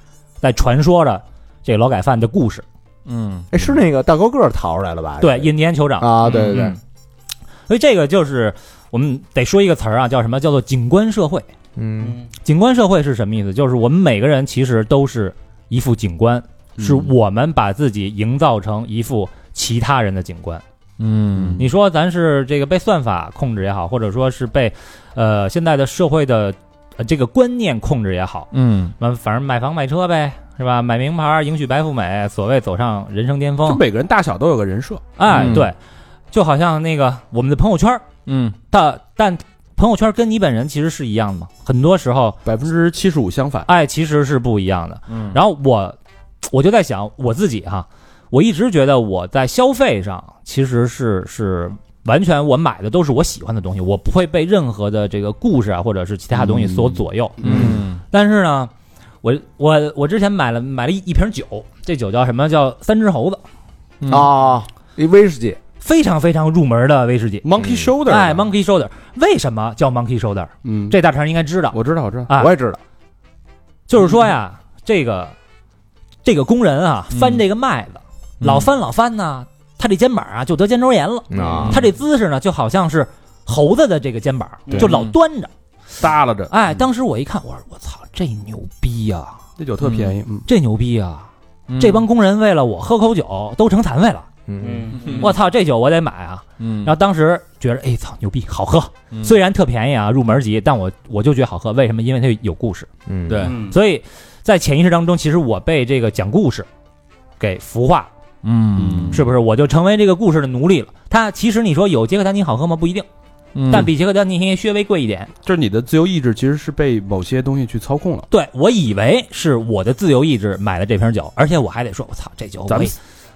Speaker 7: 在传说着这个劳改犯的故事。
Speaker 6: 嗯
Speaker 2: 哎，是那个大高个儿逃出来了吧？
Speaker 7: 对，印第安酋长，
Speaker 2: 啊，对对对，
Speaker 7: 嗯所以这个就是我们得说一个词儿啊，叫什么？叫做景观社会。
Speaker 2: 嗯
Speaker 7: 景观社会是什么意思？就是我们每个人其实都是一副景观，是
Speaker 2: 嗯
Speaker 7: 我们把自己营造成一副其他人的景观。
Speaker 6: 嗯
Speaker 7: 你说咱是这个被算法控制也好，或者说是被呃现在的社会的、呃、这个观念控制也好，
Speaker 6: 嗯
Speaker 7: 那反正买房买车呗，是吧？买名牌，迎娶白富美，所谓走上人生
Speaker 1: 就
Speaker 7: 巅峰。
Speaker 1: 每个人大小都有个人设，
Speaker 7: 哎，
Speaker 6: 嗯
Speaker 7: 对，就好像那个我们的朋友圈儿，
Speaker 6: 嗯
Speaker 7: 但但朋友圈跟你本人其实是一样的嘛，很多时候
Speaker 1: 百分之七十五相反。
Speaker 7: 哎其实是不一样的。
Speaker 6: 嗯
Speaker 7: 然后我我就在想我自己哈，我一直觉得我在消费上其实是是完全我买的都是我喜欢的东西，我不会被任何的这个故事啊或者是其他东西所左右。
Speaker 6: 嗯
Speaker 7: 但是呢，我我我之前买了买了一一瓶酒，这酒叫什么叫三只猴子，
Speaker 6: 嗯
Speaker 2: 啊，一威士忌，
Speaker 7: 非常非常入门的威士忌。
Speaker 1: Monkey shoulder，
Speaker 7: 哎，Monkey Shoulder，为什么叫 Monkey Shoulder？
Speaker 1: 嗯，
Speaker 7: 这大肠应该知道，
Speaker 1: 我知道，我知道，
Speaker 7: 啊
Speaker 2: 我也知道，
Speaker 7: 就是说呀，这个这个工人啊，
Speaker 6: 嗯
Speaker 7: 翻这个麦子，
Speaker 6: 嗯
Speaker 7: 老翻老翻呢，他这肩膀啊就得肩周炎了，
Speaker 2: 啊
Speaker 7: 他这姿势呢就好像是猴子的这个肩膀，
Speaker 8: 对
Speaker 7: 就老端着。
Speaker 1: 耷拉着，
Speaker 7: 哎，当时我一看，我说我操，这牛逼呀、
Speaker 1: 那酒特便宜，嗯，
Speaker 7: 这牛逼呀、
Speaker 6: 嗯
Speaker 7: 这帮工人为了我喝口酒都成残废了，
Speaker 2: 嗯
Speaker 8: 嗯
Speaker 7: 我操，这酒我得买啊！
Speaker 6: 嗯
Speaker 7: 然后当时觉得，哎操，牛逼，好喝，
Speaker 6: 嗯
Speaker 7: 虽然特便宜啊，入门级，但我我就觉得好喝，为什么？因为它有故事。
Speaker 2: 嗯，
Speaker 9: 对
Speaker 8: 嗯
Speaker 7: 所以在潜意识当中，其实我被这个讲故事给孵化，
Speaker 6: 嗯
Speaker 7: 是不是？我就成为这个故事的奴隶了。它其实你说有杰克丹尼好喝吗？不一定，
Speaker 6: 嗯
Speaker 7: 但比杰克丹尼稍微贵一点。
Speaker 1: 就是你的自由意志其实是被某些东西去操控了。
Speaker 7: 对我以为是我的自由意志买了这瓶酒，而且我还得说，我操，这酒
Speaker 1: 咱
Speaker 7: 我
Speaker 1: 们
Speaker 7: 以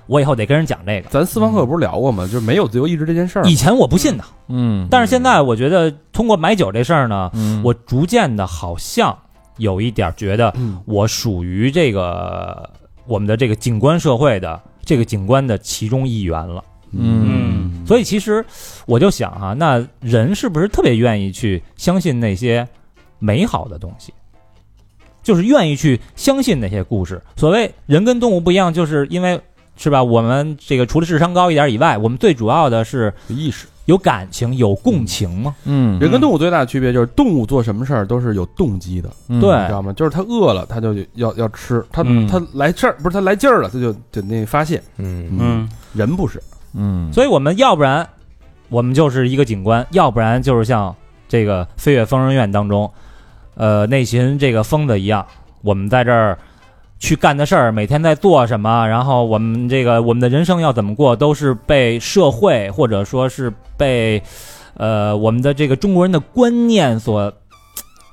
Speaker 7: 我以后得跟人讲这个。
Speaker 1: 咱私房课不是聊过吗？就是没有自由意志这件事儿嘛。
Speaker 7: 以前我不信的，
Speaker 6: 嗯
Speaker 7: 但是现在我觉得通过买酒这事儿呢，
Speaker 6: 嗯
Speaker 7: 我逐渐的好像有一点觉得
Speaker 1: 嗯
Speaker 7: 我属于这个我们的这个景观社会的这个景观的其中一员了。
Speaker 6: 嗯
Speaker 7: 所以其实我就想啊，那人是不是特别愿意去相信那些美好的东西？就是愿意去相信那些故事。所谓人跟动物不一样，就是因为是吧？我们这个除了智商高一点以外，我们最主要的是
Speaker 1: 意识，
Speaker 7: 有感情、有共情嘛。
Speaker 6: 嗯
Speaker 1: 人跟动物最大的区别就是动物做什么事儿都是有动机的，
Speaker 6: 嗯
Speaker 7: 对
Speaker 1: 你知道吗？就是它饿了，它就要要吃；它
Speaker 8: 嗯
Speaker 1: 它来事儿不是它来劲儿了，它就就那发泄。
Speaker 2: 嗯
Speaker 8: 嗯
Speaker 1: 人不是，
Speaker 6: 嗯
Speaker 7: 所以我们要不然我们就是一个景观，要不然就是像这个《飞越疯人院》当中，呃，那群这个疯子一样，我们在这儿去干的事儿，每天在做什么，然后我们这个我们的人生要怎么过，都是被社会或者说是被呃我们的这个中国人的观念所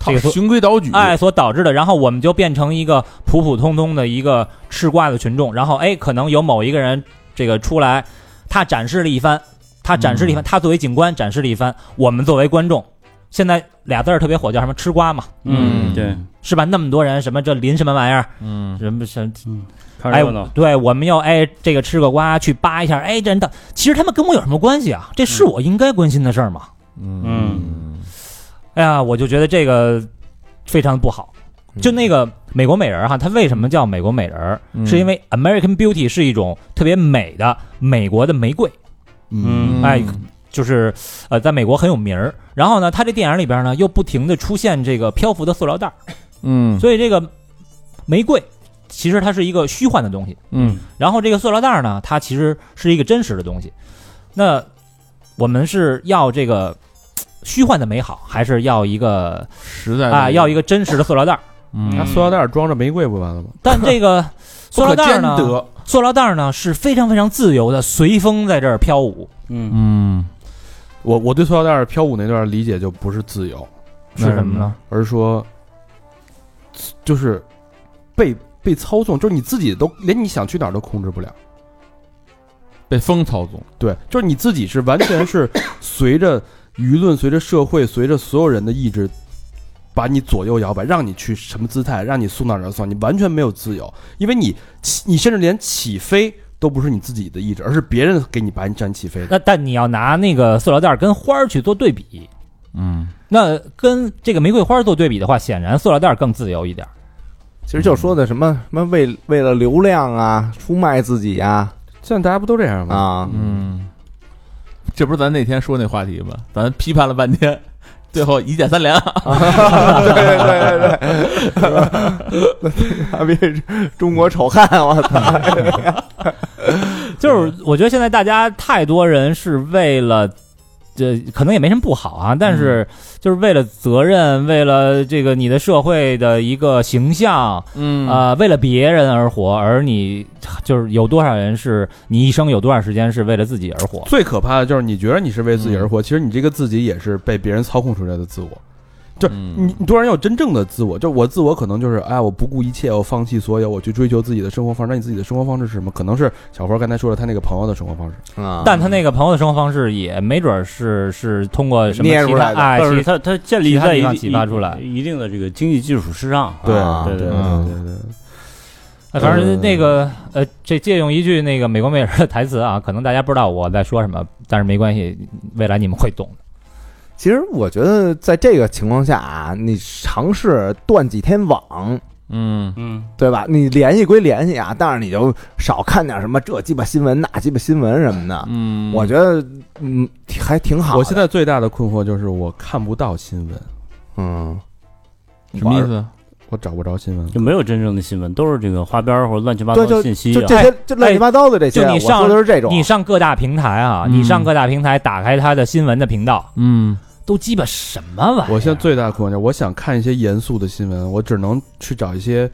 Speaker 7: 这个所
Speaker 9: 循规蹈矩，
Speaker 7: 哎，所导致的，然后我们就变成一个普普通通的一个吃瓜的群众，然后哎，可能有某一个人这个出来，他展示了一番，他展示了一番，他作为警官展示了一番，我们作为观众，现在俩字儿特别火，叫什么吃瓜嘛，
Speaker 8: 嗯，对，
Speaker 7: 是吧？那么多人什么这临什么玩意儿，
Speaker 6: 嗯，
Speaker 7: 什么什
Speaker 8: 看
Speaker 7: 哎
Speaker 8: 热闹，，
Speaker 7: 对，我们要哎这个吃个瓜去扒一下，哎，这人的其实他们跟我有什么关系啊？这是我应该关心的事儿吗？
Speaker 8: 嗯
Speaker 7: 哎呀，我就觉得这个非常不好。就那个美国美人儿哈，它为什么叫美国美人儿？
Speaker 5: 嗯
Speaker 7: 是因为 American Beauty 是一种特别美的美国的玫瑰，
Speaker 8: 嗯，
Speaker 7: 哎，就是呃，在美国很有名儿。然后呢，它这电影里边呢又不停的出现这个漂浮的塑料袋儿，
Speaker 5: 嗯
Speaker 7: 所以这个玫瑰其实它是一个虚幻的东西。
Speaker 5: 嗯，
Speaker 7: 然后这个塑料袋儿呢，它其实是一个真实的东西。那我们是要这个嘖虚幻的美好，还是要一个
Speaker 9: 实
Speaker 5: 呃
Speaker 9: 在嗯
Speaker 7: 啊，要一
Speaker 9: 个
Speaker 7: 个真实的塑料袋儿？
Speaker 1: 拿塑料袋儿装着玫瑰不完了 吗？
Speaker 7: 但这个
Speaker 9: 不
Speaker 7: 嗯塑料
Speaker 9: 可
Speaker 7: 袋儿
Speaker 9: 兼
Speaker 7: 呢，
Speaker 9: 得，
Speaker 7: 塑料袋儿呢是非常非常自由的，随风在这儿飘舞。
Speaker 8: 嗯
Speaker 6: 嗯
Speaker 1: 我我对塑料袋儿飘舞那段理解就不是自由，嗯
Speaker 7: 是什么呢？
Speaker 1: 而是说就是被被操纵，就是你自己都连你想去哪儿都控制不了。
Speaker 9: 被风操纵，
Speaker 1: 对，就是你自己是完全是随着舆论、随着社会、随着所有人的意志，把你左右摇摆，让你去什么姿态，让你送到哪儿送，你完全没有自由，因为你起，你甚至连起飞都不是你自己的意志，而是别人给你把你站起飞的。
Speaker 7: 那但你要拿那个塑料袋儿跟花儿去做对比，
Speaker 6: 嗯
Speaker 7: 那跟这个玫瑰花儿做对比的话，显然塑料袋儿更自由一点儿。
Speaker 2: 其实就说的什么什么为为了流量啊，出卖自己呀
Speaker 1: 现在大家不都这样吗？
Speaker 2: 啊，
Speaker 6: 嗯，
Speaker 9: 这不是咱那天说那话题吗？咱批判了半 天，最后一键三连啊，
Speaker 2: 对对对对，还比中国丑汉，我操！
Speaker 7: 就是我觉得现在大家太多人是为了。这可能也没什么不好啊，但是就是为了责任，为了这个你的社会的一个形象，
Speaker 9: 嗯
Speaker 7: 呃，为了别人而活，而你就是有多少人是你一生有多少时间是为了自己而活？
Speaker 1: 最可怕的就是你觉得你是为自
Speaker 9: 嗯
Speaker 1: 己而活，其实你这个自己也是被别人操控出来的自我。就
Speaker 9: 嗯
Speaker 1: 你，你多少人有真正的自我？就我自我可能就是，哎，我不顾一切，我放弃所有，我去追求自己的生活方式。那你自己的生活方式是什么？可能是小花刚才说的，他那个朋友的生活方式。
Speaker 2: 啊
Speaker 7: 但他那个朋友的生活方式也没准儿是是通过什么
Speaker 2: 捏
Speaker 7: 其
Speaker 2: 出来
Speaker 7: 他
Speaker 2: 的
Speaker 7: 哎，
Speaker 8: 但
Speaker 7: 其
Speaker 8: 是它它建
Speaker 7: 其
Speaker 8: 立在
Speaker 7: 他地
Speaker 8: 一
Speaker 7: 方
Speaker 8: 定
Speaker 7: 启发出来
Speaker 8: 一一定的这个经济基础之上，
Speaker 1: 对
Speaker 2: 啊
Speaker 8: 对对对
Speaker 1: 嗯
Speaker 8: 对，
Speaker 1: 对对，
Speaker 7: 呃反
Speaker 1: 呃
Speaker 7: 正那个呃，这借用一句那个美国美人的台词啊，可能大家不知道我在说什么，但是没关系，未来你们会懂的。
Speaker 2: 其实我觉得在这个情况下啊，你尝试断几天网，
Speaker 6: 嗯
Speaker 8: 嗯
Speaker 2: 对吧？你联系归联系啊，但是你就少看点什么这鸡巴新闻、那鸡巴新闻什么的。
Speaker 6: 嗯
Speaker 2: 我觉得嗯挺还挺好的。
Speaker 1: 我现在最大的困惑就是我看不到新闻，
Speaker 2: 嗯，
Speaker 9: 什么意思？
Speaker 1: 我找不着新闻。
Speaker 8: 就没有真正的新闻，都是这个花边儿或者乱七八糟
Speaker 2: 对
Speaker 8: 的信息
Speaker 2: 就
Speaker 8: 啊。
Speaker 2: 这些就乱七八糟的这些，
Speaker 7: 哎就你上
Speaker 2: 我说的是这种。
Speaker 7: 你上各大平台啊，
Speaker 6: 嗯
Speaker 7: 你上各大平台打开它的新闻的频道，
Speaker 6: 嗯
Speaker 7: 都鸡巴什么玩意儿？啊
Speaker 1: 我现在最大的困惑就是，我想看一些严肃的新闻，我只能去找一些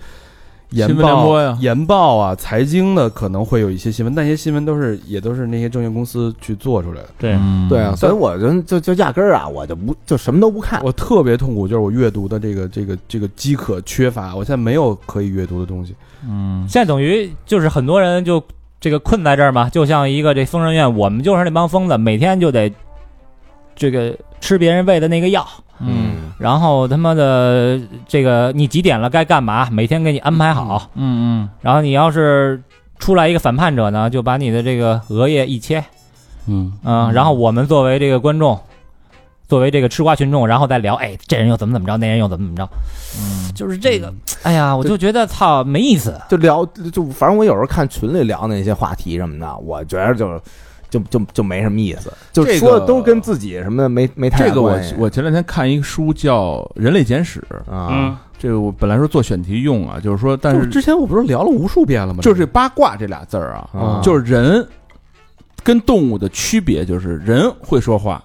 Speaker 1: 研
Speaker 9: 新闻联
Speaker 1: 报
Speaker 9: 播呀
Speaker 1: 研报啊、财经的，可能会有一些新闻，那些新闻都是也都是那些证券公司去做出来的。
Speaker 8: 对，
Speaker 9: 嗯
Speaker 2: 对啊，所以我就就就压根儿啊，我就不就什么都不
Speaker 9: 啊
Speaker 2: 看。
Speaker 1: 我特别痛苦，就是我阅读的这个这个这个饥渴缺乏，我现在没有可以阅读的东西。
Speaker 6: 嗯
Speaker 7: 现在等于就是很多人就这个困在这儿嘛，就像一个这疯人院，我们就是那帮疯子，每天就得这个吃别人喂的那个药，
Speaker 6: 嗯
Speaker 7: 然后他妈的这个你几点了该干嘛，每天给你安排好。
Speaker 6: 嗯嗯
Speaker 7: 然后你要是出来一个反叛者呢，就把你的这个额叶一切，
Speaker 8: 嗯，
Speaker 7: 嗯，然后我们作为这个观众，作为这个吃瓜群众，然后再聊，哎，这人又怎么怎么着，那人又怎么怎么着，
Speaker 6: 嗯
Speaker 7: 就是这个，哎呀，我就觉得操没意思，
Speaker 2: 就聊，就反正我有时候看群里聊那些话题什么的，我觉得就就就就没什么意思，就
Speaker 9: 这个
Speaker 2: 说的都跟自己什么的没没太
Speaker 9: 这
Speaker 2: 大
Speaker 9: 个我
Speaker 2: 关系
Speaker 9: 我前两天看一个书叫《人类简史》，
Speaker 8: 嗯
Speaker 2: 啊，
Speaker 9: 这个我本来说做选题用啊，就是说，但
Speaker 1: 就是是之前我不是聊了无数遍了吗？
Speaker 9: 就是这八卦这俩字儿啊，
Speaker 2: 啊
Speaker 9: 就是人跟动物的区别，就是人会说话，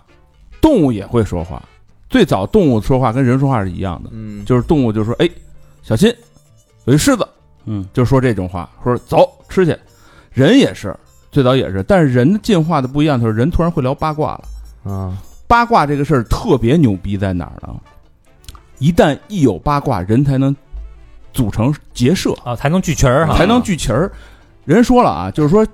Speaker 9: 动物也会说话，最早动物说话跟人说话是一样的，
Speaker 2: 嗯，
Speaker 9: 就是动物就说：“哎，小心，有一狮子。”
Speaker 8: 嗯，
Speaker 9: 就说这种话，说走吃去。人也是最早也是，但是人进化的不一样，就是人突然会聊八卦了。
Speaker 2: 啊，
Speaker 9: 八卦这个事儿特别牛逼在哪儿呢？一旦一有八卦，人才能组成结社，
Speaker 7: 啊，才能聚群儿哈，
Speaker 9: 才能聚群儿。人说了啊，就是说，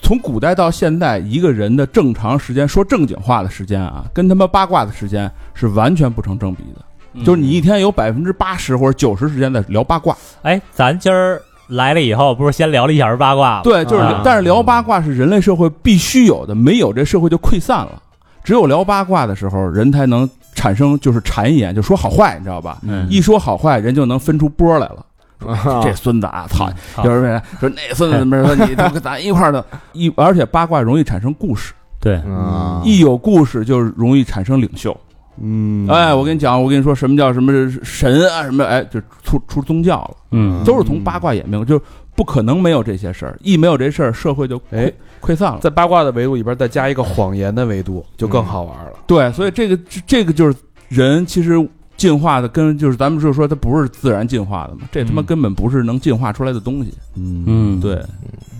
Speaker 9: 从古代到现代，一个人的正常时间说正经话的时间啊，跟他妈八卦的时间是完全不成正比的。就是你一天有百分之八十或者九十时间在聊八卦，
Speaker 6: 哎，咱今儿来了以后，不是先聊了一小时八卦吗？
Speaker 9: 对，就是
Speaker 6: 啊，
Speaker 9: 但是聊八卦是人类社会必须有的，没有这社会就溃散了。只有聊八卦的时候，人才能产生就是谗言，就说好坏，你知道吧？
Speaker 8: 嗯
Speaker 9: 一说好坏，人就能分出波来了。这孙子啊，操！
Speaker 6: 好
Speaker 9: 有人说那孙子怎么说你他妈咱一块儿的，一而且八卦容易产生故事，
Speaker 8: 对，
Speaker 2: 啊，
Speaker 9: 一有故事就容易产生领袖。
Speaker 1: 嗯，
Speaker 9: 哎，我跟你讲，我跟你说什么叫什么神啊什么，哎，就出出宗教了。
Speaker 8: 嗯，
Speaker 9: 都是从八卦演变，就是不可能没有这些事儿，一没有这事儿，社会就
Speaker 1: 哎
Speaker 9: 溃溃散了。
Speaker 1: 在八卦的维度里边再加一个谎言的维度，就更好玩了。
Speaker 9: 对，所以这个这这个就是人其实进化的跟就是咱们就说它不是自然进化的嘛，这他妈
Speaker 7: 嗯
Speaker 9: 根本不是能进化出来的东西。
Speaker 1: 嗯，
Speaker 8: 嗯，
Speaker 9: 对，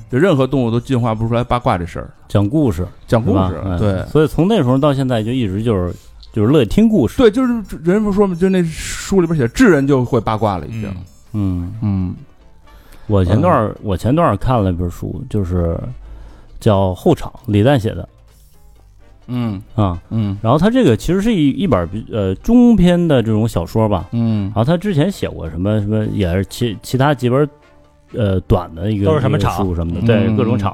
Speaker 9: 就任何动物都进化不出来八卦这事儿，
Speaker 8: 讲故事，
Speaker 9: 讲故
Speaker 8: 是
Speaker 9: 事
Speaker 8: 吧，哎嗯
Speaker 9: 对。
Speaker 8: 所以从那时候到现在就一直就是就是乐意听故事，
Speaker 9: 对，就是人不说嘛，就那书里边写智人就会八卦了，已经。
Speaker 8: 嗯。
Speaker 9: 嗯
Speaker 8: 我前段儿、我前段儿看了一本书，就是叫《后场》，李诞写的
Speaker 9: 嗯
Speaker 8: 啊。
Speaker 9: 嗯
Speaker 8: 然后他这个其实是一一本儿比呃中篇的这种小说吧。
Speaker 9: 嗯
Speaker 8: 然后他之前写过什么什么，也是其其他几本儿呃短的一个
Speaker 7: 都是什么
Speaker 8: 一个
Speaker 7: 场
Speaker 8: 书什么的，对、
Speaker 9: 嗯
Speaker 8: 各种场。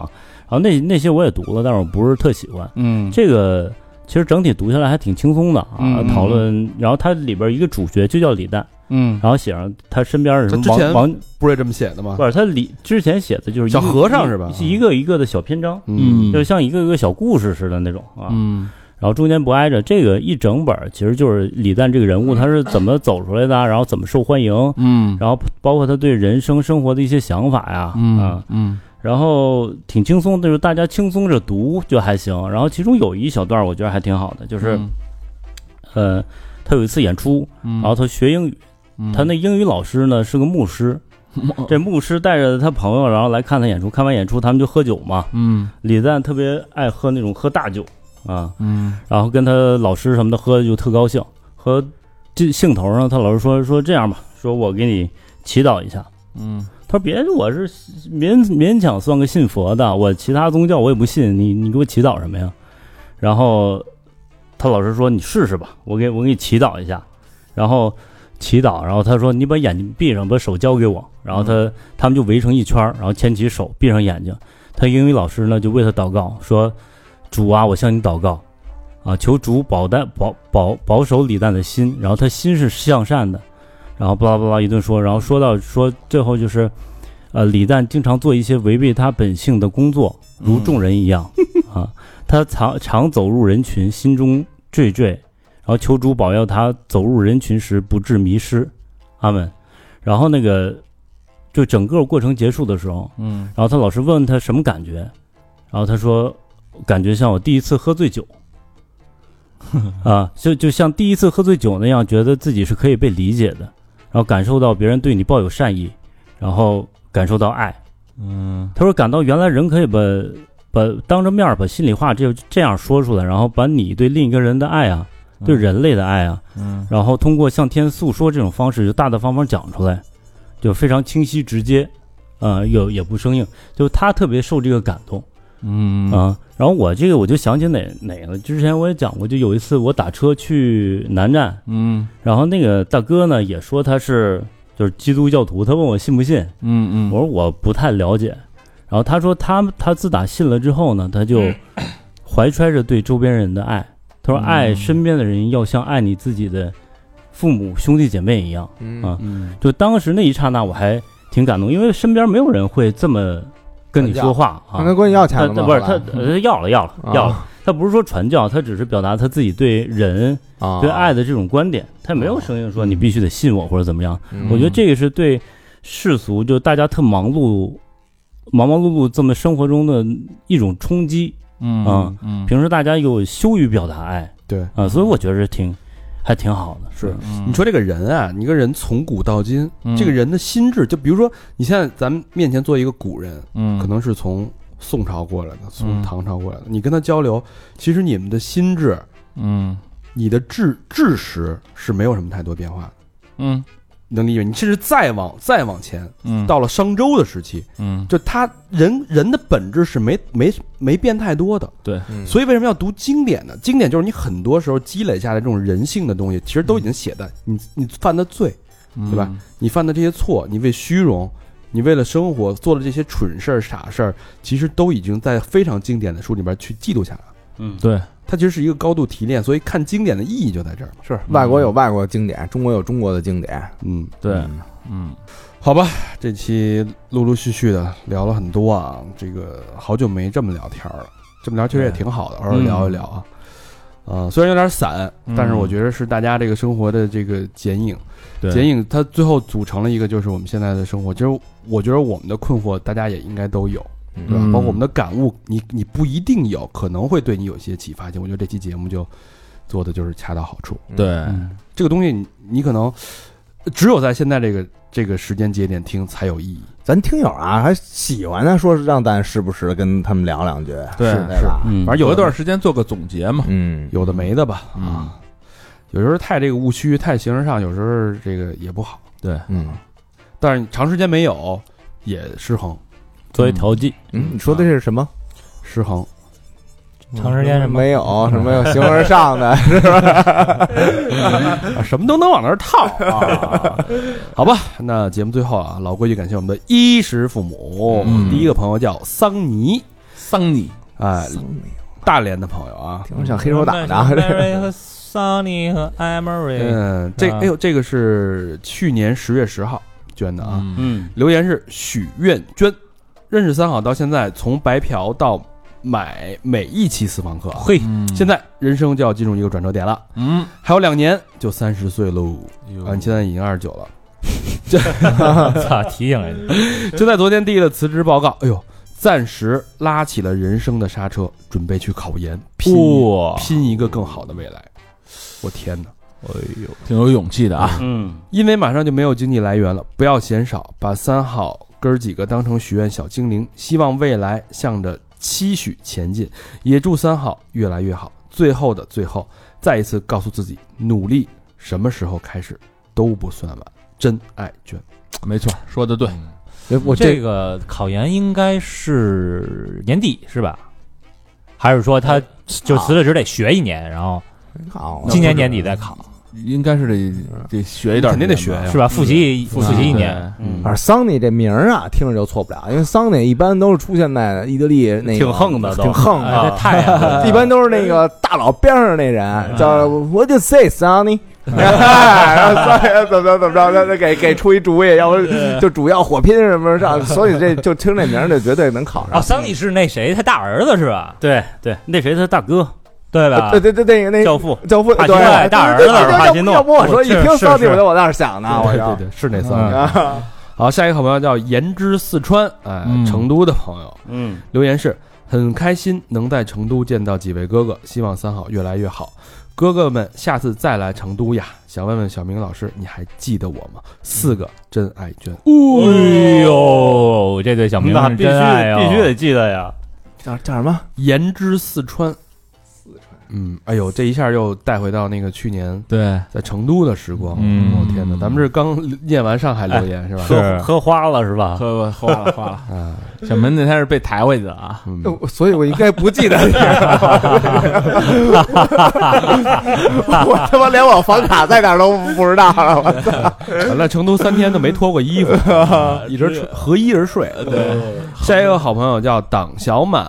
Speaker 8: 然后那那些我也读了，但是我不是特喜欢。
Speaker 9: 嗯，
Speaker 8: 这个其实整体读下来还挺轻松的啊，
Speaker 9: 嗯
Speaker 8: 讨论。然后它里边一个主角就叫李诞，
Speaker 9: 嗯
Speaker 8: 然后写上他身边的什么
Speaker 1: 他之前
Speaker 8: 王王，
Speaker 1: 不是也这么写的吗？
Speaker 8: 不是他李之前写的就是一
Speaker 1: 小
Speaker 8: 个
Speaker 1: 和尚是吧
Speaker 8: 一一个一个的小篇章，
Speaker 1: 嗯
Speaker 8: 就像一个一个小故事似的那种啊。
Speaker 9: 嗯
Speaker 8: 然后中间不挨着，这个一整本儿其实就是李诞这个人
Speaker 1: 嗯
Speaker 8: 物他是怎么走出来的啊，然后怎么受欢迎，
Speaker 9: 嗯
Speaker 8: 然后包括他对人生生活的一些想法呀，啊，
Speaker 9: 嗯
Speaker 8: 然后挺轻松的，就是大家轻松着读就还行。然后其中有一小段儿我觉得还挺好的，就是、
Speaker 1: 嗯
Speaker 8: 呃，他有一次演出，
Speaker 9: 嗯
Speaker 8: 然后他学英语，他那英语老师呢是个 牧师，这牧师带着他朋友，然后来看他演出，看完演出他们就喝酒嘛。
Speaker 9: 嗯
Speaker 8: 李诞特别爱喝那种喝大酒啊，
Speaker 9: 嗯
Speaker 8: 然后跟他老师什么的喝的就特高兴，喝这兴头上，他老师说说这样吧，说我给你祈祷一下。
Speaker 9: 嗯
Speaker 8: 他说别，我是勉勉强算个信佛的，我其他宗教我也不信，你你给我祈祷什么呀？然后他老师说你试试吧，我给我给你祈祷一下，然后祈祷，然后他说你把眼睛闭上，把手交给我，然后他、他们就围成一圈儿，然后牵起手，闭上眼睛。他英语老师呢就为他祷告说：“主啊，我向你祷告，啊，求主保单保保保守李诞的心，然后他心是向善的，然后巴拉巴拉一顿说，然后说到说最后就是，呃，李诞经常做一些违背他本性的工作，如众人一样、啊，他常常走入人群，心中惴惴，然后求主保佑他走入人群时不致迷失，阿门。然后那个就整个过程结束的时候，
Speaker 9: 嗯
Speaker 8: 然后他老师问他什么感觉，然后他说感觉像我第一次喝醉酒，啊，就就像第一次喝醉酒那样，觉得自己是可以被理解的，然后感受到别人对你抱有善意，然后感受到爱。
Speaker 9: 嗯
Speaker 8: 他说感到原来人可以把把当着面儿把心里话这这样说出来，然后把你对另一个人的爱啊，对人类的爱啊，
Speaker 9: 嗯
Speaker 8: 然后通过向天诉说这种方式，就大大方方讲出来，就非常清晰直接，呃，有也不生硬，就他特别受这个感动
Speaker 9: 嗯
Speaker 8: 啊、然后我这个我就想起哪哪个，之前我也讲过，就有一次我打车去南站，
Speaker 9: 嗯
Speaker 8: 然后那个大哥呢也说他是就是基督教徒，他问我信不信，
Speaker 9: 嗯
Speaker 8: 我说我不太了解，然后他说他他自打信了之后呢，他就怀揣着对周边人的爱，
Speaker 9: 嗯
Speaker 8: 他说爱身边的人要像爱你自己的父母兄弟姐妹一样。啊
Speaker 9: 嗯
Speaker 8: 就当时那一刹那，我还挺感动，因为身边没有人会这么跟你说话啊
Speaker 2: 跟。他关系要钱
Speaker 8: 他
Speaker 2: 了
Speaker 8: 他
Speaker 2: 吗？
Speaker 8: 不是他，呃他要了要了
Speaker 2: 啊
Speaker 8: 要了，他不是说传教，他只是表达他自己对人
Speaker 1: 嗯
Speaker 2: 啊，
Speaker 8: 对爱的这种观点，他没有声音说你必须得信我或者怎么样。
Speaker 2: 嗯，
Speaker 8: 我觉得这个是对世俗，就大家特忙碌、忙忙碌碌这么生活中的一种冲击。啊
Speaker 9: 嗯
Speaker 1: 啊
Speaker 8: 平时大家有羞于表达爱，
Speaker 1: 对
Speaker 8: 啊，所以我觉得是挺还挺好的。
Speaker 1: 是你说这个人啊，你一个人从古到今，
Speaker 6: 嗯
Speaker 1: 这个人的心智，就比如说你现在咱们面前坐一个古人，
Speaker 6: 嗯
Speaker 1: 可能是从宋朝过来的，
Speaker 6: 嗯
Speaker 1: 从唐朝过来的，你跟他交流，其实你们的心智、
Speaker 6: 嗯
Speaker 1: 你的智智识是没有什么太多变化的，
Speaker 6: 嗯
Speaker 1: 能理解？你甚至再往再往前，
Speaker 6: 嗯
Speaker 1: 到了商周的时期，
Speaker 6: 嗯
Speaker 1: 就他人人的本质是没没没变太多的。
Speaker 2: 嗯
Speaker 1: 所以为什么要读经典呢？经典就是你很多时候积累下来这种人性的东西，其实都已经写在你你犯的罪。对吧？你犯的这些错，你为虚荣，你为了生活做的这些蠢事儿、傻事儿，其实都已经在非常经典的书里边去记录下来了。
Speaker 8: 嗯，
Speaker 6: 对，
Speaker 1: 它其实是一个高度提炼，所以看经典的意义就在这儿嘛。
Speaker 2: 是外国有外国的经典，中国有中国的经典。
Speaker 1: 嗯，
Speaker 8: 对，
Speaker 2: 嗯
Speaker 6: 嗯
Speaker 1: 好吧，这期陆陆续续的聊了很多啊，这个好久没这么聊天儿了，这么聊其实也挺好的，偶尔聊一聊啊。呃，虽然有点散，
Speaker 6: 嗯
Speaker 1: 但是我觉得是大家这个生活的这个剪影。
Speaker 6: 对
Speaker 1: 剪影它最后组成了一个就是我们现在的生活。其实我觉得我们的困惑大家也应该都有，对吧？
Speaker 6: 嗯
Speaker 1: 包括我们的感悟，你你不一定有，可能会对你有一些启发性。我觉得这期节目就做的就是恰到好处。
Speaker 6: 对
Speaker 1: 这个东西你你可能只有在现在这个这个时间节点听才有意义。
Speaker 2: 咱听友啊，还喜欢呢，说是让咱时不时地跟他们聊两句，
Speaker 9: 对
Speaker 2: 是对吧？
Speaker 8: 嗯，
Speaker 1: 反正有
Speaker 9: 有
Speaker 1: 的
Speaker 9: 一
Speaker 1: 段
Speaker 9: 段时间做个总结嘛，
Speaker 2: 嗯，
Speaker 1: 有的没的吧，
Speaker 6: 嗯
Speaker 1: 啊，有时候太这个务虚，太形而上，有时候这个也不好。
Speaker 2: 嗯
Speaker 1: 但是你长时间没有，也失衡，
Speaker 8: 作为调剂，
Speaker 2: 嗯，你说的是什么？
Speaker 1: 失衡。
Speaker 8: 嗯
Speaker 7: 长时间什么
Speaker 2: 没有什么 有形而上的，是
Speaker 1: 啊，什么都能往那儿套啊。好吧，那节目最后啊，老规矩，感谢我们的衣食父母。
Speaker 6: 嗯
Speaker 1: 第一个朋友叫桑尼，
Speaker 9: 桑尼
Speaker 1: 哎，大连的朋友啊。
Speaker 2: 挺像黑手党的啊。
Speaker 6: 嗯
Speaker 7: Mary 和 Sunny 和 Emery，
Speaker 1: 嗯，这哎呦，这个是去年十月十号捐的啊。
Speaker 6: 嗯
Speaker 8: 嗯，
Speaker 1: 留言是许愿娟，认识三好到现在，从白嫖到买每一期私房课啊，
Speaker 7: 嗯
Speaker 8: 嘿，
Speaker 1: 现在人生就要进入一个转折点了，
Speaker 6: 嗯
Speaker 1: 还有两年就三十岁喽，啊，你现在已经二十九了。
Speaker 7: 操，提醒人家，
Speaker 1: 就在昨天递了辞职报告，哎呦，暂时拉起了人生的刹车，准备去考研，拼、
Speaker 7: 哇，
Speaker 1: 拼一个更好的未来。我天哪！
Speaker 9: 挺有勇气的啊，
Speaker 8: 嗯，
Speaker 1: 因为马上就没有经济来源了，不要嫌少，把三好哥儿几个当成许愿小精灵，希望未来向着期许前进，也祝三好越来越好。最后的最后，再一次告诉自己，努力什么时候开始都不算晚。真爱卷，
Speaker 9: 没错，说的对，
Speaker 2: 我
Speaker 7: 哦这个考研应该是年底是吧？还是说他就
Speaker 6: 啊
Speaker 7: 辞了职得学一年，然后
Speaker 2: 好，
Speaker 7: 今年年底再考
Speaker 9: 应该是得得学一点，
Speaker 1: 肯定得学呀
Speaker 7: 是吧？复习复习一年，
Speaker 8: 嗯
Speaker 2: 反正桑尼这名儿啊，听着就错不了，因为桑尼一般都是出现在伊德利那个
Speaker 8: 挺横的都
Speaker 2: 挺横
Speaker 7: 哎
Speaker 6: 啊
Speaker 2: 的
Speaker 7: 这，太 阳了
Speaker 2: 一般都是那个大佬边上那
Speaker 8: 哎
Speaker 2: 人叫 What you say, Sonny？然后桑尼怎么着怎么着，他他给给出一主意，要不
Speaker 8: 哎
Speaker 2: 就主要火拼什么上， 所以这就听这名儿就绝对能考
Speaker 7: 哦，
Speaker 2: 上。
Speaker 7: 桑尼是那谁他大儿子是吧？
Speaker 8: 对对，那谁他大哥
Speaker 7: 对吧
Speaker 2: 对？对对，那个那
Speaker 8: 教父，
Speaker 2: 教父
Speaker 8: 帕
Speaker 2: 对
Speaker 8: 奇诺大儿子
Speaker 2: 对对对
Speaker 8: 帕奇诺
Speaker 2: 要不我说一
Speaker 8: 是
Speaker 2: 听
Speaker 8: 是
Speaker 2: 桑尼，
Speaker 8: 是
Speaker 2: 我就往那儿想呢，啊我
Speaker 1: 对
Speaker 2: 就
Speaker 1: 对对，是那
Speaker 9: 嗯
Speaker 1: 三个。
Speaker 2: 啊
Speaker 1: 好，下一个好朋友叫言之四川，哎，
Speaker 6: 嗯
Speaker 1: 成都的朋友
Speaker 8: 嗯，
Speaker 1: 留言是很开心能在成都见到几位哥哥，希望三好越来越好。哥哥们，下次再来成都呀！想问问小明老师，你还记得我吗？四个真爱娟，
Speaker 7: 哎呦，这对小明
Speaker 8: 那
Speaker 7: 是
Speaker 8: 必须
Speaker 7: 真爱哦，
Speaker 8: 必须得记得呀，
Speaker 2: 叫叫什么？
Speaker 1: 言之四川，四川，嗯，哎呦，这一下又带回到那个去年
Speaker 6: 对，
Speaker 1: 在成都的时光。
Speaker 6: 嗯
Speaker 1: 我天哪，咱们这刚念完上海留言、哎是吧？
Speaker 8: 喝喝花了是吧？
Speaker 9: 嗯喝花了花了，
Speaker 1: 啊，
Speaker 9: 小门那天是被抬回去的啊，
Speaker 1: 嗯
Speaker 2: 呃所以我应该不记得你。 我他妈连我房卡在哪儿都不知道了。我操
Speaker 1: 我在成都三天都没脱过衣 服，一直穿合衣而睡。对，下一个好朋友叫党小满，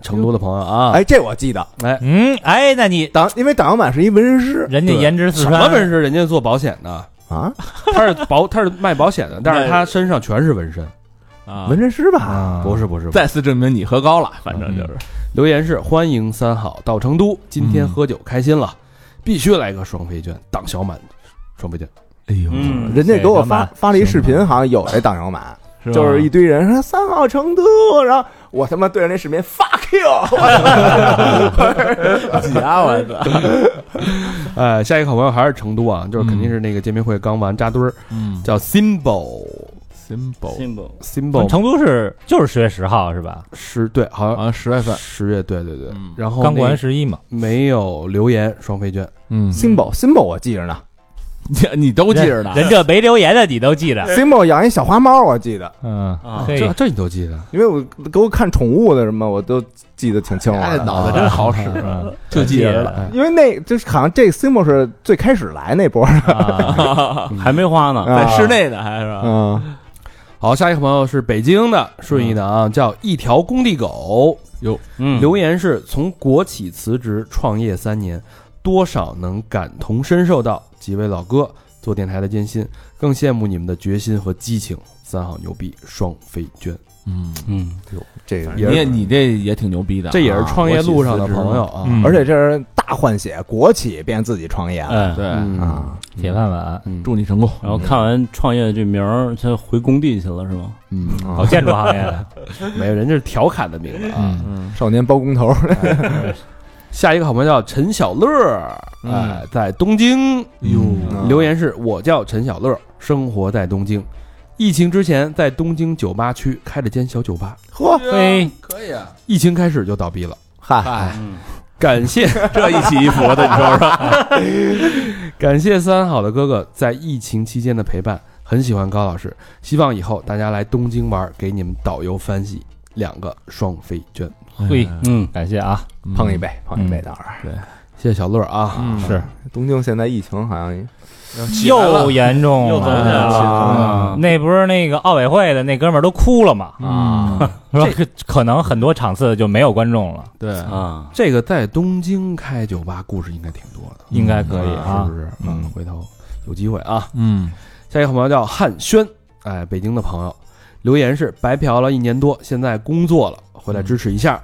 Speaker 1: 成都的朋友啊，
Speaker 2: 哎，这我记得，
Speaker 7: 嗯，哎，那你
Speaker 2: 党因为党小满是一纹身师
Speaker 7: 人家颜值四
Speaker 1: 什
Speaker 7: 川，
Speaker 1: 么纹身？人家做保险的，
Speaker 2: 啊，
Speaker 1: 他是保他是卖保险的，但是他身上全是纹身。
Speaker 9: 啊
Speaker 2: 纹身师吧？
Speaker 1: 不是不是，不是
Speaker 9: 再次证明你喝高了，反正就是
Speaker 1: 留言是欢迎三好到成都，今天喝酒开心了，必须来个双飞卷，党小满双飞卷。
Speaker 8: 嗯，
Speaker 2: 人家给我
Speaker 7: 谢谢小
Speaker 2: 发
Speaker 7: 满
Speaker 2: 哎发了一视频，好像有这党小满，
Speaker 9: 是吧
Speaker 2: 就是一堆人说三好成都，然后我他妈对着那视频 fuck you，挤啊我操！
Speaker 1: 呃，下一个好朋友还是成都啊，就是肯定是那个见面会刚完扎堆儿，
Speaker 6: 嗯，
Speaker 1: 叫 Symbol
Speaker 9: ，symbol
Speaker 8: symbol
Speaker 1: Symbol
Speaker 7: 成都是就是十月十号是吧？
Speaker 1: 十对，好
Speaker 9: 好
Speaker 1: 像
Speaker 9: 像十月份，
Speaker 1: 十月对对对
Speaker 6: 嗯，
Speaker 1: 然后
Speaker 7: 刚过
Speaker 1: 那
Speaker 7: 完十一嘛，
Speaker 1: 没有留言双飞券，
Speaker 6: 嗯
Speaker 2: symbol symbol 我记着呢
Speaker 9: 你你都记着呢，
Speaker 7: 人这没留言的你都 记得，
Speaker 2: ，symbol 养一小花猫我记得，
Speaker 7: 嗯
Speaker 8: 啊，
Speaker 7: 可以
Speaker 1: 这。这你都记得？
Speaker 2: 因为我给我看宠物的什么我都记得挺清楚
Speaker 9: 哎
Speaker 1: 啊
Speaker 2: 的。啊
Speaker 9: 脑子真好使，啊
Speaker 7: 嗯
Speaker 9: 就记着了。
Speaker 2: 因为那就是好像这 symbol 是最开始来那波的，
Speaker 7: 啊，
Speaker 8: 还没花呢，
Speaker 2: 啊
Speaker 9: 在室内呢，还是吧？
Speaker 2: 嗯，
Speaker 1: 好，下一个朋友是北京的顺义的啊，叫一条工地狗，
Speaker 8: 嗯，
Speaker 1: 留言是从国企辞职创业三年，多少能感同身受到几位老哥做电台的艰辛，更羡慕你们的决心和激情。三好牛逼，双飞娟，
Speaker 6: 嗯，
Speaker 8: 嗯，
Speaker 2: 这个
Speaker 9: 你也你这也挺牛逼的啊，
Speaker 1: 这也是创业路上的朋友
Speaker 9: 我
Speaker 1: 啊。
Speaker 7: 嗯
Speaker 2: 而且这是大换血，国企变自己创业了
Speaker 7: 嗯，
Speaker 9: 起辞职了。对，
Speaker 1: 嗯
Speaker 2: 啊，
Speaker 7: 铁饭碗，
Speaker 1: 嗯
Speaker 9: 祝你成功。
Speaker 8: 然后看完创业这名儿，他回工地去了是吗？
Speaker 1: 嗯，
Speaker 7: 搞建筑行业的，
Speaker 1: 没有，人家是调侃的名字啊。
Speaker 6: 嗯
Speaker 2: 少年包工头，
Speaker 9: 哎
Speaker 1: 下一个好朋友叫陈小乐儿，
Speaker 9: 嗯
Speaker 1: 哎，在东京
Speaker 9: 哟，
Speaker 2: 嗯
Speaker 1: 留言是：我叫陈小乐，生活在东京。疫情之前，在东京酒吧区开了间小酒吧，
Speaker 9: 哦
Speaker 2: 嚯，
Speaker 7: 嘿，
Speaker 9: 可以啊，
Speaker 1: 疫情开始就倒闭了。
Speaker 2: 嗨，
Speaker 9: 哎，
Speaker 1: 感谢
Speaker 9: 这一起一伏的，你说说，
Speaker 1: 感谢三好的哥哥在疫情期间的陪伴，很喜欢高老师。希望以后大家来东京玩，给你们导游翻译两个双飞券。
Speaker 7: 嘿，
Speaker 8: 嗯，
Speaker 7: 感谢啊，
Speaker 2: 碰一杯，碰一杯，到时候。
Speaker 1: 谢谢小乐啊，
Speaker 6: 嗯
Speaker 7: 是
Speaker 2: 东京现在疫情好像
Speaker 7: 又严重
Speaker 8: 又走起来
Speaker 7: 了。
Speaker 8: 了，
Speaker 9: 啊
Speaker 7: 那不是那个奥委会的那哥们儿都哭了嘛，
Speaker 6: 啊，
Speaker 7: 说可能很多场次就没有观众了，
Speaker 9: 对，
Speaker 8: 啊，
Speaker 1: 这个在东京开酒吧故事应该挺多的，
Speaker 7: 应该可以啊
Speaker 1: 是不。是？嗯，回头有机会啊。
Speaker 6: 嗯
Speaker 1: 下一个好朋友叫汉轩，哎，北京的朋友留言是白嫖了一年多，现在工作了，回来支持一下。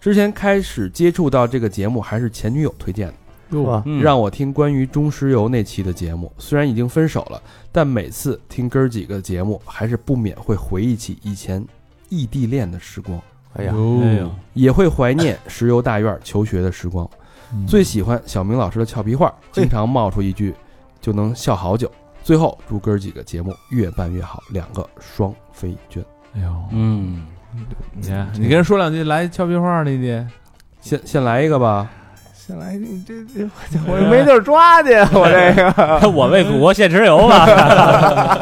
Speaker 1: 之前开始接触到这个节目还是前女友推荐的，
Speaker 2: 哟，
Speaker 8: 嗯
Speaker 1: 让我听关于中石油那期的节目。虽然已经分手了，但每次听哥儿几个节目，还是不免会回忆起以前异地恋的时光，
Speaker 2: 哎呀，
Speaker 8: 哎呦，
Speaker 1: 也会怀念石油大院求学的时光。最喜欢小明老师的俏皮话，经常冒出一句就能笑好久。最后，祝哥儿几个节目越办越好，两个双飞娟。
Speaker 6: 哎呦，
Speaker 8: 嗯，
Speaker 9: 你看，你跟人说两句，来俏皮话那句，
Speaker 1: 先先来一个吧，
Speaker 2: 先来你这这我我没地儿抓去，我这个
Speaker 7: 我为祖国献石油
Speaker 8: 哦
Speaker 7: 吧，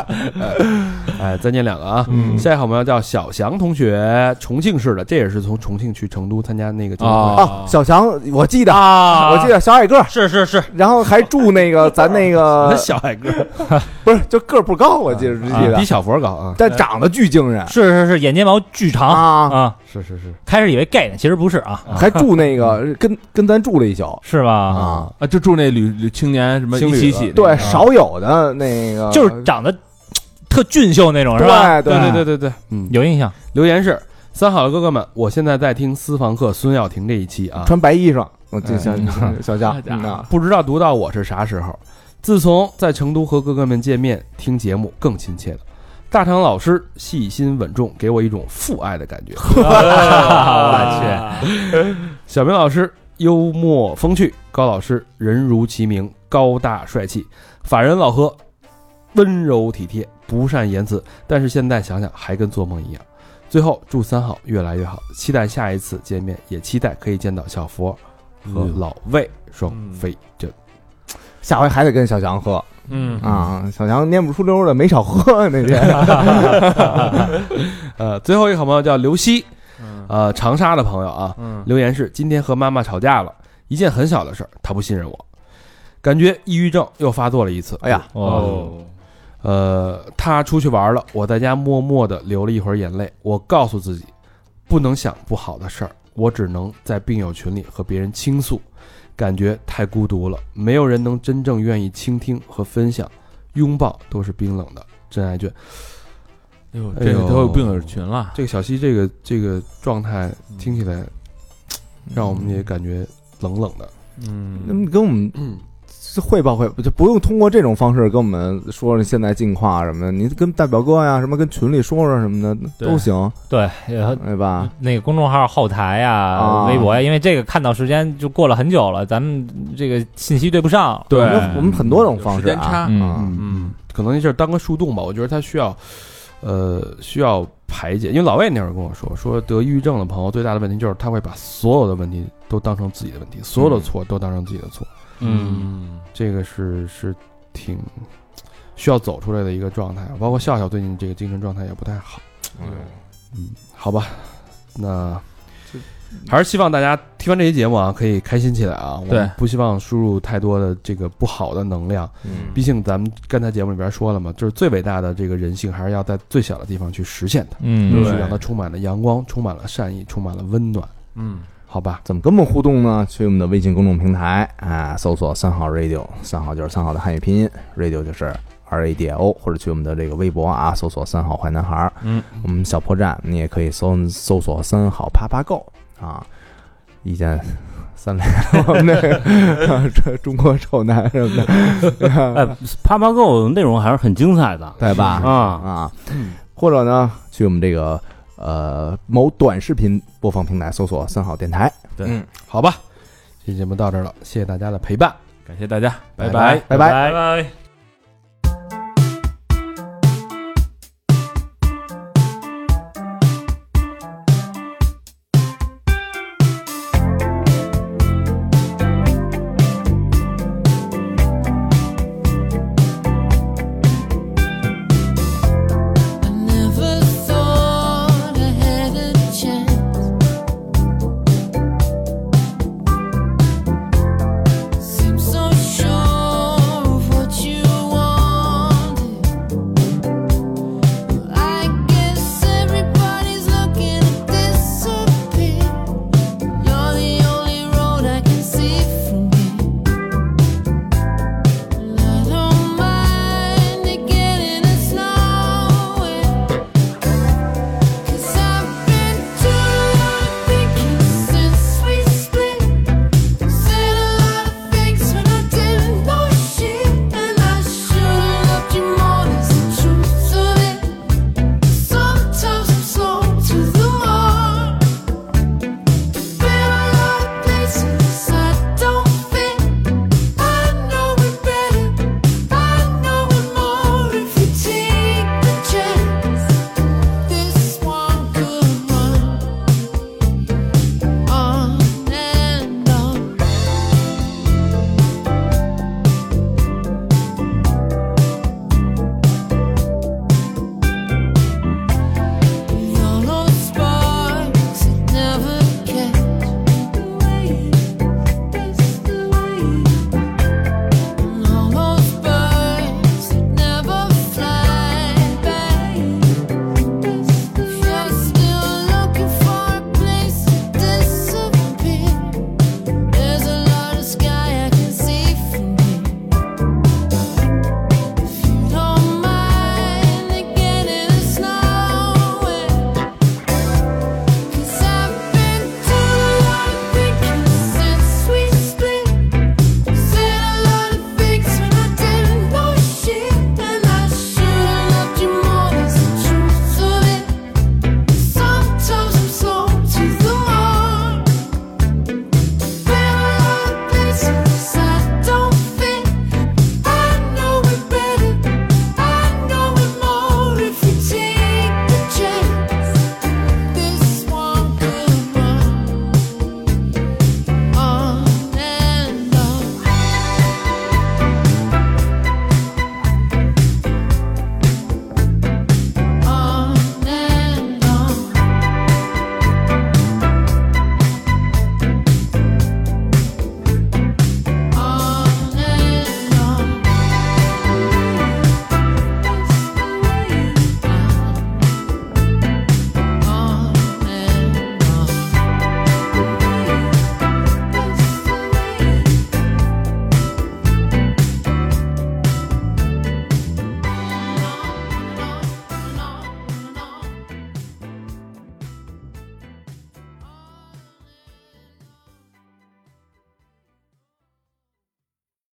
Speaker 1: 哎，再念两个啊。
Speaker 6: 嗯
Speaker 1: 下一个好朋友叫小翔同学，重庆市的，这也是从重庆去成都参加那个节目
Speaker 9: 哦
Speaker 1: 会。
Speaker 2: 啊，小强我记得，
Speaker 7: 啊
Speaker 2: 我记得小矮个儿，
Speaker 7: 是是是，
Speaker 2: 然后还住那个咱那个
Speaker 1: 小矮个儿，
Speaker 2: 不是就个儿不高，我记得只记
Speaker 1: 啊比
Speaker 2: 得，
Speaker 1: 小佛高啊！
Speaker 2: 但长得巨惊人
Speaker 7: 是是是，眼睫毛巨长
Speaker 2: 啊，
Speaker 7: 啊！
Speaker 1: 是是是，
Speaker 7: 开始以为 gay 呢，其实不是啊，
Speaker 2: 还住那个跟跟咱住了一宿
Speaker 7: 是吧？
Speaker 2: 啊，
Speaker 9: 啊，就住那旅旅青年什么
Speaker 1: 青
Speaker 9: 一
Speaker 1: 旅
Speaker 9: 起
Speaker 1: 的
Speaker 9: 起，
Speaker 2: 对，少有的那个
Speaker 7: 就是长得特俊秀那种，是吧？
Speaker 2: 对
Speaker 1: 对对对对对，嗯。
Speaker 7: 有印象，
Speaker 1: 留言是三好的哥哥们，我现在在听私房课孙耀庭这一期啊，
Speaker 2: 穿白衣裳，我就想
Speaker 6: 嗯
Speaker 2: 小强
Speaker 9: 好家伙
Speaker 2: 啊
Speaker 1: 不知道读到我是啥时候。自从在成都和哥哥们见面，听节目更亲切了。大长老师细心稳重，给我一种父爱的感觉。
Speaker 7: 我去，
Speaker 1: 小明老师幽默风趣，高老师人如其名，高大帅气，法人老何温柔体贴，不善言辞，但是现在想想还跟做梦一样。最后祝三好越来越好，期待下一次见面，也期待可以见到小佛
Speaker 8: 嗯
Speaker 1: 和
Speaker 9: 嗯
Speaker 1: 老魏双飞这
Speaker 2: 下回还得跟小强喝
Speaker 6: 嗯
Speaker 2: 啊，小强蔫不出溜的，没少喝 那天。
Speaker 1: 呃，最后一个好朋友叫刘希，
Speaker 2: 嗯
Speaker 1: 呃，长沙的朋友啊，留言是今天和妈妈吵架了，一件很小的事儿，她不信任我，感觉抑郁症又发作了一次。
Speaker 2: 哎呀，
Speaker 7: 哦，
Speaker 1: 呃，他出去玩了，我在家默默的流了一会儿眼泪。我告诉自己，不能想不好的事儿，我只能在病友群里和别人倾诉，感觉太孤独了，没有人能真正愿意倾听和分享，拥抱都是冰冷的。真爱卷，
Speaker 9: 哎呦，
Speaker 1: 哎
Speaker 9: 这个
Speaker 1: 呦
Speaker 9: 都有病友群了，
Speaker 1: 这个小溪这个这个状态听起来，让我们也感觉冷冷的。
Speaker 9: 嗯
Speaker 2: 那么跟我们
Speaker 1: 嗯，
Speaker 2: 汇报汇报，就不用通过这种方式跟我们说现在近况啊什么的，你跟大表哥呀、什么跟群里说说什么的
Speaker 7: 对
Speaker 2: 都行，
Speaker 7: 对，呃
Speaker 2: 对吧？
Speaker 7: 那个公众号后台呀、
Speaker 2: 啊
Speaker 7: 微博呀，因为这个看到时间就过了很久了，咱们这个信息对不上。嗯
Speaker 1: 对
Speaker 2: 我们我们很多种方式
Speaker 9: 有时间
Speaker 2: 啊
Speaker 9: 差，
Speaker 2: 嗯
Speaker 1: 嗯，可能那事儿当个树洞吧，我觉得他需要，呃，需要排解。因为老魏那会儿跟我说，说得抑郁症的朋友最大的问题就是他会把所有的问题都当成自己的问题，所有的错都当成自己的错。
Speaker 8: 嗯，
Speaker 1: 这个是是挺需要走出来的一个状态。啊包括笑笑最近这个精神状态也不太好。嗯，好吧，那。还是希望大家听完这期节目啊，可以开心起来啊！我
Speaker 9: 对
Speaker 1: 们不希望输入太多的这个不好的能量，
Speaker 2: 嗯
Speaker 1: 毕竟咱们刚才节目里边说了嘛，就是最伟大的这个人性，还是要在最小的地方去实现它，
Speaker 7: 嗯
Speaker 1: 去让它充满了阳光，充满了善意，充满了温暖。
Speaker 6: 嗯，
Speaker 1: 好吧，
Speaker 2: 怎么跟我们互动呢？去我们的微信公众平台啊，搜索“三好 radio”，三好就是三好的汉语拼音，radio 就是 R A D I O，或者去我们的这个微博啊，搜索“三好坏男孩”。
Speaker 6: 嗯，
Speaker 2: 我们小破站，你也可以搜搜索“三好啪啪购”啊，一键三连，我们这个 这中国臭男什么的，
Speaker 8: 哎，啪啪购内容还是很精彩的
Speaker 2: 对吧？
Speaker 9: 嗯
Speaker 8: 啊，
Speaker 2: 啊，或者呢，去我们这个呃某短视频播放平台搜索“三好电台
Speaker 1: 好吧，这期节目到这儿了，谢谢大家的陪伴，
Speaker 9: 感谢大家，拜
Speaker 1: 拜
Speaker 2: 拜
Speaker 9: 拜”，
Speaker 2: 拜。
Speaker 7: 拜。